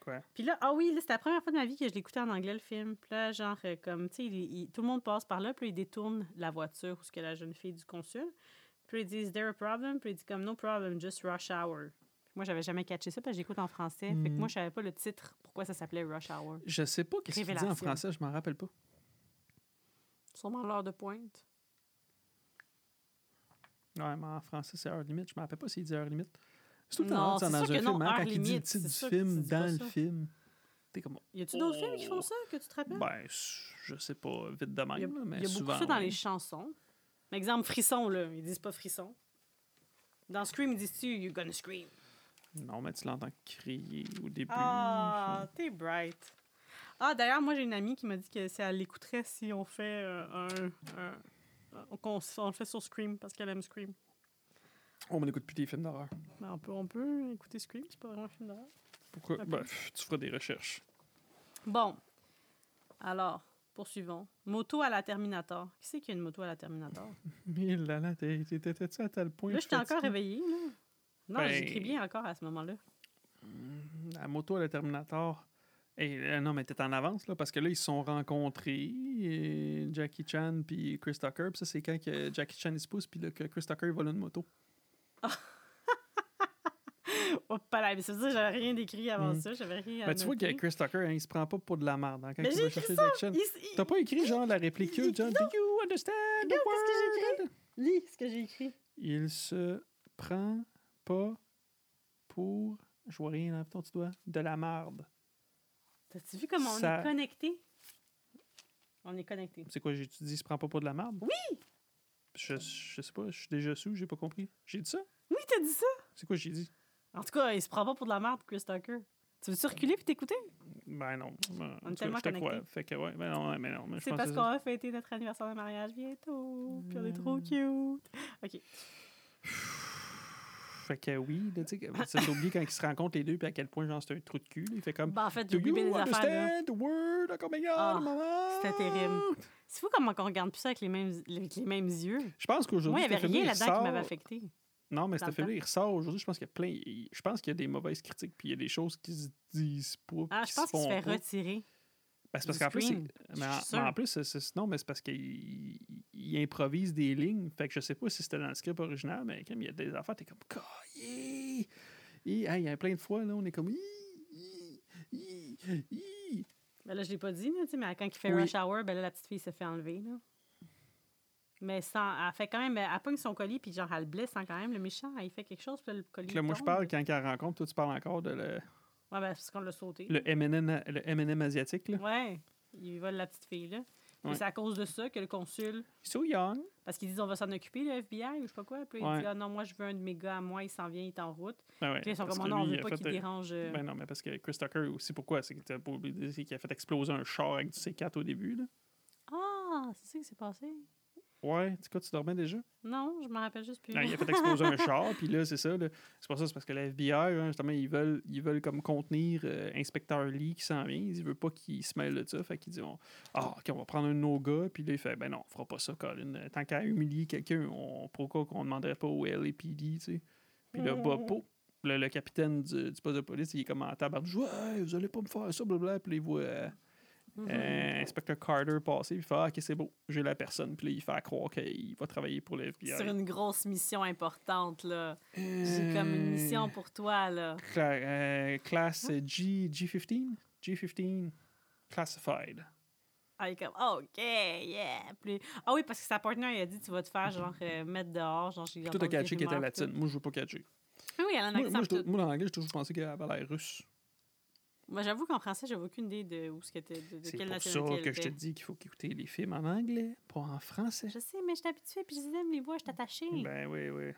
Speaker 2: quoi.
Speaker 1: Puis là, ah oui, là, c'était la première fois de ma vie que je l'écoutais en anglais, le film. Puis là, genre, euh, comme, tu sais, il- il- tout le monde passe par là, puis là, ils détournent la voiture où ce que la jeune fille du consul. Puis ils disent, Is there a problem? Puis il dit, comme, No problem, just rush hour. Puis moi, j'avais jamais catché ça, parce que j'écoute en français. Fait que
Speaker 2: Mm.
Speaker 1: moi, je savais pas le titre, pourquoi ça s'appelait rush hour.
Speaker 2: Je sais pas qu'est-ce qu'il dit en
Speaker 1: Révélation.
Speaker 2: français, je m'en rappelle pas.
Speaker 1: Sûrement l'heure de pointe.
Speaker 2: Ouais, mais en français, c'est heure limite. Je me rappelle pas s'il dit heure limite. C'est tout le temps
Speaker 1: Non,
Speaker 2: hâte, ça,
Speaker 1: c'est
Speaker 2: dans un
Speaker 1: sûr que
Speaker 2: film.
Speaker 1: non,
Speaker 2: hein,
Speaker 1: heure
Speaker 2: quand il dit le
Speaker 1: limite,
Speaker 2: titre
Speaker 1: c'est
Speaker 2: du
Speaker 1: sûr que tu
Speaker 2: film
Speaker 1: dis pas
Speaker 2: dans le
Speaker 1: ça.
Speaker 2: film, t'es comme.
Speaker 1: Y a-tu d'autres films qui font ça, que tu te rappelles?
Speaker 2: Oh. Ben, je sais pas, vite de même,
Speaker 1: Il y a,
Speaker 2: là, mais
Speaker 1: il y a beaucoup
Speaker 2: souvent.
Speaker 1: ça dans
Speaker 2: oui.
Speaker 1: les chansons. Par exemple, frisson, là. Ils disent pas frisson. Dans Scream, ils disent-tu You're gonna scream.
Speaker 2: Non, mais tu l'entends crier au début.
Speaker 1: Ah, t'es bright. Ah, d'ailleurs, moi, j'ai une amie qui m'a dit que si elle l'écouterait si on fait euh, un. un- un- qu'on s- on, le fait sur Scream parce qu'elle aime Scream.
Speaker 2: On n'écoute plus des films d'horreur.
Speaker 1: Ben, on, peut, on peut écouter Scream, c'est pas vraiment un film d'horreur.
Speaker 2: Pourquoi?
Speaker 1: Ok.
Speaker 2: Ben, pff, tu feras des recherches.
Speaker 1: Bon. Alors, poursuivons. Moto à la Terminator. Qui c'est qui a une moto à la Terminator?
Speaker 2: Mais là, là, t'es- t'es- t'étais-tu à tel point?
Speaker 1: Là, j'étais encore
Speaker 2: fatigué?
Speaker 1: réveillée, là. Non,
Speaker 2: Ben-
Speaker 1: j'écris bien encore à ce moment-là.
Speaker 2: Mm, La moto à la Terminator. Et, euh, non, mais t'es en avance, là, parce que là, ils se sont rencontrés, et Jackie Chan puis Chris Tucker. Puis ça, c'est quand que Jackie Chan il se pousse, puis là, que Chris Tucker il vole une moto.
Speaker 1: Oh, pas là, mais ça veut dire que j'avais rien décrit avant
Speaker 2: Mm.
Speaker 1: ça, j'avais rien. à
Speaker 2: Ben, tu vois que
Speaker 1: noter.
Speaker 2: Chris Tucker, hein, il se prend pas pour de la merde hein, quand
Speaker 1: Mais
Speaker 2: il
Speaker 1: j'ai
Speaker 2: va
Speaker 1: écrit
Speaker 2: chercher Jackie Chan.
Speaker 1: Il s- il-
Speaker 2: T'as pas écrit genre la réplique
Speaker 1: Il- il-
Speaker 2: John, do you understand the
Speaker 1: Regarde qu'est-ce que j'ai
Speaker 2: word?
Speaker 1: Lis ce que j'ai écrit.
Speaker 2: Il se prend pas pour. Je vois rien dans ton petit doigt. De la marde.
Speaker 1: T'as-tu vu comment on
Speaker 2: Ça-
Speaker 1: est connecté? On est connecté.
Speaker 2: C'est quoi, j'ai tu dit, il se prend pas pour de la marde? Oui! Je, je sais pas, je suis déjà sous, j'ai pas compris. J'ai dit ça?
Speaker 1: Oui, t'as dit ça!
Speaker 2: C'est quoi, j'ai dit?
Speaker 1: En tout cas, il se prend pas pour de la merde, Chris Tucker. Tu veux-tu reculer puis t'écouter?
Speaker 2: Ben non. ben, en tout cas,
Speaker 1: tellement
Speaker 2: je te crois.
Speaker 1: connectés.
Speaker 2: Fait que ouais, ben non, ouais, ben non. mais je
Speaker 1: C'est
Speaker 2: pense
Speaker 1: parce
Speaker 2: que
Speaker 1: qu'on va fêter notre anniversaire de mariage bientôt. Puis on est trop cute. OK.
Speaker 2: Fait que oui, là, tu sais, que- ça t'oublie quand ils se rencontrent les deux, puis à quel point, genre, c'est un trou de cul. là, Il fait comme.
Speaker 1: Ben, en fait, j'ai
Speaker 2: Do you
Speaker 1: oublié des affaires, là.
Speaker 2: understand the word? Encore meilleur,
Speaker 1: Ah,
Speaker 2: maman!
Speaker 1: c'était terrible. C'est fou comment on regarde plus ça avec les mêmes, avec les mêmes yeux.
Speaker 2: Je pense
Speaker 1: Moi,
Speaker 2: qu'aujourd'hui,
Speaker 1: il n'y avait
Speaker 2: Stéphanie,
Speaker 1: rien là-dedans qui
Speaker 2: ressort-
Speaker 1: m'avait affecté.
Speaker 2: Non, mais
Speaker 1: dans
Speaker 2: cet
Speaker 1: le temps.
Speaker 2: film-là, il ressort aujourd'hui. Je pense qu'il y a plein. il- Je pense qu'il y a des mauvaises critiques, puis il y a des choses qui se disent pas.
Speaker 1: Ah,
Speaker 2: qui
Speaker 1: je
Speaker 2: se
Speaker 1: pense qu'il se
Speaker 2: font
Speaker 1: fait
Speaker 2: pas.
Speaker 1: retirer.
Speaker 2: Ben, c'est parce
Speaker 1: du
Speaker 2: qu'en plus, c'est-
Speaker 1: screen.
Speaker 2: mais
Speaker 1: Je
Speaker 2: en,
Speaker 1: suis
Speaker 2: mais en
Speaker 1: sûre.
Speaker 2: plus, c'est- c'est- non, mais c'est parce qu'il il improvise des lignes. Fait que je sais pas si c'était dans le script original, mais comme il y a des affaires, t'es comme cahier. Il y a plein de fois, là, on est comme. Hi, hi, hi, hi.
Speaker 1: Ben là, je l'ai pas dit, là, tu sais, mais quand il fait
Speaker 2: Oui.
Speaker 1: rush hour, ben là, la petite fille se fait enlever. Là. Mais sans, elle fait quand même, elle pogne son colis, puis genre, elle le blesse hein, quand même, le méchant, il fait quelque chose, puis là, le colis.
Speaker 2: Fait que là, moi, je
Speaker 1: tombe.
Speaker 2: parle quand elle rencontre. Toi, tu parles encore de le,
Speaker 1: Ouais, ben, c'est parce qu'on l'a sauté.
Speaker 2: le M&M le M&M asiatique. Là.
Speaker 1: Ouais, il vole la petite fille, là. Puis
Speaker 2: Ouais.
Speaker 1: c'est à cause de ça que le consul.
Speaker 2: So young.
Speaker 1: Parce qu'ils disent, on va s'en occuper, le FBI, ou je sais pas quoi. Puis là, il
Speaker 2: Ouais.
Speaker 1: dit, ah non, moi, je veux un de mes gars à moi, il s'en vient, il est en route.
Speaker 2: Ben ouais,
Speaker 1: Puis là, ils sont
Speaker 2: parce
Speaker 1: comme, oh
Speaker 2: que
Speaker 1: non, on
Speaker 2: lui,
Speaker 1: veut
Speaker 2: il a
Speaker 1: pas
Speaker 2: fait,
Speaker 1: qu'il
Speaker 2: euh,
Speaker 1: dérange. euh,
Speaker 2: Ben non, mais parce que Chris Tucker aussi, pourquoi? C'est que t'as pas oublié, c'est qu'il a fait exploser un char avec du C4 au début. Là.
Speaker 1: Ah, c'est ça qui s'est passé?
Speaker 2: Ouais, tu quoi, tu dormais déjà?
Speaker 1: Non, je m'en rappelle juste plus.
Speaker 2: Non, il a fait exploser un char, puis là, c'est ça. là. C'est pour ça, c'est parce que la FBI, hein, justement, ils veulent, ils veulent comme contenir euh, Inspecteur Lee qui s'en vient. Ils veulent pas qu'il se mêle de ça. Fait qu'ils disent, on- ah, OK, on va prendre un de nos gars. Puis là, il fait, ben non, on fera pas ça, Colin. Euh, Tant qu'à humilier quelqu'un, on, pourquoi qu'on demanderait pas au LAPD, tu sais? Puis là, bah, po- le, le capitaine du, du poste de police, il est comme en tabarnouche. Ouais, vous allez pas me faire ça, blablabla. Puis là, il voit euh,
Speaker 1: Mhm.
Speaker 2: euh, inspecteur Carter passer. Puis il fait Ah, ok, c'est beau, j'ai la personne. Puis là, il fait croire qu'il va travailler pour le FBI.
Speaker 1: Sur une grosse mission importante, là. J'ai
Speaker 2: Euh,
Speaker 1: comme une mission pour toi, là.
Speaker 2: cla- euh, classe G, G15 G15 Classified.
Speaker 1: Ah, il est comme, OK, yeah. Puis- ah oui, parce que sa partenaire, il a dit, tu vas te faire, genre, euh, mettre dehors. Genre, j'ai
Speaker 2: Tout
Speaker 1: entendu
Speaker 2: a
Speaker 1: des
Speaker 2: catché qui était
Speaker 1: rumeurs, puis tout.
Speaker 2: latine. Moi, je veux pas catcher.
Speaker 1: Ah oui, elle a un
Speaker 2: Moi,
Speaker 1: accent.
Speaker 2: moi,
Speaker 1: puis
Speaker 2: je-
Speaker 1: tout.
Speaker 2: moi, en anglais, j'ai toujours pensé qu'elle avait l'air russe.
Speaker 1: Moi, j'avoue qu'en français, j'avais aucune idée de où ce que t'es- de, de
Speaker 2: C'est
Speaker 1: quelle
Speaker 2: pour ça
Speaker 1: nationalité elle
Speaker 2: que je te
Speaker 1: était.
Speaker 2: dis qu'il faut écouter les films en anglais, pas en français.
Speaker 1: Je sais, mais je suis habituée, puis je les aime, les voix, je suis attachée.
Speaker 2: Ben oui, oui.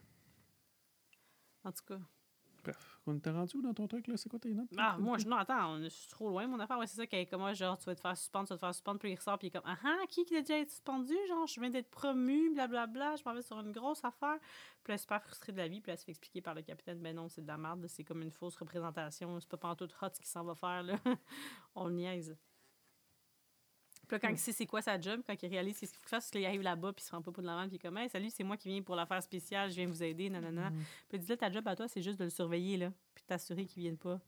Speaker 1: En tout cas.
Speaker 2: Bref, on t'a rendu où dans ton truc, là? C'est quoi tes notes? Mm,
Speaker 1: Ah, moi, je. Non, attends, on- je suis trop loin, mon affaire. Ouais, c'est ça, qu'elle est comme, moi, genre, tu vas te faire suspendre, tu vas te faire suspendre, puis il ressort, puis il est comme, ah, ah, qui qui a déjà été suspendu? Genre, je viens d'être promu, blablabla, je m'en vais sur une grosse affaire. Puis elle est super frustrée de la vie, puis elle se fait expliquer par le capitaine, ben non, c'est de la merde, c'est comme une fausse représentation, c'est pas pantoute hot ce qu'il s'en va faire, là. on le niaise. Puis là, quand il sait c'est quoi sa job, quand il réalise ce qu'il faut qu'il fasse, parce qu'il arrive là-bas, puis il se rend pas pour de la merde, puis il est comme, hey, salut, c'est moi qui viens pour l'affaire spéciale,
Speaker 2: mm.
Speaker 1: je viens vous aider, nanana. Puis il dit, là, ta job à toi, c'est juste de le surveiller, là, puis de t'assurer qu'il vienne pas.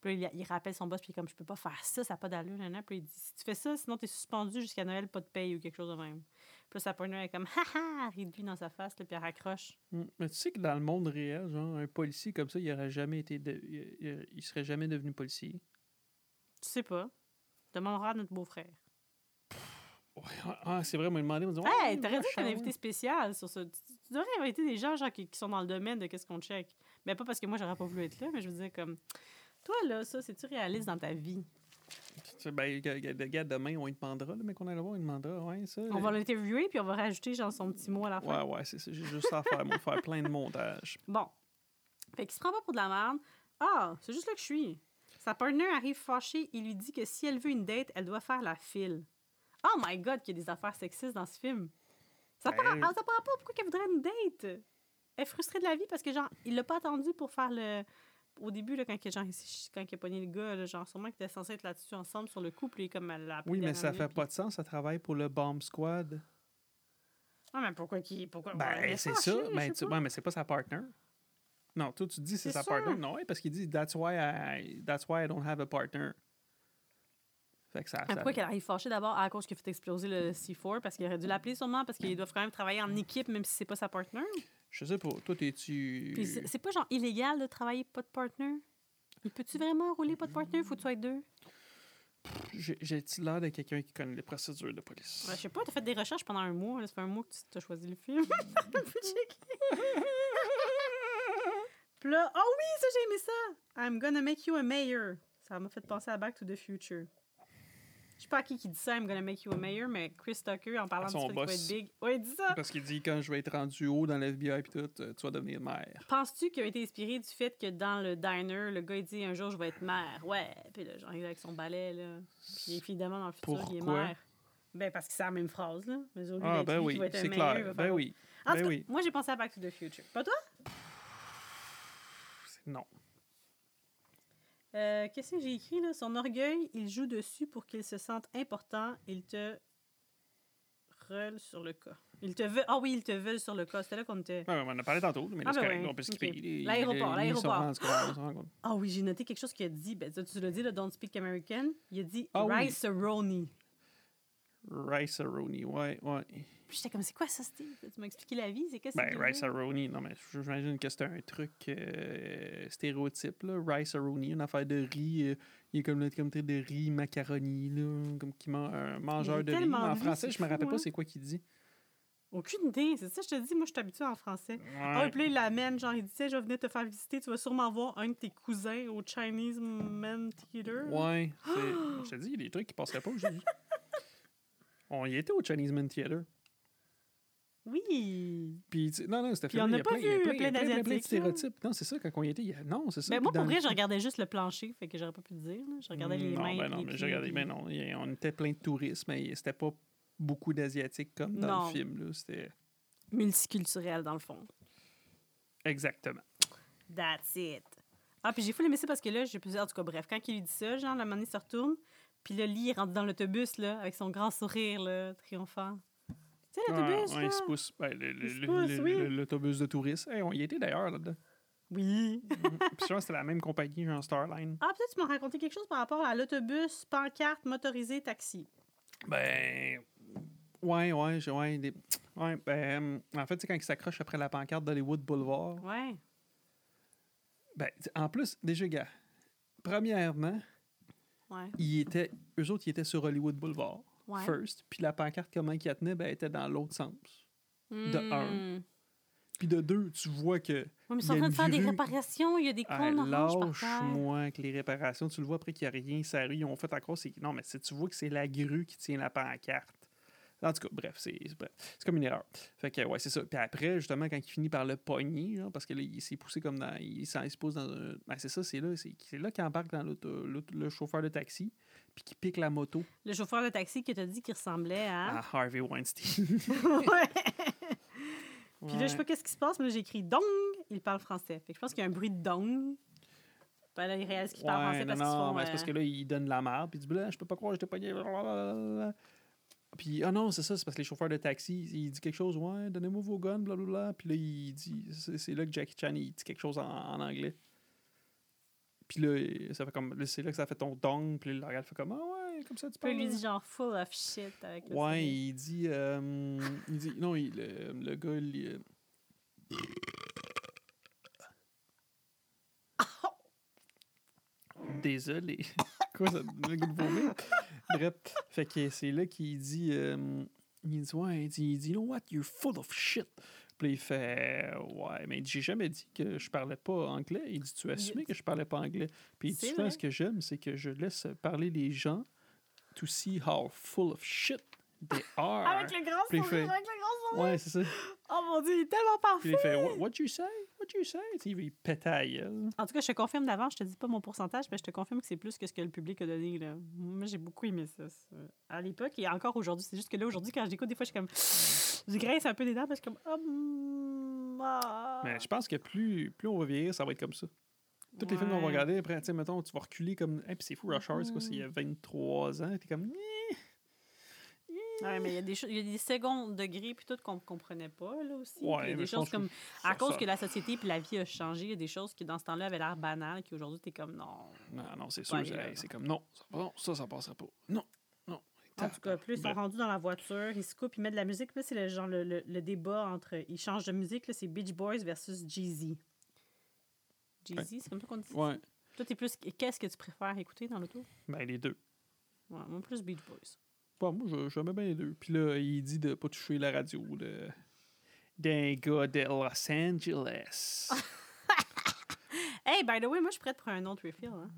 Speaker 1: Puis là, il, il rappelle son boss, puis il est comme, je peux pas faire ça, ça n'a pas d'allure. nanana. Puis il dit, si tu fais ça, sinon tu es suspendu jusqu'à Noël, pas de paye ou quelque chose de même. Puis là, sa partner elle est comme, ha ha, rit de lui dans sa face, là, puis elle raccroche.
Speaker 2: Mm. Mais tu sais que dans le monde réel, genre, un policier comme ça, il aurait jamais été. de- il- il- il serait jamais devenu policier.
Speaker 1: Tu sais pas. Demandera à notre beau-frère.
Speaker 2: Ouais, ah, c'est vrai, on m'a demandé, on m'a dit, ouais,
Speaker 1: Hey, t'aurais dû être un
Speaker 2: machin.
Speaker 1: invité spécial sur ce. Tu, tu devrais inviter des gens genre, qui, qui sont dans le domaine de qu'est-ce qu'on check. Mais pas parce que moi, j'aurais pas voulu être là, mais je veux dire, comme. Toi, là, ça, c'est-tu réaliste dans ta vie?
Speaker 2: Tu sais, Ben, le gars- le gars, demain, on lui demandera, là, mais qu'on aille le voir, on lui demandera, ouais, ça. euh,
Speaker 1: On va l'interviewer, puis on va rajouter, genre, son petit mot à la fin.
Speaker 2: Ouais, ouais, c'est ça, j'ai juste ça à faire, moi, faire plein de montages.
Speaker 1: Bon. Fait qu'il se prend pas pour de la merde. Ah, c'est juste là que je suis. Sa partner arrive fâchée. Il lui dit que si elle veut une date, elle doit faire la file. Oh my God, qu'il y a des affaires sexistes dans ce film. Ça
Speaker 2: Ben-
Speaker 1: prend, ah, ça prend pas. Pourquoi qu'elle voudrait une date? Elle est frustrée de la vie parce que, genre, il l'a pas attendu pour faire le... Au début, là, quand, il, genre, il- quand il a pogné le gars, là, genre, sûrement qu'il était censé être là-dessus ensemble sur le couple, et comme elle l'a appelé
Speaker 2: Oui, mais
Speaker 1: dernière
Speaker 2: ça fait
Speaker 1: minute,
Speaker 2: pas de sens, ça travaille pour le Bomb Squad.
Speaker 1: puis- Ah, mais pourquoi qu'il... Pourquoi... elle
Speaker 2: Ben,
Speaker 1: est
Speaker 2: c'est
Speaker 1: fâchée,
Speaker 2: ça,
Speaker 1: je
Speaker 2: ben,
Speaker 1: sais
Speaker 2: tu-
Speaker 1: pas.
Speaker 2: ouais, mais c'est pas sa partner. Non, toi, tu dis c'est
Speaker 1: C'est
Speaker 2: sa
Speaker 1: sûr.
Speaker 2: partner. Non, ouais, parce qu'il dit that's why, I, that's why I don't have a partner. Fait que ça.
Speaker 1: Ah,
Speaker 2: ça-
Speaker 1: Pourquoi qu'elle arrive fâchée d'abord à cause qu'il a fait exploser le C4 parce qu'il aurait dû l'appeler sûrement parce qu'ils doivent quand même travailler en équipe même si c'est pas sa partner.
Speaker 2: Je sais pas, toi, t'es-tu.
Speaker 1: Puis c'est c'est pas genre illégal de travailler pas de partner. Mais Peux-tu vraiment rouler pas de partner? Faut-tu être deux?
Speaker 2: J'ai- J'ai-tu l'air de quelqu'un qui connaît les procédures de police?
Speaker 1: Ouais, je sais pas, t'as fait des recherches pendant un mois. là. Ça fait un mois que tu as choisi le film. T'as pu checker. Puis là, oh oui, ça j'ai aimé ça! I'm gonna make you a mayor. Ça m'a fait penser à Back to the Future. Je sais pas à qui qui dit ça, I'm gonna make you a mayor, mais Chris Tucker, en parlant
Speaker 2: À
Speaker 1: de
Speaker 2: son
Speaker 1: ça, qu'il va
Speaker 2: boss.
Speaker 1: être big. Ouais, il dit ça!
Speaker 2: Parce qu'il dit quand je vais être rendu haut dans l'FBI puis tout, euh, tu vas devenir maire.
Speaker 1: Penses-tu qu'il a été inspiré du fait que dans le diner, le gars il dit un jour je vais être mère? Ouais, puis là, genre, il est avec son balai, là. Puis évidemment, dans le futur, il est
Speaker 2: Pourquoi?
Speaker 1: mère. Ben, parce que c'est la même phrase, là. Mais au lieu
Speaker 2: Ah
Speaker 1: d'être
Speaker 2: ben
Speaker 1: lui qui
Speaker 2: oui,
Speaker 1: va être un
Speaker 2: c'est
Speaker 1: meilleur, il va
Speaker 2: clair. Ben
Speaker 1: faire-
Speaker 2: oui.
Speaker 1: En
Speaker 2: ben
Speaker 1: tout cas,
Speaker 2: oui.
Speaker 1: moi j'ai pensé à Back to the Future. Pas toi?
Speaker 2: Non.
Speaker 1: Euh, Qu'est-ce que j'ai écrit, là? Son orgueil, il joue dessus pour qu'il se sente important. Il te. Rele sur le cas. Il te veut. Ah oui, il te veut sur le cas. C'était là qu'on était.
Speaker 2: Ouais, ouais, on en a parlé tantôt, mais
Speaker 1: Ah
Speaker 2: là, c'est
Speaker 1: ben
Speaker 2: correct,
Speaker 1: oui.
Speaker 2: on peut skipper.
Speaker 1: Ok.
Speaker 2: Il- il-
Speaker 1: L'aéroport,
Speaker 2: il- ils sont
Speaker 1: l'aéroport.
Speaker 2: rendus compte, ils sont rendus compte.
Speaker 1: Ah oui, j'ai noté quelque chose qu'il a dit. Ben, ça, tu l'as dit, le Don't Speak American. Il a dit
Speaker 2: Ah oui.
Speaker 1: Rice Roni.
Speaker 2: Rice Aroni, ouais, ouais.
Speaker 1: Puis j'étais comme, c'est quoi ça, Steve? Tu m'as expliqué la vie, c'est qu'est-ce que
Speaker 2: Ben,
Speaker 1: c'est?
Speaker 2: Rice Aroni, non, mais j'imagine que c'était un truc euh, stéréotype, là. Rice Aroni, une affaire de riz. euh, il est comme notre comité de riz, macaroni, là, comme qui man- un mangeur
Speaker 1: est
Speaker 2: de riz. Mais
Speaker 1: tellement
Speaker 2: en
Speaker 1: vu,
Speaker 2: français,
Speaker 1: c'est
Speaker 2: je me
Speaker 1: fou,
Speaker 2: rappelle
Speaker 1: hein.
Speaker 2: pas c'est quoi qu'il dit.
Speaker 1: Aucune idée, c'est ça, je te dis, moi, je suis habituée en français. Ah, et puis là, il l'amène, genre, il dit, Tu sais, je vais venir te faire visiter, tu vas sûrement voir un de tes cousins au Chinese Man Theater.
Speaker 2: Ouais, c'est- je te dis, il y a des trucs qui passeraient pas aujourd'hui. On y était au Chinese Man Theater.
Speaker 1: Oui!
Speaker 2: Puis, tu- non, non, c'était
Speaker 1: Puis
Speaker 2: fait-
Speaker 1: on
Speaker 2: il y
Speaker 1: n'a pas
Speaker 2: plein- il y
Speaker 1: vu
Speaker 2: plein- il y a
Speaker 1: plein
Speaker 2: plein- plein de
Speaker 1: d'Asiatiques, là.
Speaker 2: stéréotypes. Non, c'est ça, quand on y était, il y a- Non, c'est ça.
Speaker 1: Ben,
Speaker 2: puis
Speaker 1: moi,
Speaker 2: dans
Speaker 1: pour
Speaker 2: le-
Speaker 1: vrai, je regardais juste le plancher, fait que j'aurais pas pu le dire, là. Je regardais les
Speaker 2: non,
Speaker 1: mains.
Speaker 2: Ben
Speaker 1: puis
Speaker 2: non,
Speaker 1: les
Speaker 2: mais
Speaker 1: pieds,
Speaker 2: je regardais,
Speaker 1: puis-
Speaker 2: ben non, il y a- on était plein de touristes, mais c'était pas beaucoup d'Asiatiques comme dans
Speaker 1: Non.
Speaker 2: le film. Là. C'était...
Speaker 1: Multiculturel, dans le fond.
Speaker 2: Exactement.
Speaker 1: That's it. Ah, puis j'ai fou l'aimer ça parce que là, j'ai plusieurs. En tout cas, bref, quand il lui dit ça, genre, la manie se retourne, puis là, lui, il rentre dans l'autobus, là, avec son grand sourire, là, triomphant. Tu sais, l'autobus,
Speaker 2: Ah, ouais,
Speaker 1: là.
Speaker 2: il se pousse. Ben, le- le-
Speaker 1: Il se
Speaker 2: le-
Speaker 1: pousse,
Speaker 2: le-
Speaker 1: oui.
Speaker 2: le- L'autobus de touristes. Hey, on y était d'ailleurs là-dedans.
Speaker 1: Oui.
Speaker 2: Mhm. Puis sûrement, c'était la même compagnie, genre Starline.
Speaker 1: Ah, peut-être tu m'as raconté quelque chose par rapport à l'autobus, pancarte, motorisé, taxi.
Speaker 2: Ben. Ouais, ouais, j'ai- ouais, des- ouais, ben, en fait, tu sais, quand ils s'accrochent après la pancarte d'Hollywood Boulevard,
Speaker 1: Ouais.
Speaker 2: ben, tu- en plus, déjà, gars, premièrement,
Speaker 1: Ouais.
Speaker 2: ils étaient, eux autres, ils étaient sur Hollywood Boulevard,
Speaker 1: Ouais.
Speaker 2: first, puis la pancarte, comment qu'ils la tenaient, ben, elle était dans l'autre sens. de un. Puis de deux, tu vois que
Speaker 1: Oui, Hmm. mais ils sont
Speaker 2: Il
Speaker 1: en
Speaker 2: y a
Speaker 1: train de faire
Speaker 2: une
Speaker 1: des
Speaker 2: grue.
Speaker 1: réparations, il y a des
Speaker 2: ah,
Speaker 1: cônes oranges par terre.
Speaker 2: lâche-moi avec les réparations, tu le vois après qu'il n'y a rien, ça arrive, ils ont fait encore, c'est non, mais c'est- tu vois que c'est la grue qui tient la pancarte. En tout cas, bref, c'est c'est- bref, c'est comme une erreur. Fait que, ouais, c'est ça. Puis après, justement, quand il finit par le pogner, genre, parce que là, il s'est poussé comme dans. Il, s'en- il se pousse dans un. Ben, c'est ça, c'est là, c'est c'est là qu'il embarque dans l'auto- l'auto- le chauffeur de taxi, puis qui pique la moto
Speaker 1: Le chauffeur de taxi qui t'a dit qu'il ressemblait à.
Speaker 2: à Harvey Weinstein.
Speaker 1: ouais. Puis là, je sais
Speaker 2: Ah. Ouais.
Speaker 1: pas qu'est-ce qui se passe, mais là, j'ai écrit dong, il parle français. Fait que je pense qu'il y a un bruit de dong. Ben là, il réalise qu'il parle français
Speaker 2: Ouais, non,
Speaker 1: parce qu'ils
Speaker 2: non,
Speaker 1: font.
Speaker 2: mais c'est parce
Speaker 1: euh,
Speaker 2: que là, il donne la merde, puis il dit, Blah, je peux pas croire, j'étais pogné. blablabla. Puis, ah non, c'est ça, c'est parce que les chauffeurs de taxi, il dit quelque chose, ouais, donnez-moi vos guns, blablabla. Puis là, il dit, c'est c'est là que Jackie Chan, il dit quelque chose en, en anglais. Puis là, il- ça fait comme, là, c'est là que ça fait ton dong. Puis là, le regarde fait comme, ah ouais, comme ça, tu
Speaker 1: Puis
Speaker 2: parles.
Speaker 1: lui
Speaker 2: là.
Speaker 1: dit genre full of shit avec le
Speaker 2: Ouais,
Speaker 1: sourire.
Speaker 2: il dit, euh, il dit, non, il- le, le gars, il, euh, Désolé. Quoi, ça le goût de vomir? Bref, fait que c'est là qu'il dit, euh, il dit, ouais, il dit, il dit, you know what, you're full of shit. Puis là, il fait, ouais, mais j'ai jamais dit que je parlais pas anglais. Il dit, tu as assumé que je parlais pas anglais. Puis
Speaker 1: C'est
Speaker 2: tu sais,
Speaker 1: vrai.
Speaker 2: ce que j'aime, c'est que je laisse parler les gens to see how full of shit they are.
Speaker 1: Avec le grand
Speaker 2: Puis il
Speaker 1: sourire,
Speaker 2: fait-
Speaker 1: avec le grand sourire.
Speaker 2: Ouais, c'est ça.
Speaker 1: Oh mon dieu, il est tellement parfait.
Speaker 2: Puis il fait, what, what you say? What you say? Tu sais, il pétaille. hein.
Speaker 1: En tout cas, je te confirme d'avance, je te dis pas mon pourcentage, mais je te confirme que c'est plus que ce que le public a donné. Là. Moi, j'ai beaucoup aimé ça. ça. À l'époque et encore aujourd'hui. C'est juste que là, aujourd'hui, quand je l'écoute, des fois, je suis comme. Je grince un peu des dents parce que je suis comme. Ah, mm, ah.
Speaker 2: Mais je pense que plus, plus on va vieillir, ça va être comme ça. Tous les films qu'on va
Speaker 1: Ouais.
Speaker 2: regarder après, tu sais, mettons, tu vas reculer comme. Hey, puis c'est fou, Rush Hour, c'est quoi, c'est il y a 23 ans, t'es comme. Nyeh, nyeh.
Speaker 1: Ouais, mais il y a des choses, il y a des secondes degrés puis tout qu'on ne comprenait pas là aussi. Puis
Speaker 2: Ouais,
Speaker 1: il y a
Speaker 2: mais
Speaker 1: des
Speaker 2: je
Speaker 1: choses
Speaker 2: pense que
Speaker 1: comme
Speaker 2: ça
Speaker 1: à cause
Speaker 2: sort.
Speaker 1: que la société puis la vie a changé, il y a des choses qui dans ce temps-là avaient l'air banales qui aujourd'hui t'es comme non.
Speaker 2: Non, non, c'est sûr,
Speaker 1: Ouais,
Speaker 2: c'est
Speaker 1: là,
Speaker 2: hey, c'est comme non, ça, non, ça, ça passera pas. Non, non.
Speaker 1: En tout cas, plus ils sont
Speaker 2: Bref.
Speaker 1: rendus dans la voiture, ils se coupent, ils mettent de la musique. Puis Là, c'est le genre le, le- le débat entre ils changent de musique. Là, c'est Beach Boys versus Jay-Z. Jay-Z, c'est comme ça qu'on dit. ça?
Speaker 2: Ouais,
Speaker 1: Toi, t'es plus. Qu'est-ce que tu préfères écouter dans l'auto?
Speaker 2: ben les deux.
Speaker 1: Ouais, moi, plus Beach Boys.
Speaker 2: Bon, moi, je- j'aimais bien les deux. Puis là, il dit de pas toucher la radio de- d'un gars de Los Angeles.
Speaker 1: Hey, by the way, moi, je suis prête pour un autre refill. hein.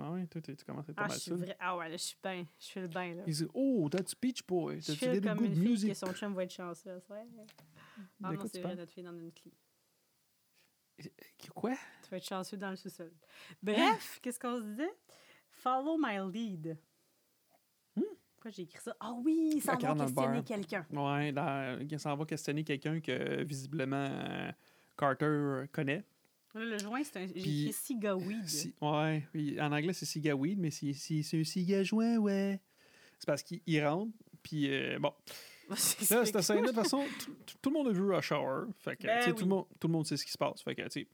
Speaker 2: ah ouais, toi, t'es- tu commences à être pas
Speaker 1: Ah, je
Speaker 2: mal
Speaker 1: suis
Speaker 2: ça.
Speaker 1: vrai. Ah ouais, là, je suis bien. Je fais le bain, là.
Speaker 2: Il dit Oh, that's Beach Boy.
Speaker 1: Je
Speaker 2: That's
Speaker 1: fais
Speaker 2: little
Speaker 1: comme
Speaker 2: good
Speaker 1: une fille
Speaker 2: music.
Speaker 1: que son chum va être chanceuse. Ouais. Ah
Speaker 2: De
Speaker 1: non, c'est
Speaker 2: quoi Bah, tu
Speaker 1: vrai,
Speaker 2: parles?
Speaker 1: notre fille dans une clé.
Speaker 2: Quoi?
Speaker 1: Tu vas être chanceux dans le sous-sol.
Speaker 2: Hein?
Speaker 1: Bref, qu'est-ce qu'on se disait? Follow my lead.
Speaker 2: Hmm?
Speaker 1: Pourquoi j'ai écrit ça? Ah oui, ça
Speaker 2: La
Speaker 1: va
Speaker 2: carte dans le
Speaker 1: questionner
Speaker 2: beurre.
Speaker 1: quelqu'un.
Speaker 2: Ouais, dans, il s'en va questionner quelqu'un que visiblement euh, Carter connaît.
Speaker 1: Là, le joint, c'est un. J'ai
Speaker 2: Puis-
Speaker 1: écrit Siga Weed.
Speaker 2: Si- ouais, oui, en anglais c'est ciga weed, mais c'est c'est- c'est un ciga joint, ouais. C'est parce qu'il il rentre, puis euh, bon. Là, cette scène-là, de toute façon, tout- tout tout le monde a vu Rush Hour. Fait que,
Speaker 1: Ben
Speaker 2: tu sais, tout,
Speaker 1: oui.
Speaker 2: le monde, tout le monde sait ce qui se passe. Fait que, tu sais,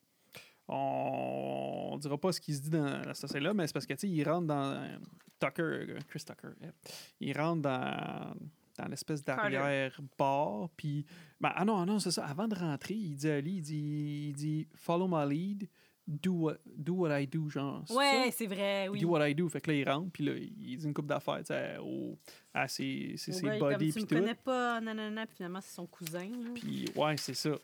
Speaker 2: on, on dira pas ce qui se dit dans dans cette scène-là, mais c'est parce que, tu sais, il rentre dans. Tucker, euh, Chris Tucker, yeah. il rentre dans, dans l'espèce
Speaker 1: Carter.
Speaker 2: d'arrière-bar. Puis. ben, ah non, ah non, c'est ça. Avant de rentrer, il dit à Ali, il dit, il dit Follow my lead, do what, do what I do, genre. c'est ça?
Speaker 1: Ouais, c'est vrai, oui.
Speaker 2: Do what I do. Fait que là, il rentre, puis là, il dit une coupe d'affaires, tu sais, au- à ses, ses,
Speaker 1: Mon
Speaker 2: ses
Speaker 1: gars, il est comme, tu
Speaker 2: buddies, puis
Speaker 1: me
Speaker 2: tout.
Speaker 1: connais pas, nanana, puis finalement, c'est son cousin. là.
Speaker 2: Puis, ouais, c'est ça.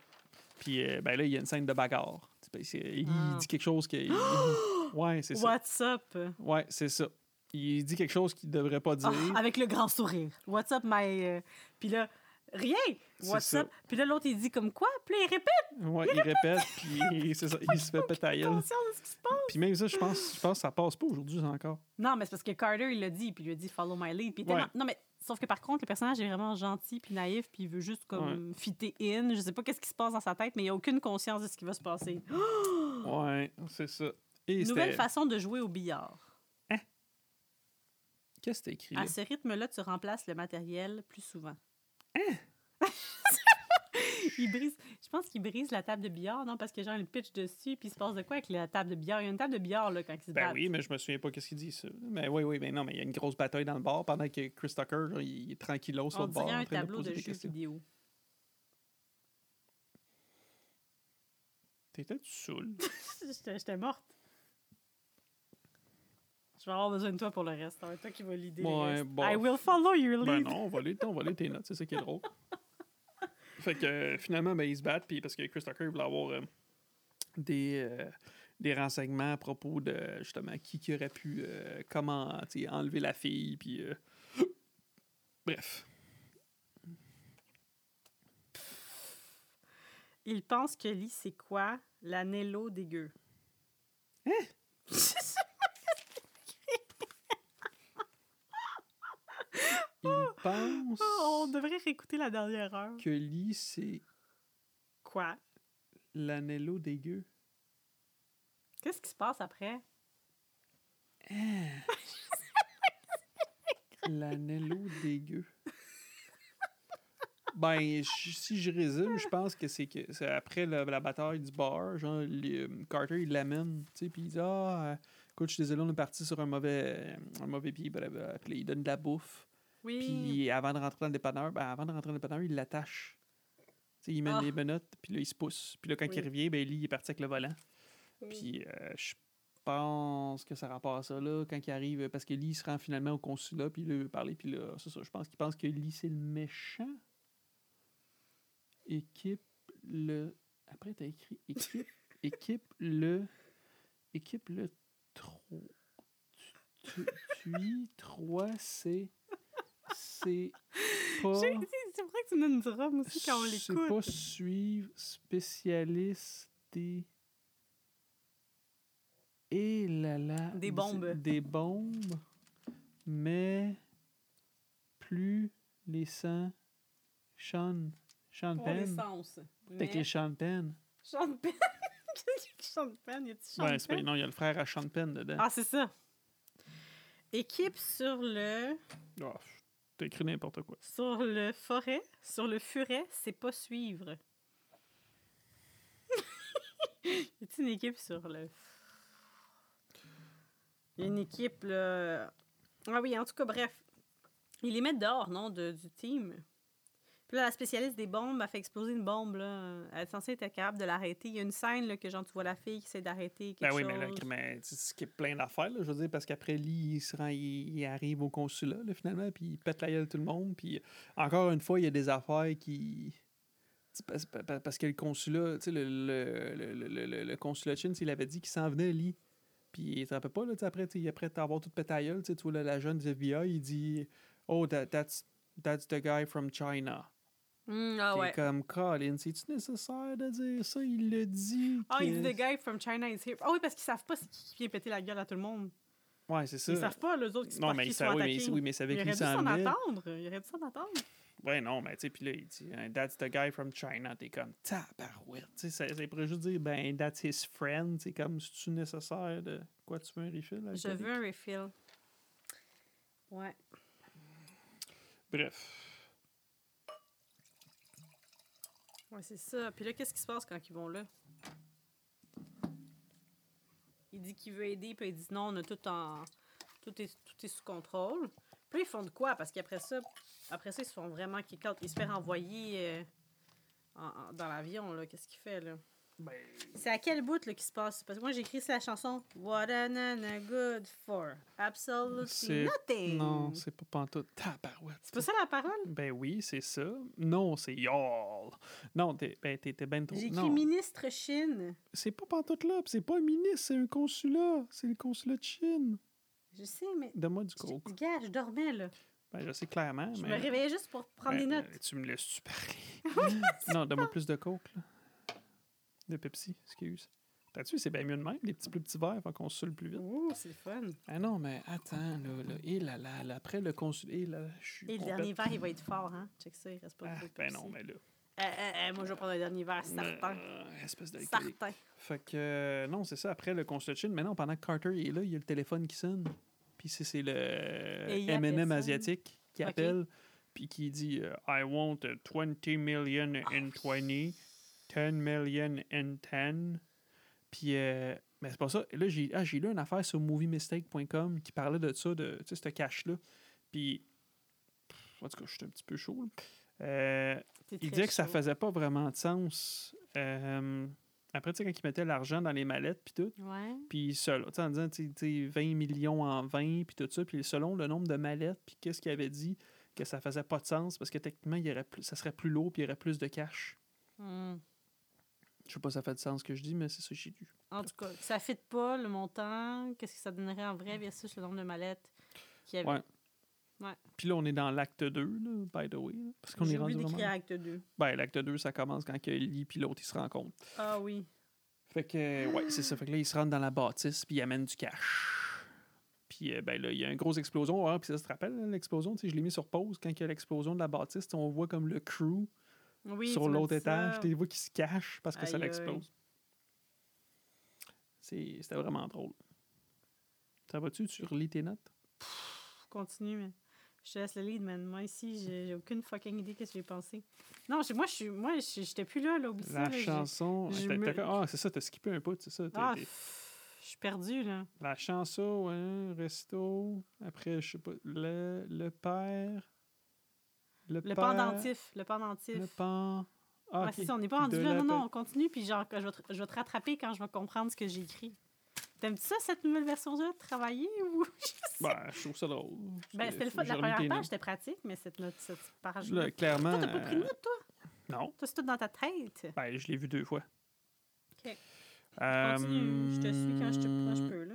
Speaker 2: Puis, euh, ben là, il y a une scène de bagarre. Tu sais, c'est- Il
Speaker 1: Ah.
Speaker 2: dit quelque chose que. il- ouais, c'est ça.
Speaker 1: What's up?
Speaker 2: Ouais, c'est ça. Il dit quelque chose qu'il devrait pas dire.
Speaker 1: Ah, avec le grand sourire. What's up, my. euh, Puis là, rien!
Speaker 2: C'est
Speaker 1: What's
Speaker 2: ça.
Speaker 1: up? Puis là, l'autre, il dit comme quoi? Puis là, il répète,
Speaker 2: ouais, il répète, puis c'est ça. Il se fait péter la gueule.
Speaker 1: conscient de ce qui se passe.
Speaker 2: Puis même ça, je pense, je pense que ça passe pas aujourd'hui encore.
Speaker 1: Non, mais c'est parce que Carter, il l'a dit, puis il lui a dit follow my lead. Puis il est
Speaker 2: Ouais.
Speaker 1: tellement- Non, mais sauf que par contre, le personnage est vraiment gentil, puis naïf, puis il veut juste comme fitter in. Je sais pas qu'est-ce qui se passe dans sa tête, mais il a aucune conscience de ce qui va se passer.
Speaker 2: Ouais, c'est ça. Et
Speaker 1: Nouvelle
Speaker 2: c'était.
Speaker 1: façon de jouer au billard.
Speaker 2: Qu'est-ce que t'as écrit là?
Speaker 1: À ce rythme-là, tu remplaces le matériel plus souvent.
Speaker 2: Hein?
Speaker 1: il brise, je pense qu'il brise la table de billard, non? Parce que genre, il pitch dessus, puis il se passe de quoi avec la table de billard? Il y a une table de billard, là, quand il se
Speaker 2: Ben
Speaker 1: bat.
Speaker 2: oui, mais je me souviens pas qu'est-ce qu'il dit ça. Mais oui, oui, mais non, mais il y a une grosse bataille dans le bar pendant que Chris Tucker, genre, il est tranquillo sur
Speaker 1: On
Speaker 2: le bar.
Speaker 1: dirait
Speaker 2: en
Speaker 1: un
Speaker 2: train de
Speaker 1: tableau
Speaker 2: poser
Speaker 1: de
Speaker 2: des
Speaker 1: jeu
Speaker 2: questions.
Speaker 1: vidéo.
Speaker 2: T'étais-tu saoul?
Speaker 1: J'étais j'étais morte. Je vais avoir besoin de toi pour le reste. C'est toi qui vas l'idée.
Speaker 2: Ouais, bon.
Speaker 1: I will follow your
Speaker 2: Ben
Speaker 1: lead.
Speaker 2: non, on va lire, on va lire tes notes, c'est ça qui est drôle. fait que euh, finalement, ben, ils se battent, puis parce que Chris Tucker il voulait avoir euh, des, euh, des renseignements à propos de justement qui, qui aurait pu euh, comment tu sais, enlever la fille, puis euh, bref.
Speaker 1: Il pense que Lee, c'est quoi? L'anello dégueu. Hein?
Speaker 2: Il pense
Speaker 1: Ah, on devrait réécouter la dernière heure.
Speaker 2: que Lee, c'est
Speaker 1: Quoi?
Speaker 2: l'anello dégueu.
Speaker 1: Qu'est-ce qui se passe après?
Speaker 2: L'anello dégueu. Ben, j- si je résume, je pense que c'est que c'est après la, la bataille du bar, genre, les- euh, Carter, il l'amène, tu sais, puis il dit Ah, euh, écoute, je suis désolé, on est parti sur un mauvais, un mauvais pied, blablabla. Puis là, il donne de la bouffe.
Speaker 1: Oui.
Speaker 2: Puis avant de rentrer dans le dépanneur, ben, avant de rentrer dans le dépanneur, il l'attache. Tu sais, il mène
Speaker 1: Ah.
Speaker 2: les menottes, puis là, il se pousse. Puis là, quand
Speaker 1: Oui.
Speaker 2: il revient, ben, lui, il est parti avec le volant.
Speaker 1: Mm.
Speaker 2: Puis euh, je pense que ça rapporte à ça, là, quand il arrive, parce que Lee, il se rend finalement au consulat, puis il veut parler, puis là, c'est ça, je pense qu'il pense que Lee, c'est le méchant. Équipe le... Après, t'as écrit équipe, équipe le... Équipe le 3... Tui, 3, c'est... C'est pas...
Speaker 1: J'ai- C'est vrai que tu nous diras moi aussi quand on
Speaker 2: C'est
Speaker 1: l'écoute.
Speaker 2: oh. pas suivre spécialiste des. Et là là.
Speaker 1: Des bombes.
Speaker 2: Des bombes. Mais plus les sangs. Sean. Sean
Speaker 1: Pour
Speaker 2: Penn.
Speaker 1: l'essence.
Speaker 2: Ben. Fait que Sean Penn.
Speaker 1: Sean Penn. Sean Penn, y a-tu Sean
Speaker 2: Ouais, c'est pas-
Speaker 1: Penn?
Speaker 2: non, il y a le frère à Sean Penn dedans.
Speaker 1: Ah, c'est ça. Équipe sur le
Speaker 2: Oh, T'as écrit n'importe quoi.
Speaker 1: sur le forêt, sur le furet, c'est pas suivre. y a-t-il une équipe sur le Y a une équipe là Ah oui, en tout cas bref. Ils les mettent dehors, non, de- du team. Puis là, la spécialiste des bombes a fait exploser une bombe, là. Elle est censée être capable de l'arrêter. Il y a une scène, là, que genre, tu vois la fille qui essaie d'arrêter quelque
Speaker 2: Ben oui,
Speaker 1: chose.
Speaker 2: mais là, mais tu sais, ce qui est plein d'affaires, là, je veux dire, parce qu'après, lui, il, se rend- il, il arrive au consulat, là, finalement, puis il pète la gueule à tout le monde, puis encore une fois, il y a des affaires qui... tu sais, Parce, parce- parce que le consulat, tu sais, le, le, le, le- le- le consulat de Chine, il avait dit qu'il s'en venait, lui. Puis il te rappelle pas, là, tu sais, après, tu sais, après t'avoir tout pété la gueule, tu sais, tu vois, là, la jeune du FBI, il dit « Oh, that- that's, that's the guy from China ».
Speaker 1: Hum, ah
Speaker 2: T'es
Speaker 1: ouais.
Speaker 2: comme « Colin, c'est-tu nécessaire de dire ça? Il le dit.
Speaker 1: Ah, il
Speaker 2: que-
Speaker 1: dit The guy from China is here. Ah oui, parce qu'ils savent pas c'est qui qui vient péter la gueule à tout le monde.
Speaker 2: Ouais, c'est ça.
Speaker 1: Ils savent pas, les autres, qui se
Speaker 2: Non,
Speaker 1: par
Speaker 2: mais
Speaker 1: qui
Speaker 2: il
Speaker 1: ils sont
Speaker 2: savait, oui, mais,
Speaker 1: attaqués.
Speaker 2: c'est- oui, mais il savait
Speaker 1: Il
Speaker 2: qu'il
Speaker 1: aurait dû
Speaker 2: s'en
Speaker 1: s'en
Speaker 2: venait.
Speaker 1: attendre. Il aurait dû s'en attendre.
Speaker 2: Ouais, non, mais tu sais, puis là, il dit, hein, That's the guy from China. T'es comme, tabarouette. Tu sais, ça, ça pourrait juste dire, ben, that's his friend. C'est comme, c'est-tu nécessaire de. Quoi, tu veux un refill?
Speaker 1: Je
Speaker 2: alcoolique?
Speaker 1: veux un refill. Ouais.
Speaker 2: Bref.
Speaker 1: Ouais, c'est ça. Puis là, qu'est-ce qui se passe quand ils vont là? Il dit qu'il veut aider, puis il dit non, on a tout en. Tout est, tout est sous contrôle. Puis ils font de quoi? Parce qu'après ça, après ça, ils se font vraiment kick out. Ils se fait renvoyer euh, en- en- dans l'avion, là. Qu'est-ce qu'il fait, là?
Speaker 2: Ben,
Speaker 1: C'est à quel bout là, qui se passe? Parce que moi, j'ai écrit la chanson What a nana good for? Absolutely
Speaker 2: C'est-
Speaker 1: nothing.
Speaker 2: non, c'est pas pantoute. Tabarouette.
Speaker 1: C'est pas ça la parole?
Speaker 2: Ben oui, c'est ça. Non, c'est y'all. Non, t'es ben, t'es- t'es ben trop.
Speaker 1: J'ai écrit
Speaker 2: non.
Speaker 1: ministre Chine.
Speaker 2: C'est pas pantoute là, pis c'est pas un ministre, c'est un consulat. C'est le consulat de Chine.
Speaker 1: Je sais, mais.
Speaker 2: Donne-moi du coke.
Speaker 1: Je- Gars, je dormais, là.
Speaker 2: Ben, je sais clairement,
Speaker 1: Je
Speaker 2: mais.
Speaker 1: me réveillais juste pour prendre des
Speaker 2: Ben,
Speaker 1: notes.
Speaker 2: euh, Tu me laisses-tu parler? non, donne-moi plus de coke, là. De Pepsi, excuse. T'as-tu, c'est bien mieux de même, les petits plus petits verres, fait qu'on se saoule plus vite.
Speaker 1: Ouh, c'est le fun.
Speaker 2: Ah non, mais attends, là, là, et là, là, là, après le consul, et là, là, je suis...
Speaker 1: Et le
Speaker 2: pompette.
Speaker 1: dernier verre, il va être fort, hein? Check ça, il reste pas
Speaker 2: Ah,
Speaker 1: beaucoup de
Speaker 2: ben
Speaker 1: Pepsi.
Speaker 2: non, mais là...
Speaker 1: Eh, eh, eh, moi, je vais prendre le dernier verre, certain.
Speaker 2: euh, espèce d'alcoolique.
Speaker 1: Certain.
Speaker 2: Fait que, euh, non, c'est ça, après le consul de Chine, mais non, pendant que Carter est là, il y a le téléphone qui sonne. Puis c'est c'est le
Speaker 1: Et il appelle
Speaker 2: M&M
Speaker 1: ça.
Speaker 2: asiatique qui
Speaker 1: Ok.
Speaker 2: appelle, puis qui dit euh, I want euh, 20 million
Speaker 1: Ah,
Speaker 2: in 20, 10 million in 10. Puis, euh, mais c'est pas ça. Là, j'ai ah, j'ai lu une affaire sur moviemistake.com qui parlait de ça, de tu sais, ce cash-là. Puis, pff, en tout cas, je suis un petit peu chaud. là. Euh,
Speaker 1: C'est
Speaker 2: il
Speaker 1: très
Speaker 2: disait que ça
Speaker 1: chaud.
Speaker 2: faisait pas vraiment de sens. Euh, après, tu sais, quand il mettait l'argent dans les mallettes, puis tout,
Speaker 1: Ouais.
Speaker 2: puis selon- tu sais, en disant, tu sais, tu sais, 20 millions en 20, puis tout ça, puis selon le nombre de mallettes, puis qu'est-ce qu'il avait dit, que ça faisait pas de sens, parce que techniquement, il y aurait plus, ça serait plus lourd, puis il y aurait plus de cash.
Speaker 1: Hmm.
Speaker 2: Je sais pas si ça fait du sens ce que je dis, mais c'est ça que j'ai lu.
Speaker 1: En tout cas, ça fit pas le montant, qu'est-ce que ça donnerait en vrai versus le nombre de mallettes qu'il y avait.
Speaker 2: Ouais. Puis là, on est dans l'acte 2, là, by the way, là, parce qu'on est
Speaker 1: J'ai
Speaker 2: rendu
Speaker 1: oublié
Speaker 2: vraiment...
Speaker 1: d'écrire acte 2.
Speaker 2: Ben, l'acte 2, ça commence quand que Lee puis l'autre, ils se rencontrent.
Speaker 1: Ah oui.
Speaker 2: Fait que, ouais, c'est ça. Fait que là, ils se rentrent dans la bâtisse, puis ils amènent du cash. Puis, euh, ben là, il y a une grosse explosion. Ah, puis ça, se rappelle, hein, l'explosion, tu sais, je l'ai mis sur pause. Quand il y a l'explosion de la bâtisse, on voit comme le crew
Speaker 1: oui
Speaker 2: sur
Speaker 1: tu m'as
Speaker 2: l'autre
Speaker 1: dit ça.
Speaker 2: étage. Tu les vois qui se cachent parce que ça
Speaker 1: Aïe, aïe.
Speaker 2: l'explose. C'est- C'était vraiment drôle. Ça va-tu? Tu relis tes notes?
Speaker 1: Continue, mais je Je te laisse le lead, man. Moi, ici, j'ai j'ai aucune fucking idée qu'est-ce que j'ai pensé. Non, je- moi, je suis, moi, je- j'étais plus là, là, au bout de ça,
Speaker 2: La
Speaker 1: là, j'ai-
Speaker 2: chanson.
Speaker 1: je
Speaker 2: t'as-
Speaker 1: me-
Speaker 2: t'as- Ah, c'est ça, t'as skippé un bout, c'est ça. t'as-
Speaker 1: Ah,
Speaker 2: t'es-
Speaker 1: pff, je suis perdue, là.
Speaker 2: La chanson, hein, resto. Après, je sais pas. Le, le père.
Speaker 1: Le
Speaker 2: père-
Speaker 1: pendentif, le pendentif.
Speaker 2: Le pan. Ah,
Speaker 1: Ouais,
Speaker 2: ok.
Speaker 1: c'est ça, on n'est pas rendu
Speaker 2: De
Speaker 1: là.
Speaker 2: la
Speaker 1: Non, non,
Speaker 2: pe-
Speaker 1: on continue, puis genre, je vais, te, je vais te rattraper quand je vais comprendre ce que j'ai écrit. T'aimes-tu ça, cette nouvelle version-là, de travailler ou je sais-
Speaker 2: Ben, je trouve ça drôle.
Speaker 1: Ben,
Speaker 2: C'est-
Speaker 1: c'était le fun.
Speaker 2: j'ai
Speaker 1: La
Speaker 2: remis tes
Speaker 1: première page,
Speaker 2: notes.
Speaker 1: c'était pratique, mais cette, note- cette page.
Speaker 2: Là, clairement.
Speaker 1: Toi, t'as pas pris de
Speaker 2: euh,
Speaker 1: notes, toi.
Speaker 2: Non.
Speaker 1: Toi, c'est tout dans ta tête.
Speaker 2: Ben, je l'ai vu deux fois.
Speaker 1: Ok. Continue, je te suis quand je te quand je
Speaker 2: Euh,
Speaker 1: peux, là.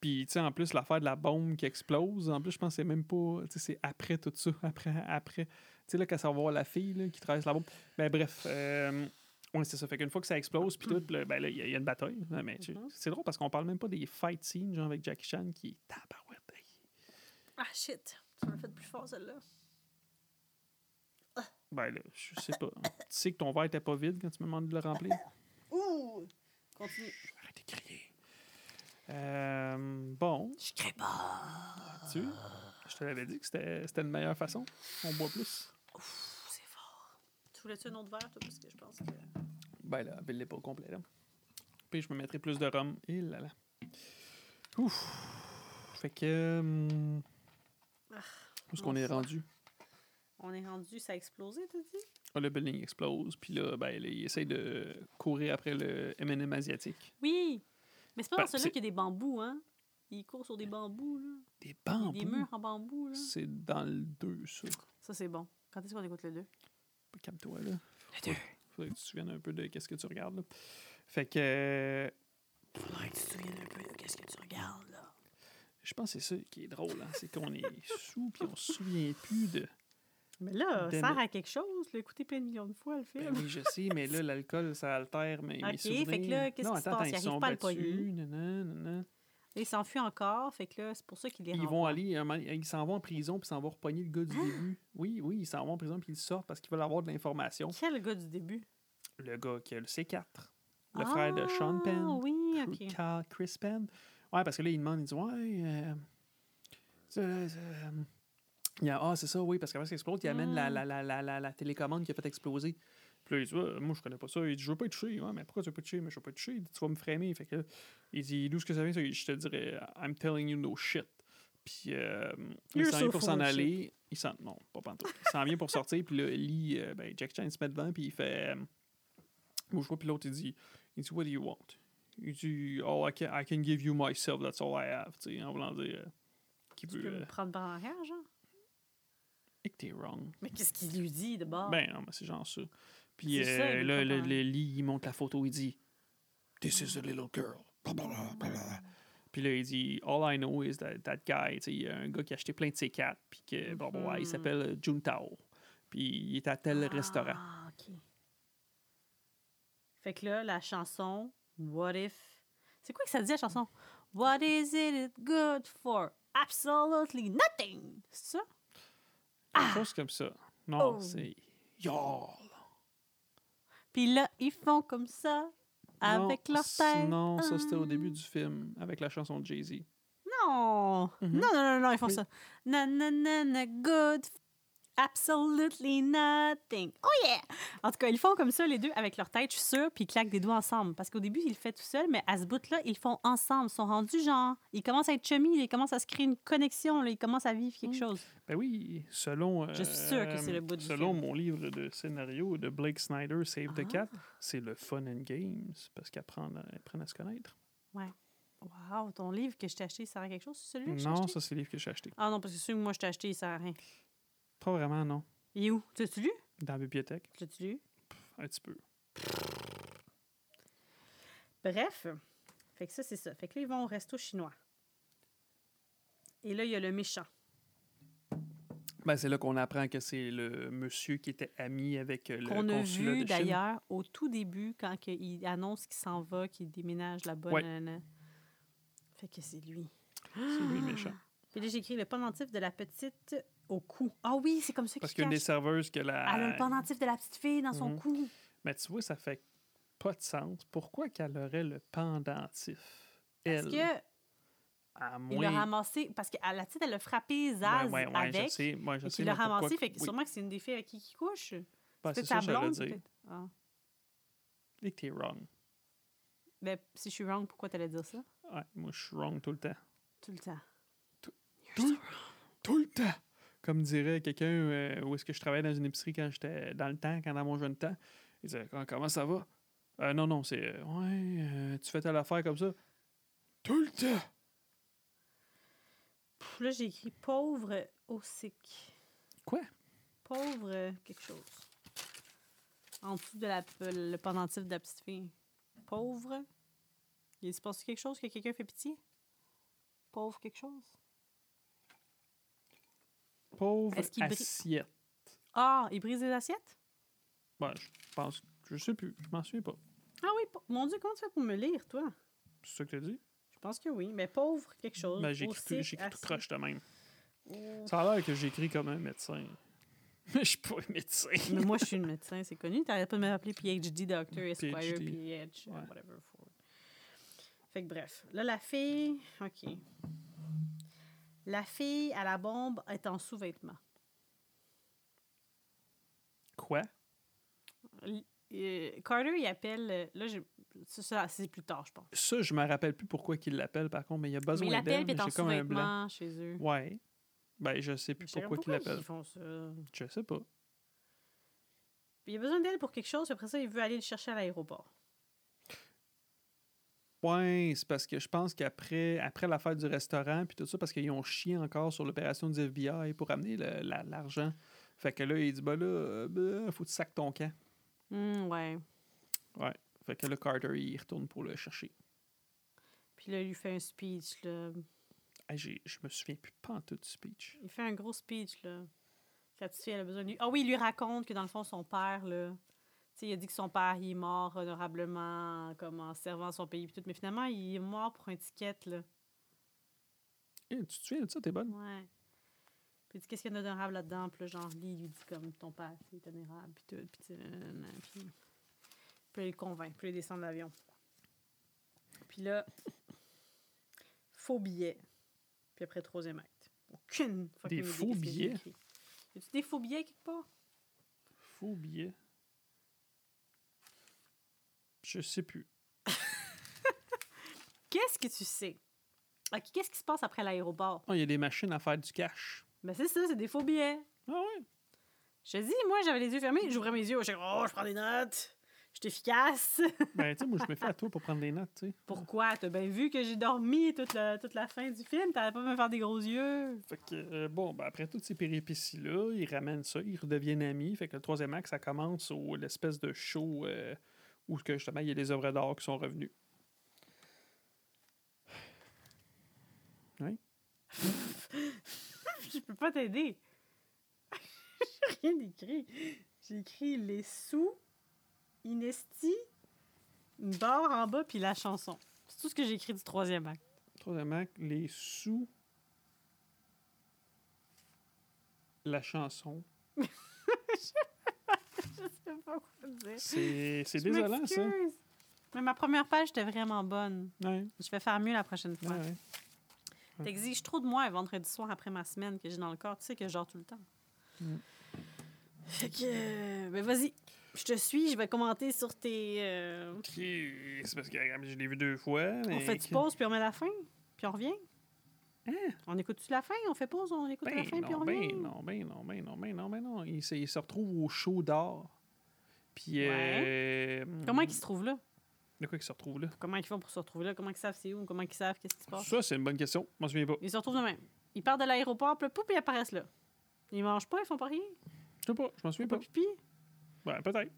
Speaker 2: Puis, tu sais, en plus, l'affaire de la bombe qui explose, en plus, je pense que c'est même pas. Tu sais, c'est après tout ça. Après, après. Tu sais, là, quand ça va voir la fille là, qui traverse la bombe. Ben, bref. Euh, ouais, c'est ça. Fait qu'une fois que ça explose, puis tout, là, ben, là, il y, a- il y a une bataille. là, mais tu-
Speaker 1: Mhm.
Speaker 2: c'est drôle parce qu'on parle même pas des fight scenes, genre avec Jackie Chan qui. Tabarouette. hey.
Speaker 1: Ah, shit. Tu m'as fait plus fort, celle-là.
Speaker 2: Ben, là, je sais pas. tu sais que ton verre était pas vide quand tu me demandes de le remplir.
Speaker 1: Ouh! Continue.
Speaker 2: Arrête de crier. Euh, bon,
Speaker 1: Je crée pas.
Speaker 2: tu. Je te l'avais dit que c'était c'était une meilleure façon. On boit plus.
Speaker 1: Ouf, c'est fort. Tu voulais-tu un autre verre, toi? Parce que je pense que.
Speaker 2: Ben là, elle l'est pas au complet, là. Puis je me mettrai plus de rhum. Et là là. Ouf. Fait que. hum,
Speaker 1: Ah,
Speaker 2: Où est-ce qu'on
Speaker 1: mon
Speaker 2: est
Speaker 1: foie.
Speaker 2: rendu?
Speaker 1: On est rendu, ça a explosé, t'as dit?
Speaker 2: Ah, le building explose, puis là, ben, là, il essaye de courir après le MM asiatique.
Speaker 1: Oui! Mais c'est pas
Speaker 2: Ben,
Speaker 1: dans celui-là
Speaker 2: c'est-
Speaker 1: qu'il y a des bambous, hein? Ils courent sur des bambous, là.
Speaker 2: Des
Speaker 1: Il y a Des
Speaker 2: bambous.
Speaker 1: murs en bambou, là.
Speaker 2: C'est dans le 2, ça.
Speaker 1: Ça, c'est bon. Quand est-ce qu'on écoute le 2?
Speaker 2: Calme-toi, là. Faudrait, faudrait que tu te souviennes un peu de qu'est-ce que tu regardes, là. Fait que. euh,
Speaker 1: Faudrait que tu te souviennes un peu de qu'est-ce que tu regardes, là.
Speaker 2: Je pense que c'est ça qui est drôle, hein, c'est qu'on est sous puis on se souvient plus de.
Speaker 1: Mais là,
Speaker 2: Damn
Speaker 1: ça sert
Speaker 2: it.
Speaker 1: à quelque chose, là. Écoutez plein de millions de fois le film.
Speaker 2: Ben oui, je sais, mais là, l'alcool, ça altère mes, mes
Speaker 1: Ok, fait
Speaker 2: souvenirs.
Speaker 1: que là, qu'est-ce
Speaker 2: Non,
Speaker 1: qui se
Speaker 2: attends,
Speaker 1: passe?
Speaker 2: attends,
Speaker 1: Ils
Speaker 2: Ils sont
Speaker 1: arrivent pas à le
Speaker 2: battus,
Speaker 1: pogner.
Speaker 2: nanana, nanana.
Speaker 1: Et il s'enfuit encore, fait que là, c'est pour ça qu'il est
Speaker 2: Ils vont aller, un moment- ils s'en vont en prison puis s'en vont repogner le gars du
Speaker 1: Ah!
Speaker 2: début. Oui, oui, ils s'en vont en prison puis ils sortent parce qu'ils veulent avoir de l'information.
Speaker 1: Quel gars du début?
Speaker 2: Le gars qui a le C4, le frère de Sean Penn,
Speaker 1: Ah oui,
Speaker 2: Cr-
Speaker 1: OK.
Speaker 2: Carl Chris Penn. Ouais, parce que là, il demande, il dit, ouais, euh, ça, là, ça, euh, il y a, ah, c'est ça, oui, parce qu'après ça explose, il amène la,
Speaker 1: Ah.
Speaker 2: la, la, la, la, la télécommande qui a fait exploser. Puis là, il dit, Ouais, moi, je connais pas ça. Il dit, je veux pas être touché. Ouais, mais pourquoi tu veux pas être touché? Mais je veux pas être touché. Il dit, tu vas me framer. Fait que là, il dit, d'où est-ce que ça vient? ça? Il dit, Je te dirais, I'm telling you no shit. Puis euh, il
Speaker 1: You're
Speaker 2: s'en
Speaker 1: so
Speaker 2: vient pour
Speaker 1: full
Speaker 2: s'en
Speaker 1: of
Speaker 2: aller. Il s'en, non, pas pantoute. Il s'en vient pour sortir. Puis là, Lee, euh, ben, Jack Chan se met devant. Puis il fait, euh, moi, je vois. Puis l'autre, il dit, il dit, what do you want? Il dit, oh, I can, I can give you myself, that's all I have. Tu sais, en voulant dire, euh, qui
Speaker 1: Tu
Speaker 2: veut.
Speaker 1: peux
Speaker 2: euh,
Speaker 1: me prendre par en arrière, genre?
Speaker 2: et que t'es wrong.
Speaker 1: Mais qu'est-ce qu'il lui dit, de bord?
Speaker 2: Ben non, mais c'est genre ça. Puis
Speaker 1: Ah. C'est ça,
Speaker 2: euh,
Speaker 1: il
Speaker 2: là,
Speaker 1: comprend
Speaker 2: le,
Speaker 1: rien.
Speaker 2: le lit, il monte la photo, il dit This is a little girl. Blablabla, blablabla. Puis là, il dit All I know is that, that guy. Tu sais, il y a un gars qui a acheté plein de ses cartes, puis que, bon, bon, ouais, il
Speaker 1: Mhm.
Speaker 2: s'appelle euh, Juntao. Puis il est à tel restaurant.
Speaker 1: Ah, OK. Fait que là, la chanson What If. C'est quoi que ça dit la chanson? What is it good for? Absolutely nothing! C'est ça?
Speaker 2: Quelque chose comme ça. Non,
Speaker 1: Ah. Oh.
Speaker 2: c'est Y'all.
Speaker 1: Puis là, ils font comme ça
Speaker 2: Non,
Speaker 1: avec leur
Speaker 2: c-
Speaker 1: tête.
Speaker 2: Non, ça c'était au
Speaker 1: Ah.
Speaker 2: début du film, avec la chanson de Jay-Z.
Speaker 1: Non!
Speaker 2: Mhm.
Speaker 1: Non, non, non, non, ils font
Speaker 2: Oui.
Speaker 1: ça. Na, na, na, na, good. Absolutely nothing. Oh yeah! En tout cas, ils font comme ça, les deux, avec leur tête, je suis sûre, puis ils claquent des doigts ensemble. Parce qu'au début, ils le font tout seul, mais à ce bout-là, ils le font ensemble. Ils sont rendus genre. Ils commencent à être chummy, ils commencent à se créer une connexion, là, ils commencent à vivre quelque
Speaker 2: Mm.
Speaker 1: chose.
Speaker 2: Ben oui, selon. euh,
Speaker 1: Je suis sûre que c'est le bout du
Speaker 2: Selon
Speaker 1: film.
Speaker 2: mon livre de scénario de Blake Snyder, Save the
Speaker 1: Ah.
Speaker 2: Cat, c'est le fun and games, parce qu'apprendre à, apprendre à se connaître.
Speaker 1: Wow, ton livre que je t'ai acheté, ça sert à quelque chose, c'est celui-là que je t'ai
Speaker 2: Non,
Speaker 1: acheté?
Speaker 2: ça, c'est le livre que j'ai acheté.
Speaker 1: Ah non, parce que celui que moi je t'ai acheté, il sert à rien.
Speaker 2: Pas vraiment, non.
Speaker 1: Il est où? Tu L'as-tu lu?
Speaker 2: Dans la bibliothèque,
Speaker 1: Tu L'as-tu lu?
Speaker 2: un petit peu.
Speaker 1: Bref, fait que ça, c'est ça. Fait que là, ils vont au resto chinois. Et là, il y a le méchant.
Speaker 2: Ben, c'est là qu'on apprend que c'est le monsieur qui était ami avec euh, le
Speaker 1: Qu'on a
Speaker 2: consulat
Speaker 1: vu
Speaker 2: de Chine.
Speaker 1: d'ailleurs au tout début quand que il annonce qu'il s'en va, qu'il déménage là-bas.
Speaker 2: Ouais.
Speaker 1: nanana. Fait que c'est lui.
Speaker 2: C'est lui le méchant.
Speaker 1: Puis là, j'ai écrit le pendentif de la petite au cou. Ah oui, c'est comme ça qu'il
Speaker 2: Parce qu'une des
Speaker 1: cache.
Speaker 2: serveuses que
Speaker 1: Elle a le
Speaker 2: la.
Speaker 1: pendentif de la petite fille dans son
Speaker 2: Mhm.
Speaker 1: cou.
Speaker 2: Mais tu vois, ça fait pas de sens. Pourquoi qu'elle aurait le pendentif?
Speaker 1: Parce
Speaker 2: Elle.
Speaker 1: que
Speaker 2: À
Speaker 1: Il
Speaker 2: moins.
Speaker 1: l'a ramassé parce que à la titre, elle a frappé Zaz
Speaker 2: ouais, ouais, ouais, je
Speaker 1: avec.
Speaker 2: sais. Ouais, je
Speaker 1: et
Speaker 2: sais.
Speaker 1: puis il l'a
Speaker 2: mais pourquoi
Speaker 1: ramassé,
Speaker 2: que-
Speaker 1: fait que
Speaker 2: oui.
Speaker 1: sûrement que c'est une des filles avec qui il couche.
Speaker 2: Ben,
Speaker 1: Peut-être
Speaker 2: c'est ça,
Speaker 1: ta
Speaker 2: que j'allais
Speaker 1: blonde,
Speaker 2: dire.
Speaker 1: peut-être. Ah.
Speaker 2: Et que t'es wrong.
Speaker 1: Ben, si je suis wrong, pourquoi t'allais dire ça?
Speaker 2: Ouais, moi, je suis wrong tout le temps.
Speaker 1: Tout le temps.
Speaker 2: Tout, tout le temps! Comme dirait quelqu'un euh, où est-ce que je travaillais dans une épicerie quand j'étais dans le temps, quand dans mon jeune temps. Il disait Comment- Comment ça va? Euh, non, non, c'est. euh, ouais, euh, tu fais telle affaire comme ça. Tout le temps!
Speaker 1: Pff, là, j'ai écrit pauvre Ossic.
Speaker 2: Quoi?
Speaker 1: Pauvre euh, quelque chose. En dessous de la, le pendentif de la petite fille. Pauvre. Il se passe quelque chose que quelqu'un fait pitié? Pauvre quelque chose?
Speaker 2: Pauvre
Speaker 1: Est-ce qu'il bri-
Speaker 2: assiette.
Speaker 1: Ah, il brise les assiettes?
Speaker 2: Ouais, je pense. Je sais plus. Je m'en souviens pas.
Speaker 1: Ah oui, pa- mon Dieu, comment tu fais pour me lire, toi?
Speaker 2: C'est ça que t'as dit?
Speaker 1: Je pense que oui, mais pauvre quelque chose.
Speaker 2: Ben, j'écris
Speaker 1: Ossic,
Speaker 2: tout, j'écris tout
Speaker 1: assis-
Speaker 2: croche de même.
Speaker 1: Oh.
Speaker 2: Ça a l'air que j'écris comme un médecin. Mais je suis pas un médecin.
Speaker 1: Mais moi, je suis une médecin, c'est connu. T'arrêtes pas de m'appeler PhD, Doctor, Esquire,
Speaker 2: PhD.
Speaker 1: PH,
Speaker 2: Ouais.
Speaker 1: whatever. Ford. Fait que bref. Là, la fille. OK. La fille à la bombe est en sous-vêtements.
Speaker 2: Quoi?
Speaker 1: L- euh, Carter, il appelle. euh, Là, j'ai- ça, ça, c'est plus tard, je pense.
Speaker 2: Ça, je me rappelle plus pourquoi qu'il l'appelle, par contre, mais il a besoin
Speaker 1: Mais il
Speaker 2: d'elle.
Speaker 1: appelle, puis il est en
Speaker 2: j'ai comme un
Speaker 1: sous-vêtements
Speaker 2: blanc.
Speaker 1: chez eux.
Speaker 2: Ouais. Ben, je sais plus
Speaker 1: J'étais comme,
Speaker 2: pourquoi qu'il l'appelle.
Speaker 1: Ils font ça.
Speaker 2: Je sais pas.
Speaker 1: Puis il a besoin d'elle pour quelque chose, puis après ça, il veut aller le chercher à l'aéroport.
Speaker 2: Ouais, c'est parce que je pense qu'après après l'affaire du restaurant, puis tout ça, parce qu'ils ont chié encore sur l'opération du FBI pour amener le- la- l'argent. fait que là, il dit, ben là, euh, ben, faut que tu sacs ton camp. Hmm,
Speaker 1: Hum, ouais.
Speaker 2: Fait que là, Carter, il retourne pour le chercher.
Speaker 1: Puis là, il lui fait un speech, là.
Speaker 2: Hey, j'ai- je me souviens plus pas en tout du speech.
Speaker 1: Il fait un gros speech, là. La petite fille, elle a besoin de lui. Ah oui, il lui raconte que dans le fond, son père, là. tu sais, il a dit que son père, il est mort honorablement, comme en servant son pays, puis tout. Mais finalement, il est mort pour un ticket, là.
Speaker 2: Eh, tu te souviens de ça, t'es bonne?
Speaker 1: Ouais. Puis il dit, qu'est-ce qu'il y a d'honorable là-dedans? Puis là, genre, lui, il lui dit, comme, ton père, tu sais, est honorable, puis tout. Puis, tu sais, nanana, puis, puis là, il le convainc, puis là, il descend de l'avion. Puis là, faux billet. Puis après, troisième acte. Aucune fucking
Speaker 2: Des
Speaker 1: idée
Speaker 2: faux
Speaker 1: qu'est-ce que j'ai
Speaker 2: billets?
Speaker 1: écrit. Y a-tu des faux billets quelque part?
Speaker 2: Faux billet. Je sais plus.
Speaker 1: Qu'est-ce que tu sais? OK, qu'est-ce qui se passe après l'aéroport?
Speaker 2: Oh, il y a des machines à faire du cash.
Speaker 1: Ben c'est ça, c'est des faux billets.
Speaker 2: Ah ouais?
Speaker 1: Je te dis, moi, j'avais les yeux fermés, j'ouvrais mes yeux, je oh, je prends des notes, je suis efficace.
Speaker 2: Ben, tu sais, moi, je me fais à toi pour prendre des notes, tu sais.
Speaker 1: Pourquoi? T'as bien vu que j'ai dormi toute la, toute la fin du film, t'allais pas me faire des gros yeux.
Speaker 2: Fait que, euh, bon, ben, après toutes ces péripéties-là, ils ramènent ça, ils redeviennent amis. Fait que le troisième acte, ça commence au l'espèce de show euh, où, que, justement, il y a des œuvres d'art qui sont revenues.
Speaker 1: Je peux pas t'aider. j'ai rien écrit. J'ai écrit les sous, Inesti, une barre en bas, puis la chanson. C'est tout ce que j'ai écrit du troisième acte.
Speaker 2: Troisième acte, les sous. La chanson.
Speaker 1: Je sais pas quoi dire.
Speaker 2: C'est c'est
Speaker 1: Je
Speaker 2: désolant, ça.
Speaker 1: m'excuse. Mais ma première page était vraiment bonne.
Speaker 2: Ouais,
Speaker 1: Je vais faire mieux la prochaine
Speaker 2: ouais,
Speaker 1: fois.
Speaker 2: ouais.
Speaker 1: T'exiges trop de moi un vendredi soir après ma semaine que j'ai dans le corps. Tu sais que je dors tout le temps.
Speaker 2: Mm.
Speaker 1: Fait que... euh, Ben vas-y, je te suis. Je vais commenter sur tes... euh,
Speaker 2: Ok, C'est parce que euh, je l'ai vu deux fois. Mais
Speaker 1: On fait
Speaker 2: que-
Speaker 1: du pause, puis on met la fin, puis on revient.
Speaker 2: Hein?
Speaker 1: On écoute-tu la fin? On fait pause, on écoute
Speaker 2: Ben
Speaker 1: la fin, puis on
Speaker 2: non,
Speaker 1: revient.
Speaker 2: ben non, ben non, ben non, ben non, ben non. Il, se- il se retrouve au show d'art. Puis. euh,
Speaker 1: Comment ils se trouvent là?
Speaker 2: De quoi qu'il se retrouve là
Speaker 1: Comment ils font pour se retrouver là? Comment ils savent c'est où? Comment ils savent qu'est-ce qui se passe?
Speaker 2: Ça, c'est une bonne question. Je m'en souviens pas.
Speaker 1: Ils se retrouvent de même. Ils partent de l'aéroport, puis là, poup, ils apparaissent là. Ils mangent pas, ils font pas rien.
Speaker 2: Je sais pas, je m'en
Speaker 1: Ils
Speaker 2: souviens
Speaker 1: font
Speaker 2: pas.
Speaker 1: pas pipi.
Speaker 2: Ben, peut-être.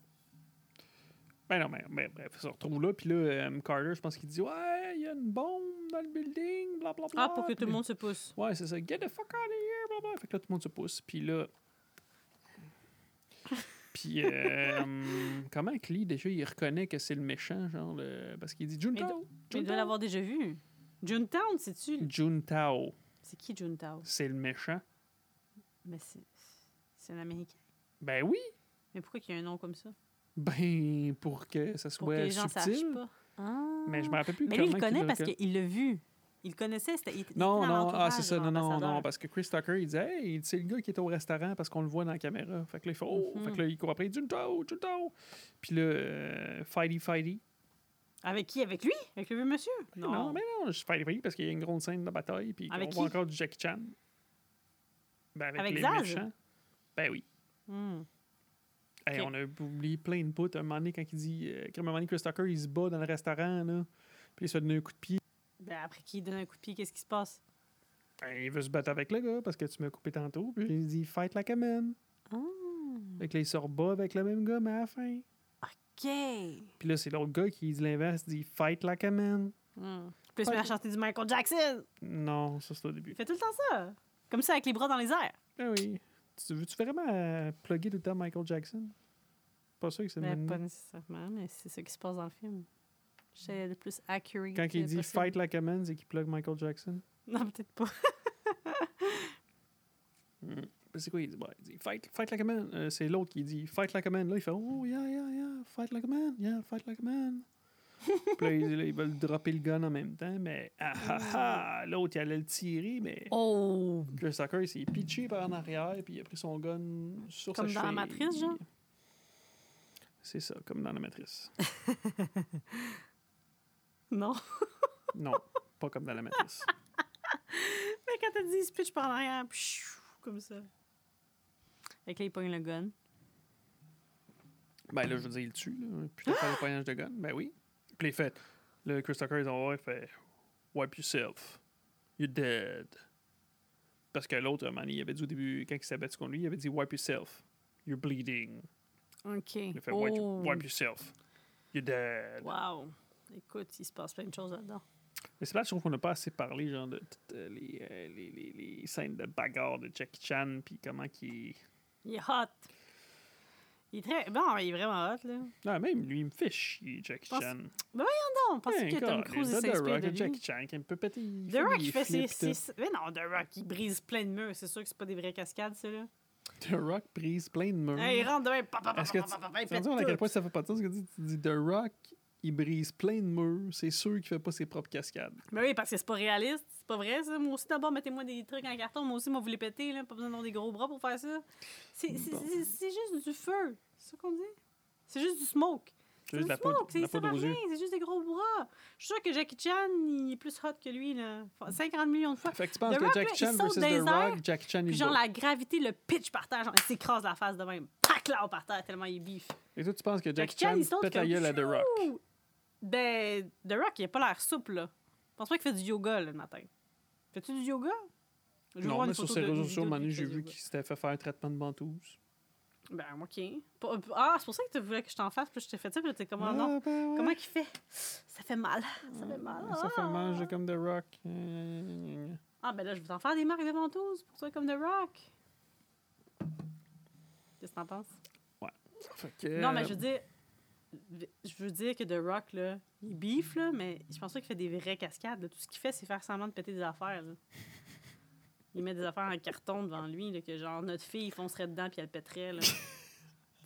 Speaker 2: Ben non, ben, ben, bref, il se retrouve là. Puis là, euh, Carter, je pense qu'il dit Ouais, il y a une bombe dans le building, blablabla.
Speaker 1: Ah, pour que
Speaker 2: Puis
Speaker 1: tout le monde se pousse.
Speaker 2: Ouais, c'est ça. Get the fuck out of here, blah, blah. Fait que là, tout le monde se pousse. Puis là. Puis, euh, hum, comment que Lee, déjà, il reconnaît que c'est le méchant, genre, le- parce qu'il dit
Speaker 1: Mais
Speaker 2: Juntao.
Speaker 1: Mais il doit
Speaker 2: Juntao.
Speaker 1: l'avoir déjà vu. Juntown, c'est-tu?
Speaker 2: Juntao,
Speaker 1: C'est qui Juntao?
Speaker 2: c'est le méchant.
Speaker 1: Mais c'est c'est un Américain.
Speaker 2: Ben oui,
Speaker 1: Mais pourquoi il y a un nom comme ça?
Speaker 2: ben pour que ça soit
Speaker 1: Pour que les gens
Speaker 2: subtil.
Speaker 1: sachent pas. Ah.
Speaker 2: Mais je me rappelle plus
Speaker 1: Mais lui,
Speaker 2: comment
Speaker 1: il le
Speaker 2: qu'il
Speaker 1: connaît
Speaker 2: le
Speaker 1: parce
Speaker 2: reconnaît.
Speaker 1: qu'il l'a vu. Il le connaissait, c'était. il était- il
Speaker 2: Non,
Speaker 1: était dans
Speaker 2: non, ah,
Speaker 1: l'entourage
Speaker 2: c'est ça,
Speaker 1: de
Speaker 2: non, non,
Speaker 1: l'ambassadeur.
Speaker 2: non, parce que Chris Tucker, il disait, hey, c'est le gars qui est au restaurant parce qu'on le voit dans la caméra. Fait que là, il fait, oh,
Speaker 1: Mhm.
Speaker 2: fait que là, il court après, Junto, Junto. Puis là, euh, Fighty Fighty.
Speaker 1: Avec qui Avec lui Avec le vieux monsieur
Speaker 2: Ben Non. mais non, je Fighty Fighty parce qu'il y a une grosse scène de bataille, puis
Speaker 1: Avec
Speaker 2: on voit
Speaker 1: qui?
Speaker 2: encore du Jackie Chan. Ben, avec,
Speaker 1: Avec
Speaker 2: les
Speaker 1: Zaz?
Speaker 2: méchants. Ben oui.
Speaker 1: Hmm.
Speaker 2: Hey,
Speaker 1: Ok.
Speaker 2: On a oublié plein de bouts. Un moment donné, quand il dit, euh, à un moment donné, Chris Tucker, il se bat dans le restaurant, là, puis il se donne un coup de pied.
Speaker 1: Ben, après qu'il donne un coup de pied, qu'est-ce qui se passe
Speaker 2: Ben, il veut se battre avec le gars parce que tu m'as coupé tantôt, puis il dit, fight like a man.
Speaker 1: Ah,
Speaker 2: Fait que là, il se rebat avec le même gars, mais à la fin.
Speaker 1: OK.
Speaker 2: Puis là, c'est l'autre gars qui dit l'inverse, dit Fight like a man.
Speaker 1: Hmm. Puis il se met à chanter du Michael Jackson.
Speaker 2: Non, ça c'est au début.
Speaker 1: Il fait tout le temps ça. Comme ça, avec les bras dans les airs.
Speaker 2: Ah oui. Tu veux-tu vraiment euh, plugger tout le temps Michael Jackson Pas sûr que c'est le
Speaker 1: Ben,
Speaker 2: même
Speaker 1: pas
Speaker 2: nom.
Speaker 1: nécessairement, mais c'est ce qui se passe dans le film. J'essaie le plus accurate.
Speaker 2: Quand il
Speaker 1: euh,
Speaker 2: dit
Speaker 1: possible.
Speaker 2: Fight like a man, c'est qu'il plug Michael Jackson.
Speaker 1: Non, peut-être pas.
Speaker 2: Ben, C'est quoi Il dit, bah, il dit fight, fight like a man. Euh, c'est l'autre qui dit Fight like a man. Là, il fait Oh, yeah, yeah, yeah, fight like a man, yeah, fight like a man. Puis là, ils, là, ils veulent dropper le gun en même temps, mais ah ah ah, l'autre, il allait le tirer, mais.
Speaker 1: Oh!
Speaker 2: Chris Tucker, il s'est pitché par en arrière, puis il a pris son gun sur
Speaker 1: Comme
Speaker 2: sa
Speaker 1: dans la
Speaker 2: cheville.
Speaker 1: Matrice, genre?
Speaker 2: C'est ça, comme dans la matrice.
Speaker 1: Non.
Speaker 2: non, pas comme dans la matrice.
Speaker 1: Mais quand t'as dit speech par en arrière, pshhou, comme ça. Fait que là, il pogne le gun.
Speaker 2: Ben là, je veux dire, il le tue, là. Puis il fait le poignage de gun. Ben oui. Puis il fait... Le Chris Tucker, ils ont ouais, il fait... Wipe yourself. You're dead. Parce que l'autre, man, il avait dit au début, quand il s'est battu contre lui, il avait dit Wipe yourself. You're bleeding.
Speaker 1: OK.
Speaker 2: Il a fait wipe,
Speaker 1: Oh.
Speaker 2: wipe yourself. You're dead.
Speaker 1: Wow. Écoute, il se passe plein de choses là-dedans.
Speaker 2: Mais c'est là, je trouve qu'on n'a pas assez parlé, genre, de toutes euh, les, euh, les, les, les scènes de bagarre de Jackie Chan, puis comment qui.
Speaker 1: Il est hot. Il est très. Bon, il est vraiment hot, là.
Speaker 2: Non, même lui, il me fait chier, Jackie
Speaker 1: Pense-
Speaker 2: Chan.
Speaker 1: Non, on pensait
Speaker 2: Hein,
Speaker 1: que Tom
Speaker 2: câlisse,
Speaker 1: Cruise,
Speaker 2: là,
Speaker 1: il
Speaker 2: The
Speaker 1: s'inspire
Speaker 2: Rock,
Speaker 1: de
Speaker 2: là,
Speaker 1: lui.
Speaker 2: Jackie Chan, qui me peut péter. il
Speaker 1: The Rock,
Speaker 2: des
Speaker 1: il fait ses,
Speaker 2: flips,
Speaker 1: ses- Mais non, The Rock, il brise plein de murs. C'est sûr que c'est pas des vraies cascades, ça, là.
Speaker 2: tout. The Rock brise plein de murs.
Speaker 1: Hey, il rentre de même. pa, pa, pa,
Speaker 2: Hum. Est-ce que
Speaker 1: pa,
Speaker 2: tu-
Speaker 1: pa, pa, pa, il
Speaker 2: Tu te
Speaker 1: pète
Speaker 2: rends compte à quel
Speaker 1: tout.
Speaker 2: point ça fait pas de sens? que Tu dis- tu dis The Rock, il brise plein de murs, c'est sûr qu'il fait pas ses propres cascades.
Speaker 1: Mais oui, parce que c'est pas réaliste. C'est pas vrai, ça. Moi aussi, d'abord, mettez-moi des trucs en carton. Moi aussi, moi, vous les pétez, là. Pas besoin d'avoir des gros bras pour faire ça. C'est c'est-
Speaker 2: Bon.
Speaker 1: c'est- c'est juste du feu. C'est ça qu'on dit? C'est juste du smoke.
Speaker 2: C'est juste de
Speaker 1: du
Speaker 2: la poudre,
Speaker 1: smoke,
Speaker 2: de
Speaker 1: c'est-
Speaker 2: la
Speaker 1: ça sert à
Speaker 2: poudre aux
Speaker 1: rien,
Speaker 2: yeux.
Speaker 1: c'est juste des gros bras. Je suis sûr que Jackie Chan, il est plus hot que lui, là. Enfin, 50 millions de fois.
Speaker 2: Fait que tu penses
Speaker 1: The
Speaker 2: que
Speaker 1: Rock, là,
Speaker 2: Jackie
Speaker 1: il
Speaker 2: Chan
Speaker 1: saute
Speaker 2: versus
Speaker 1: dans les
Speaker 2: The Rock,
Speaker 1: airs,
Speaker 2: Jackie Chan, il
Speaker 1: Puis genre,
Speaker 2: bat.
Speaker 1: la gravité le pitch par terre, genre, il s'écrase la face de même. Pac là, par terre, tellement il biffe.
Speaker 2: Et toi, tu penses que Jackie
Speaker 1: Jackie Chan,
Speaker 2: Chan
Speaker 1: il saute
Speaker 2: pète la
Speaker 1: comme
Speaker 2: gueule à The Rock?
Speaker 1: Ouh! Ben, The Rock, il a pas l'air souple, là. Je pense pas qu'il fait du yoga, là, le matin. Fais-tu du yoga? Je vais
Speaker 2: Non,
Speaker 1: voir une
Speaker 2: mais sur
Speaker 1: photo
Speaker 2: ses
Speaker 1: de- une
Speaker 2: réseaux
Speaker 1: vidéo
Speaker 2: sociaux,
Speaker 1: de lui
Speaker 2: Manu,
Speaker 1: qui fait
Speaker 2: j'ai
Speaker 1: du
Speaker 2: vu
Speaker 1: yoga.
Speaker 2: qu'il s'était fait faire un traitement de ventouse.
Speaker 1: Ben, OK. Pas- Ah, c'est pour ça que tu voulais que je t'en fasse, puis je t'ai fait ça, puis là, t'es comme, ah, non.
Speaker 2: Ah, ben ouais.
Speaker 1: Comment qu'il fait? Ça fait mal. Ça fait mal.
Speaker 2: Ça fait mal,
Speaker 1: Ah.
Speaker 2: j'ai comme The Rock. Euh,
Speaker 1: Ah, ben là, je vais t'en faire des marques de ventouses pour toi, comme The Rock. Qu'est-ce que t'en penses?
Speaker 2: fait que,
Speaker 1: Non, mais je veux dire. Je veux dire que The Rock, là, il biffe, là, mais je pense pas qu'il fait des vraies cascades. là. Tout ce qu'il fait, c'est faire semblant de péter des affaires. là. Il met des affaires en carton devant lui, là, que genre notre fille foncerait dedans puis elle pèterait. Là. tu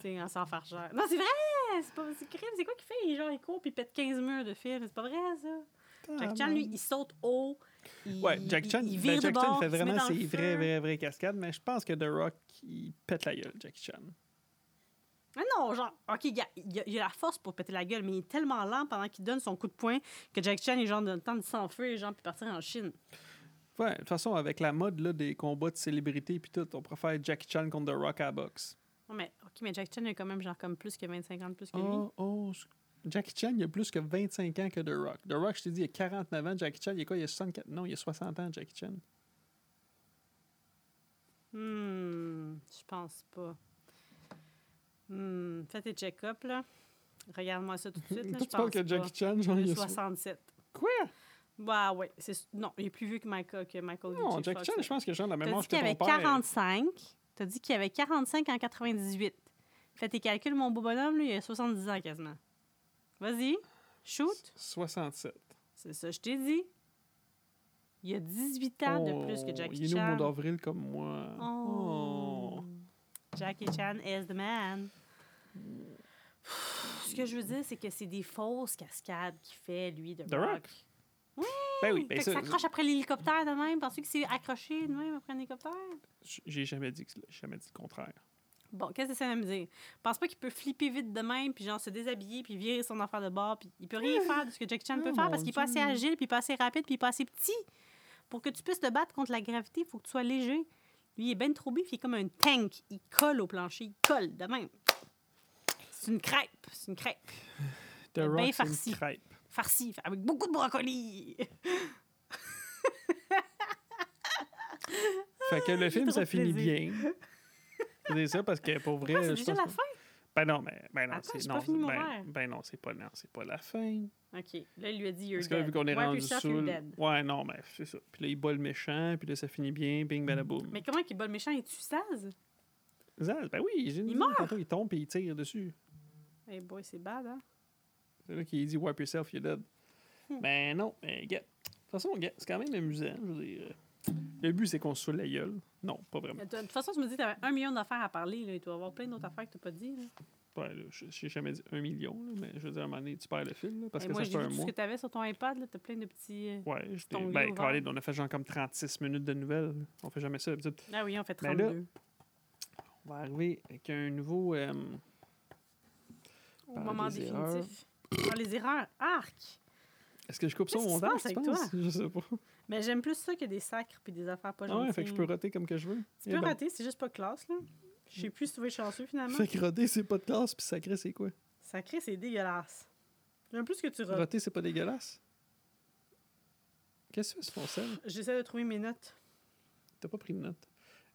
Speaker 1: sais, en s'en faire cher. Non, c'est vrai! C'est pas c'est crime. C'est quoi qu'il fait? Il, genre, il court puis il pète 15 murs de fil. C'est pas vrai, ça? Jack Chan, lui, il saute haut. Il,
Speaker 2: Ah, Ouais, Jack Chan,
Speaker 1: il, il
Speaker 2: ben,
Speaker 1: vire de
Speaker 2: Jack Chan
Speaker 1: bord,
Speaker 2: fait
Speaker 1: il se met
Speaker 2: vraiment
Speaker 1: dans le
Speaker 2: ses
Speaker 1: feu.
Speaker 2: vraies, vraies, vraies cascades, mais je pense que The Rock, il pète la gueule, Jackie Chan.
Speaker 1: Ah non, genre, OK, il y a, il y a- il y a la force pour péter la gueule, mais il est tellement lent pendant qu'il donne son coup de poing que Jack Chan est genre dans le temps de s'enfuir, genre, puis partir en Chine.
Speaker 2: Ouais, de toute façon, avec la mode là, des combats de célébrités puis tout, on préfère Jackie Chan contre The Rock à la boxe.
Speaker 1: Non, mais, OK, mais Jack Chan a quand même, genre, comme plus que 25 ans de plus que lui.
Speaker 2: Oh, oh, c- Jackie Chan, il a plus que 25 ans que The Rock. The Rock, je t'ai dit, il a 49 ans. Jackie Chan, il a quoi, il a 64... Non, il a 60 ans, Jackie Chan.
Speaker 1: Hmm, je pense pas. Hmm, fais tes check-up, là. Regarde-moi ça tout de suite, là,
Speaker 2: Toi,
Speaker 1: je
Speaker 2: tu parles
Speaker 1: pense
Speaker 2: que
Speaker 1: pas.
Speaker 2: Jackie Chan, genre, il
Speaker 1: Il
Speaker 2: a...
Speaker 1: a
Speaker 2: so-
Speaker 1: 67.
Speaker 2: Quoi?
Speaker 1: Bah ouais, c'est s- non, il est plus vieux que Michael que Michael
Speaker 2: Non,
Speaker 1: J.
Speaker 2: Jackie
Speaker 1: Fox,
Speaker 2: Chan,
Speaker 1: là.
Speaker 2: je pense que genre la même
Speaker 1: T'as dit
Speaker 2: âge que
Speaker 1: qu'il y
Speaker 2: ton
Speaker 1: avait
Speaker 2: père.
Speaker 1: 45. T'as dit qu'il y avait 45 en 98. Fais tes calculs, mon beau bonhomme, lui, il a 70 ans quasiment. Vas-y, shoot.
Speaker 2: 67.
Speaker 1: C'est ça, je t'ai dit. Il a 18 ans de plus que
Speaker 2: Oh,
Speaker 1: Jackie
Speaker 2: Il est né au
Speaker 1: Chan.
Speaker 2: mois d'avril comme moi.
Speaker 1: Oh. Jackie Chan is the man. Pff, Ce que je veux dire, c'est que c'est des fausses cascades qu'il fait, lui, de
Speaker 2: The Rock.
Speaker 1: Oui,
Speaker 2: Ben oui,
Speaker 1: Fait
Speaker 2: ben
Speaker 1: que
Speaker 2: ça,
Speaker 1: ça accroche après l'hélicoptère de même. Penses-tu que c'est accroché de même après un hélicoptère?
Speaker 2: j'ai jamais dit, que- j'ai jamais dit le contraire.
Speaker 1: Bon, qu'est-ce que ça veut me dire? Pense pas qu'il peut flipper vite de même, puis genre se déshabiller, puis virer son affaire de bord, puis il peut rien faire de ce que Jackie Chan peut
Speaker 2: Oh,
Speaker 1: faire
Speaker 2: mon
Speaker 1: parce qu'il est pas assez
Speaker 2: Dieu.
Speaker 1: agile, puis pas assez rapide, puis pas assez petit. Pour que tu puisses te battre contre la gravité, il faut que tu sois léger. Lui, il est ben trop bif, il est comme un tank. Il colle au plancher, il colle de même. C'est une crêpe, c'est une crêpe.
Speaker 2: The
Speaker 1: Ben
Speaker 2: Rock, c'est
Speaker 1: farci.
Speaker 2: une crêpe.
Speaker 1: Farcie, avec beaucoup de Ah, brocoli.
Speaker 2: Eh, Fait que le film,
Speaker 1: trop
Speaker 2: ça finit
Speaker 1: plaisir.
Speaker 2: bien. C'est ça parce que pour vrai,
Speaker 1: Ah, c'est
Speaker 2: je
Speaker 1: déjà
Speaker 2: pense
Speaker 1: la
Speaker 2: pas-
Speaker 1: fin?
Speaker 2: Ben non, mais ben non,
Speaker 1: Attends,
Speaker 2: c'est
Speaker 1: j'ai
Speaker 2: non,
Speaker 1: pas fini mon
Speaker 2: ben,
Speaker 1: verre.
Speaker 2: ben non, c'est pas non, c'est pas la fin.
Speaker 1: OK. Là, il lui a dit You're
Speaker 2: Parce que là,
Speaker 1: dead.
Speaker 2: vu qu'on est
Speaker 1: Wipe
Speaker 2: rendu
Speaker 1: yourself, you're
Speaker 2: sous
Speaker 1: dead.
Speaker 2: Ouais, non, mais c'est ça. Puis là, il bat le méchant, puis là, ça finit bien, bing, badaboum.
Speaker 1: Mm. Mais comment qu'il bat le méchant? Es-tu saz?
Speaker 2: Zaz, ben oui, j'ai une
Speaker 1: Il
Speaker 2: idée.
Speaker 1: meurt!
Speaker 2: Tantôt, il tombe et il tire dessus.
Speaker 1: Eh boy, c'est bad, hein?
Speaker 2: C'est là qu'il dit Wipe yourself, you're dead.
Speaker 1: Hmm.
Speaker 2: Ben non, mais gars. De toute façon, gars, c'est quand même amusant. Je veux dire. Le but, c'est qu'on se saoule la gueule. Non, pas vraiment.
Speaker 1: Mais De de toute façon, je me dis que t'avais un million d'affaires à parler. Là. Il doit y avoir plein d'autres affaires que t'as pas dit. Là.
Speaker 2: Ben, là, je j'ai jamais dit un million, là, mais je veux dire, à un moment donné, tu perds le fil, là, parce
Speaker 1: Eh,
Speaker 2: que
Speaker 1: moi,
Speaker 2: ça
Speaker 1: j'ai
Speaker 2: fait
Speaker 1: vu
Speaker 2: un
Speaker 1: tout ce
Speaker 2: mois.
Speaker 1: que t'avais sur ton iPad. là. T'as plein de petits... euh,
Speaker 2: Ouais, je
Speaker 1: ton
Speaker 2: t'ai-
Speaker 1: lit
Speaker 2: ben,
Speaker 1: ouvert.
Speaker 2: Colin, on a fait genre comme 36 minutes de nouvelles. On fait jamais ça. d'habitude.
Speaker 1: Ah oui, on fait
Speaker 2: Mais
Speaker 1: 32.
Speaker 2: Ben là, On va arriver avec un nouveau. euh,
Speaker 1: Au
Speaker 2: par
Speaker 1: moment
Speaker 2: des
Speaker 1: définitif.
Speaker 2: erreurs.
Speaker 1: Dans les erreurs, arc!
Speaker 2: Est-ce que je coupe ça au
Speaker 1: Qu'est-ce qui se
Speaker 2: montage,
Speaker 1: passe
Speaker 2: tu
Speaker 1: avec
Speaker 2: penses? Je sais pas.
Speaker 1: Mais Ben, j'aime plus ça que des sacres puis des affaires pas
Speaker 2: Ah
Speaker 1: gentilles.
Speaker 2: ouais, fait que je peux roter comme que je veux.
Speaker 1: Tu
Speaker 2: Eh
Speaker 1: peux
Speaker 2: ben,
Speaker 1: rater, c'est juste pas classe, là. Je sais plus si tu veux être chanceux, finalement.
Speaker 2: Fait que roter, c'est pas de classe, puis sacré, c'est quoi?
Speaker 1: Sacré, c'est dégueulasse. J'aime plus que tu rates.
Speaker 2: Roter, c'est pas dégueulasse? Qu'est-ce que c'est, sur ton sel?
Speaker 1: J'essaie de trouver mes notes.
Speaker 2: T'as pas pris de notes.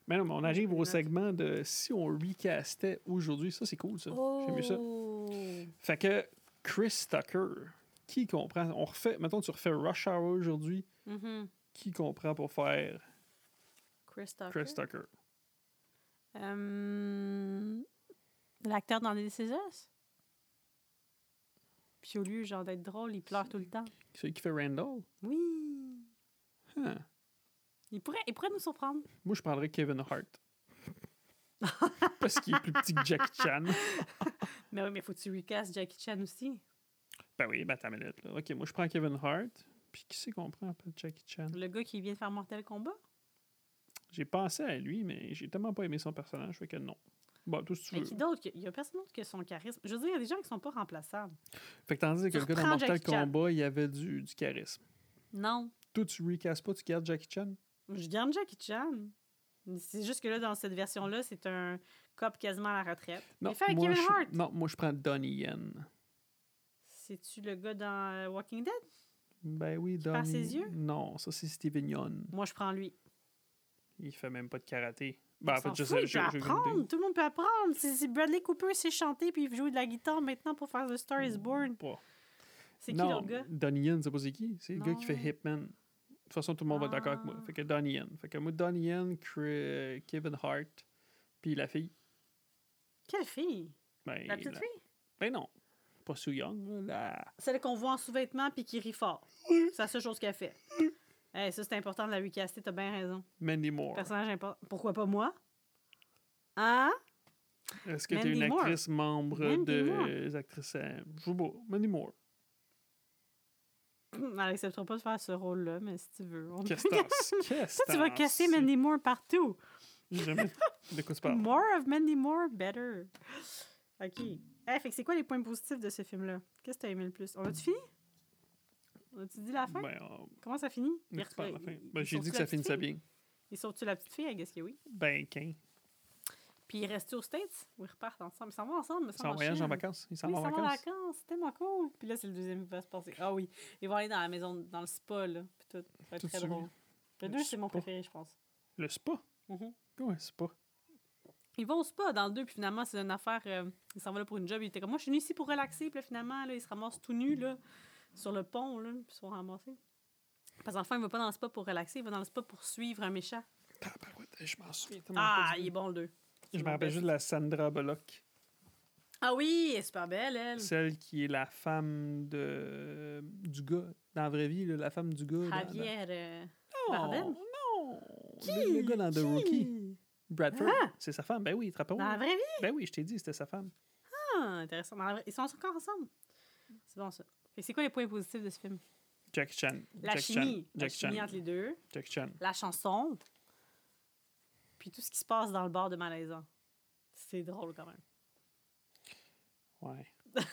Speaker 2: Mais non, mais on arrive
Speaker 1: pris de
Speaker 2: au
Speaker 1: notes.
Speaker 2: segment de si on recastait aujourd'hui. Ça, c'est cool, ça. J'aime mieux ça.
Speaker 1: Oh!
Speaker 2: Fait que Chris Tucker, qui comprend? On refait, mettons, tu refais Rush Hour aujourd'hui.
Speaker 1: Mhm.
Speaker 2: Qui comprend pour faire
Speaker 1: Chris Tucker.
Speaker 2: Chris Tucker?
Speaker 1: Euh, L'acteur dans Les Césars. Puis au lieu, genre, d'être drôle, il pleure tout le temps.
Speaker 2: Celui qui fait Randall?
Speaker 1: Oui!
Speaker 2: Hein.
Speaker 1: Il pourrait, il pourrait nous surprendre.
Speaker 2: Moi, je prendrais Kevin Hart. Parce qu'il est plus petit que Jackie Chan.
Speaker 1: Mais oui, mais faut que tu recastes Jackie Chan aussi.
Speaker 2: Ben oui, ben ta minute. Là. Ok, moi, je prends Kevin Hart. Puis qui c'est qu'on prend après Jackie Chan?
Speaker 1: Le gars qui vient de faire Mortal Kombat.
Speaker 2: J'ai pensé à lui, mais j'ai tellement pas aimé son personnage, fait que non. Bon, tout ce que tu
Speaker 1: Mais
Speaker 2: veux.
Speaker 1: qui d'autre? que- Il y a personne d'autre que son charisme. Je veux dire, il y a des gens qui sont pas remplaçables.
Speaker 2: Fait que tandis que
Speaker 1: Tu
Speaker 2: le gars dans
Speaker 1: reprends
Speaker 2: Mortal
Speaker 1: Jackie Chan.
Speaker 2: Kombat, il y avait du, du charisme.
Speaker 1: Non.
Speaker 2: Toi, tu recasses pas, tu gardes Jackie Chan?
Speaker 1: Je garde Jackie Chan. Mais C'est juste que là, dans cette version-là, c'est un cop quasiment à la retraite.
Speaker 2: Non,
Speaker 1: mais fais avec
Speaker 2: moi,
Speaker 1: Kevin
Speaker 2: je,
Speaker 1: Hart.
Speaker 2: non moi, je prends Donnie Yen.
Speaker 1: C'est-tu le gars dans euh, Walking Dead?
Speaker 2: Ben oui, Donnie.
Speaker 1: perd ses yeux?
Speaker 2: Non, ça, c'est Steven Yeun.
Speaker 1: Moi, je prends lui.
Speaker 2: Il fait même pas de karaté. Ben, en
Speaker 1: On s'en
Speaker 2: fait, je
Speaker 1: fout,
Speaker 2: sais,
Speaker 1: il
Speaker 2: je-
Speaker 1: peut
Speaker 2: j'ai aucune idée.
Speaker 1: apprendre. Tout le monde peut apprendre. Si si Bradley Cooper sait chanter puis il joue de la guitare maintenant pour faire The Star is Born,
Speaker 2: Pas.
Speaker 1: c'est qui
Speaker 2: non,
Speaker 1: l'autre gars?
Speaker 2: Donnie Yen, c'est pas c'est qui. C'est le gars qui fait
Speaker 1: Non.
Speaker 2: Hitman. De toute façon, tout le monde va être d'accord avec moi.
Speaker 1: Ah.
Speaker 2: Fait que Donnie Yen. Fait que moi, Donnie Yen, Cri- Kevin Hart, puis la fille.
Speaker 1: Quelle fille?
Speaker 2: Ben,
Speaker 1: La petite fille?
Speaker 2: Ben non. Pas Sue Young, là.
Speaker 1: Celle qu'on voit en sous-vêtements puis qui rit fort. C'est la seule chose qu'elle fait. Hey, ça, c'est important de la recaster, t'as bien raison.
Speaker 2: La Mandy Moore.
Speaker 1: Personnage important. Pourquoi pas moi? Hein?
Speaker 2: Est-ce que t'es
Speaker 1: Mandy
Speaker 2: une
Speaker 1: Moore.
Speaker 2: actrice membre
Speaker 1: Mandy
Speaker 2: de
Speaker 1: Moore.
Speaker 2: les actrices à- Je sais pas. Mandy Moore.
Speaker 1: Elle acceptera pas de faire ce rôle-là, mais si tu veux. on-
Speaker 2: Castas. Castas.
Speaker 1: Ça, tu vas casser Mandy Moore partout.
Speaker 2: Jamais. De quoi tu parles?
Speaker 1: More of Mandy Moore, better. OK. Eh, fait que c'est quoi les points positifs de ce film-là? Qu'est-ce que t'as aimé le plus? On a-tu fini? On a-tu dit la fin?
Speaker 2: Ben, euh,
Speaker 1: Comment ça finit?
Speaker 2: on est
Speaker 1: Ils-
Speaker 2: pas à la fin.
Speaker 1: ils-
Speaker 2: Ben,
Speaker 1: ils
Speaker 2: j'ai dit
Speaker 1: sauvent-tu
Speaker 2: que
Speaker 1: la
Speaker 2: ça
Speaker 1: petite
Speaker 2: finissait
Speaker 1: fille?
Speaker 2: bien.
Speaker 1: Ils sautent-tu la petite fille? I guess que oui.
Speaker 2: Ben, qu'un.
Speaker 1: Puis ils restent aux States ou ils repartent ensemble? Ils s'en vont ensemble, me
Speaker 2: Ils sont en
Speaker 1: semble,
Speaker 2: voyage en
Speaker 1: Chine.
Speaker 2: vacances. Ils s'en
Speaker 1: Oui,
Speaker 2: vont en
Speaker 1: en
Speaker 2: vacances.
Speaker 1: vacances. C'est tellement cool. Puis là, c'est le deuxième qui va se passer. Ah oui. Ils vont aller dans la maison, dans le spa, là. Puis tout. Ça va être
Speaker 2: Tout
Speaker 1: très
Speaker 2: celui-
Speaker 1: drôle. Le
Speaker 2: le
Speaker 1: deux, c'est mon
Speaker 2: spa.
Speaker 1: préféré, je pense.
Speaker 2: Le spa.
Speaker 1: Mhm.
Speaker 2: Ouais, spa.
Speaker 1: Ils vont au spa dans le 2, puis finalement, c'est une affaire. euh, ils s'en vont là pour une job. Ils étaient comme, moi, je suis venu ici pour relaxer. Puis là, finalement, là, ils se ramassent tout nus, là, sur le pont, là, puis ils sont ramassés. Parce qu'enfin, il va pas dans le spa pour relaxer, il va dans le spa pour suivre un méchant.
Speaker 2: Tabarouette, je m'en souviens tellement
Speaker 1: Ah,
Speaker 2: pas du-
Speaker 1: il est bon, le 2.
Speaker 2: Je me rappelle juste de la Sandra Bullock,
Speaker 1: Ah oui, elle est super belle, elle.
Speaker 2: celle qui est la femme de du gars dans la vraie vie, là, la femme du gars. dans-
Speaker 1: Javier. euh,
Speaker 2: dans...
Speaker 1: Bardem?
Speaker 2: Non, non. le, le gars dans The
Speaker 1: qui?
Speaker 2: Rookie, Bradford,
Speaker 1: Ah!
Speaker 2: c'est sa femme. Ben oui, te rappelles?
Speaker 1: Dans la vraie vie. hein.
Speaker 2: Ben oui, je t'ai dit, c'était sa femme.
Speaker 1: Ah, intéressant. Dans la vraie- Ils sont encore ensemble. C'est bon, ça. Fait que C'est quoi les points positifs de ce film?
Speaker 2: Jack Chan.
Speaker 1: La
Speaker 2: Jack
Speaker 1: chimie.
Speaker 2: Chan.
Speaker 1: La
Speaker 2: Jack
Speaker 1: chimie
Speaker 2: Chan.
Speaker 1: entre les deux.
Speaker 2: Jack Chan.
Speaker 1: La chanson. Puis tout ce qui se passe dans le bar de Malaisan. C'est drôle quand même.
Speaker 2: Ouais.
Speaker 1: Puis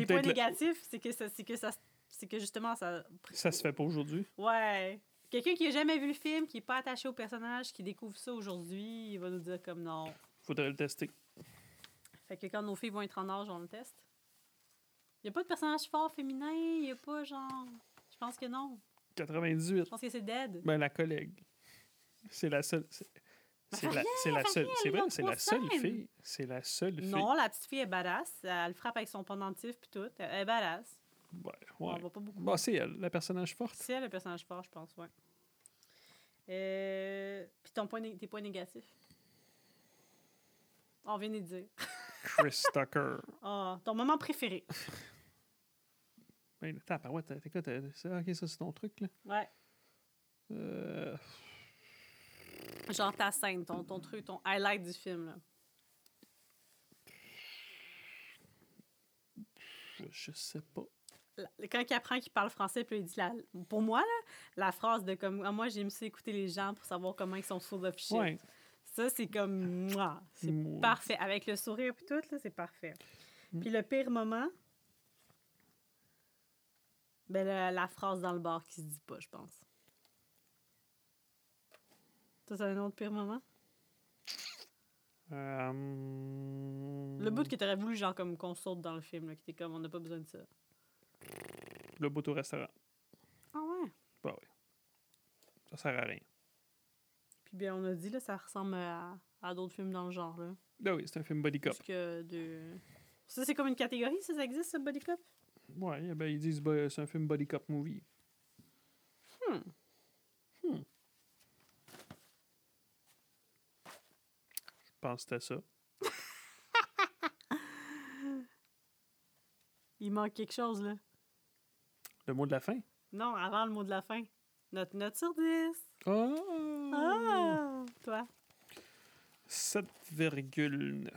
Speaker 1: les
Speaker 2: Peut-être
Speaker 1: points
Speaker 2: le-
Speaker 1: négatifs, c'est que, ça, c'est que, ça, c'est que justement, ça.
Speaker 2: Ça se fait pas aujourd'hui.
Speaker 1: Ouais. Quelqu'un qui a jamais vu le film, qui n'est pas attaché au personnage, qui découvre ça aujourd'hui, il va nous dire comme non.
Speaker 2: Faudrait le tester.
Speaker 1: Fait que quand nos filles vont être en âge, on le teste. Il n'y a pas de personnage fort féminin, il n'y a pas genre. Je pense que non. Je
Speaker 2: 98.
Speaker 1: pense que c'est dead.
Speaker 2: Ben, la collègue. C'est la seule. C'est
Speaker 1: Mais
Speaker 2: c'est la, c'est la
Speaker 1: Fariel,
Speaker 2: seule. C'est vrai,
Speaker 1: ils ont
Speaker 2: c'est la
Speaker 1: trois
Speaker 2: seule
Speaker 1: scènes.
Speaker 2: fille. C'est la seule fille.
Speaker 1: Non, la petite fille est badass. Elle le frappe avec son pendentif puis tout. Elle est badass.
Speaker 2: Ouais,
Speaker 1: On
Speaker 2: ouais.
Speaker 1: voit pas beaucoup.
Speaker 2: Bon, c'est elle, la personnage forte.
Speaker 1: C'est elle, le personnage fort, je pense, ouais. Euh... Puis ton point né- tes points négatifs. On vient de dire.
Speaker 2: Chris Tucker.
Speaker 1: Ah, ton moment préféré.
Speaker 2: Ben, attends, par ouais, t'as t'as quoi? t'as- ça, ok, ça, c'est ton truc, là.
Speaker 1: Ouais.
Speaker 2: Euh,
Speaker 1: Genre ta scène, ton, ton truc, ton highlight du film. Là.
Speaker 2: je sais pas.
Speaker 1: La- Quand il apprend qu'il parle français, puis il dit la- pour moi, là, la phrase de comme Ah, moi, j'aime ça écouter les gens pour savoir comment ils sont full of shit.
Speaker 2: Ouais.
Speaker 1: Ça, c'est comme Mouah! C'est
Speaker 2: Mouah.
Speaker 1: parfait. Avec le sourire et tout, là, c'est parfait.
Speaker 2: Mm.
Speaker 1: Puis le pire moment, ben, la, la phrase dans le bar qui se dit pas, je pense. Ça, c'est un autre pire moment.
Speaker 2: Euh,
Speaker 1: Le bout que t'aurais voulu, genre, comme qu'on saute dans le film, là, que t'es comme, on n'a pas besoin de ça.
Speaker 2: Le bout au restaurant.
Speaker 1: Ah ouais?
Speaker 2: Bah oui. Ça sert à rien.
Speaker 1: Puis bien, on a dit, là, ça ressemble à, à d'autres films dans le genre, là.
Speaker 2: Ben oui, c'est un film body cop.
Speaker 1: Plus que de... Ça, c'est comme une catégorie, ça, ça existe, ça, Body Cop?
Speaker 2: Ouais, ben ils disent ben, c'est un film body cop movie.
Speaker 1: Hmm.
Speaker 2: Hmm. Je pense que c'était ça.
Speaker 1: Il manque quelque chose, là.
Speaker 2: Le mot de la fin.
Speaker 1: Non, avant le mot de la fin. Notre note sur 10.
Speaker 2: Ah!
Speaker 1: Ah! Toi?
Speaker 2: 7,9.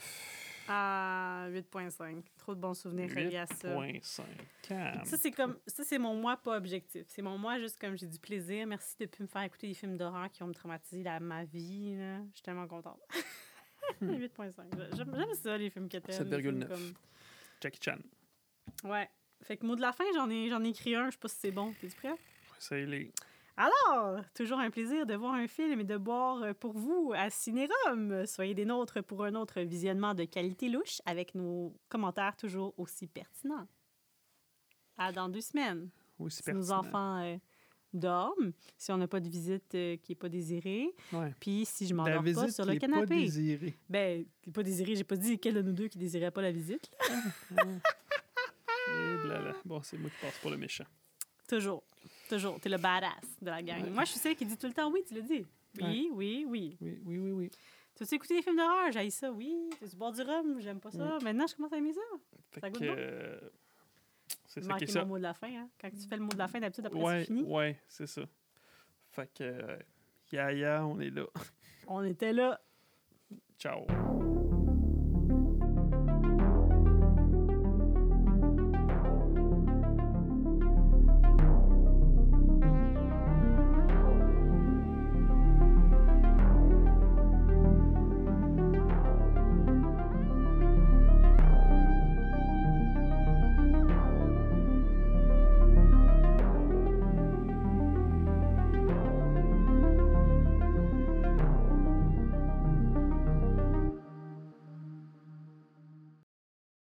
Speaker 1: À 8.5. Trop de bons souvenirs reliés à ça.
Speaker 2: 8,5. Calme.
Speaker 1: Ça, c'est comme. Ça, c'est mon moi pas objectif. C'est mon moi juste comme j'ai du plaisir. Merci de plus me faire écouter des films d'horreur qui ont me traumatisé la, ma vie. là. Je suis tellement contente. 8.5. J'aime j'aime ça, les films que t'aimes. les films
Speaker 2: 7,9. Jackie Chan.
Speaker 1: comme- Ouais. Fait que mot de la fin, j'en ai, j'en ai écrit un. Je sais pas si c'est bon. T'es-tu prêt?
Speaker 2: C'est les.
Speaker 1: Alors, toujours un plaisir de voir un film et de boire euh, pour vous à Cinérum. Soyez des nôtres pour un autre visionnement de qualité louche avec nos commentaires toujours aussi pertinents. À dans deux semaines.
Speaker 2: Aussi
Speaker 1: Si nos
Speaker 2: pertinents.
Speaker 1: enfants euh, dorment, si on n'a pas de visite euh, qui n'est pas désirée,
Speaker 2: Ouais.
Speaker 1: puis si je
Speaker 2: La
Speaker 1: m'endors
Speaker 2: visite
Speaker 1: pas sur le
Speaker 2: qui est pas
Speaker 1: canapé.
Speaker 2: désirée.
Speaker 1: Ben, qui est pas désirée, j'ai pas dit quel de nous deux qui désirait pas la visite. là.
Speaker 2: Et Eh là, là. Bon, c'est moi qui passe pour le méchant.
Speaker 1: Toujours, toujours, t'es le badass de la gang.
Speaker 2: Ouais.
Speaker 1: Moi, je suis celle qui dit tout le temps oui, tu le dis. Oui, oui, oui.
Speaker 2: Oui, oui, oui, oui.
Speaker 1: T'as-tu écouté des films d'horreur? J'aille ça, oui. T'as-tu boire du rhum? J'aime pas ça.
Speaker 2: Mm.
Speaker 1: Maintenant, je commence à aimer ça.
Speaker 2: Fait
Speaker 1: Ça goûte
Speaker 2: que.
Speaker 1: bon?
Speaker 2: euh, C'est ça qui est
Speaker 1: Manquer
Speaker 2: ça. Mm.
Speaker 1: mon mot de la fin. Hein? Quand tu fais le mot de la fin, d'habitude, après,
Speaker 2: ouais,
Speaker 1: c'est fini.
Speaker 2: Ouais, c'est ça. Fait que, euh, yaya, on est là.
Speaker 1: On était là.
Speaker 2: Ciao.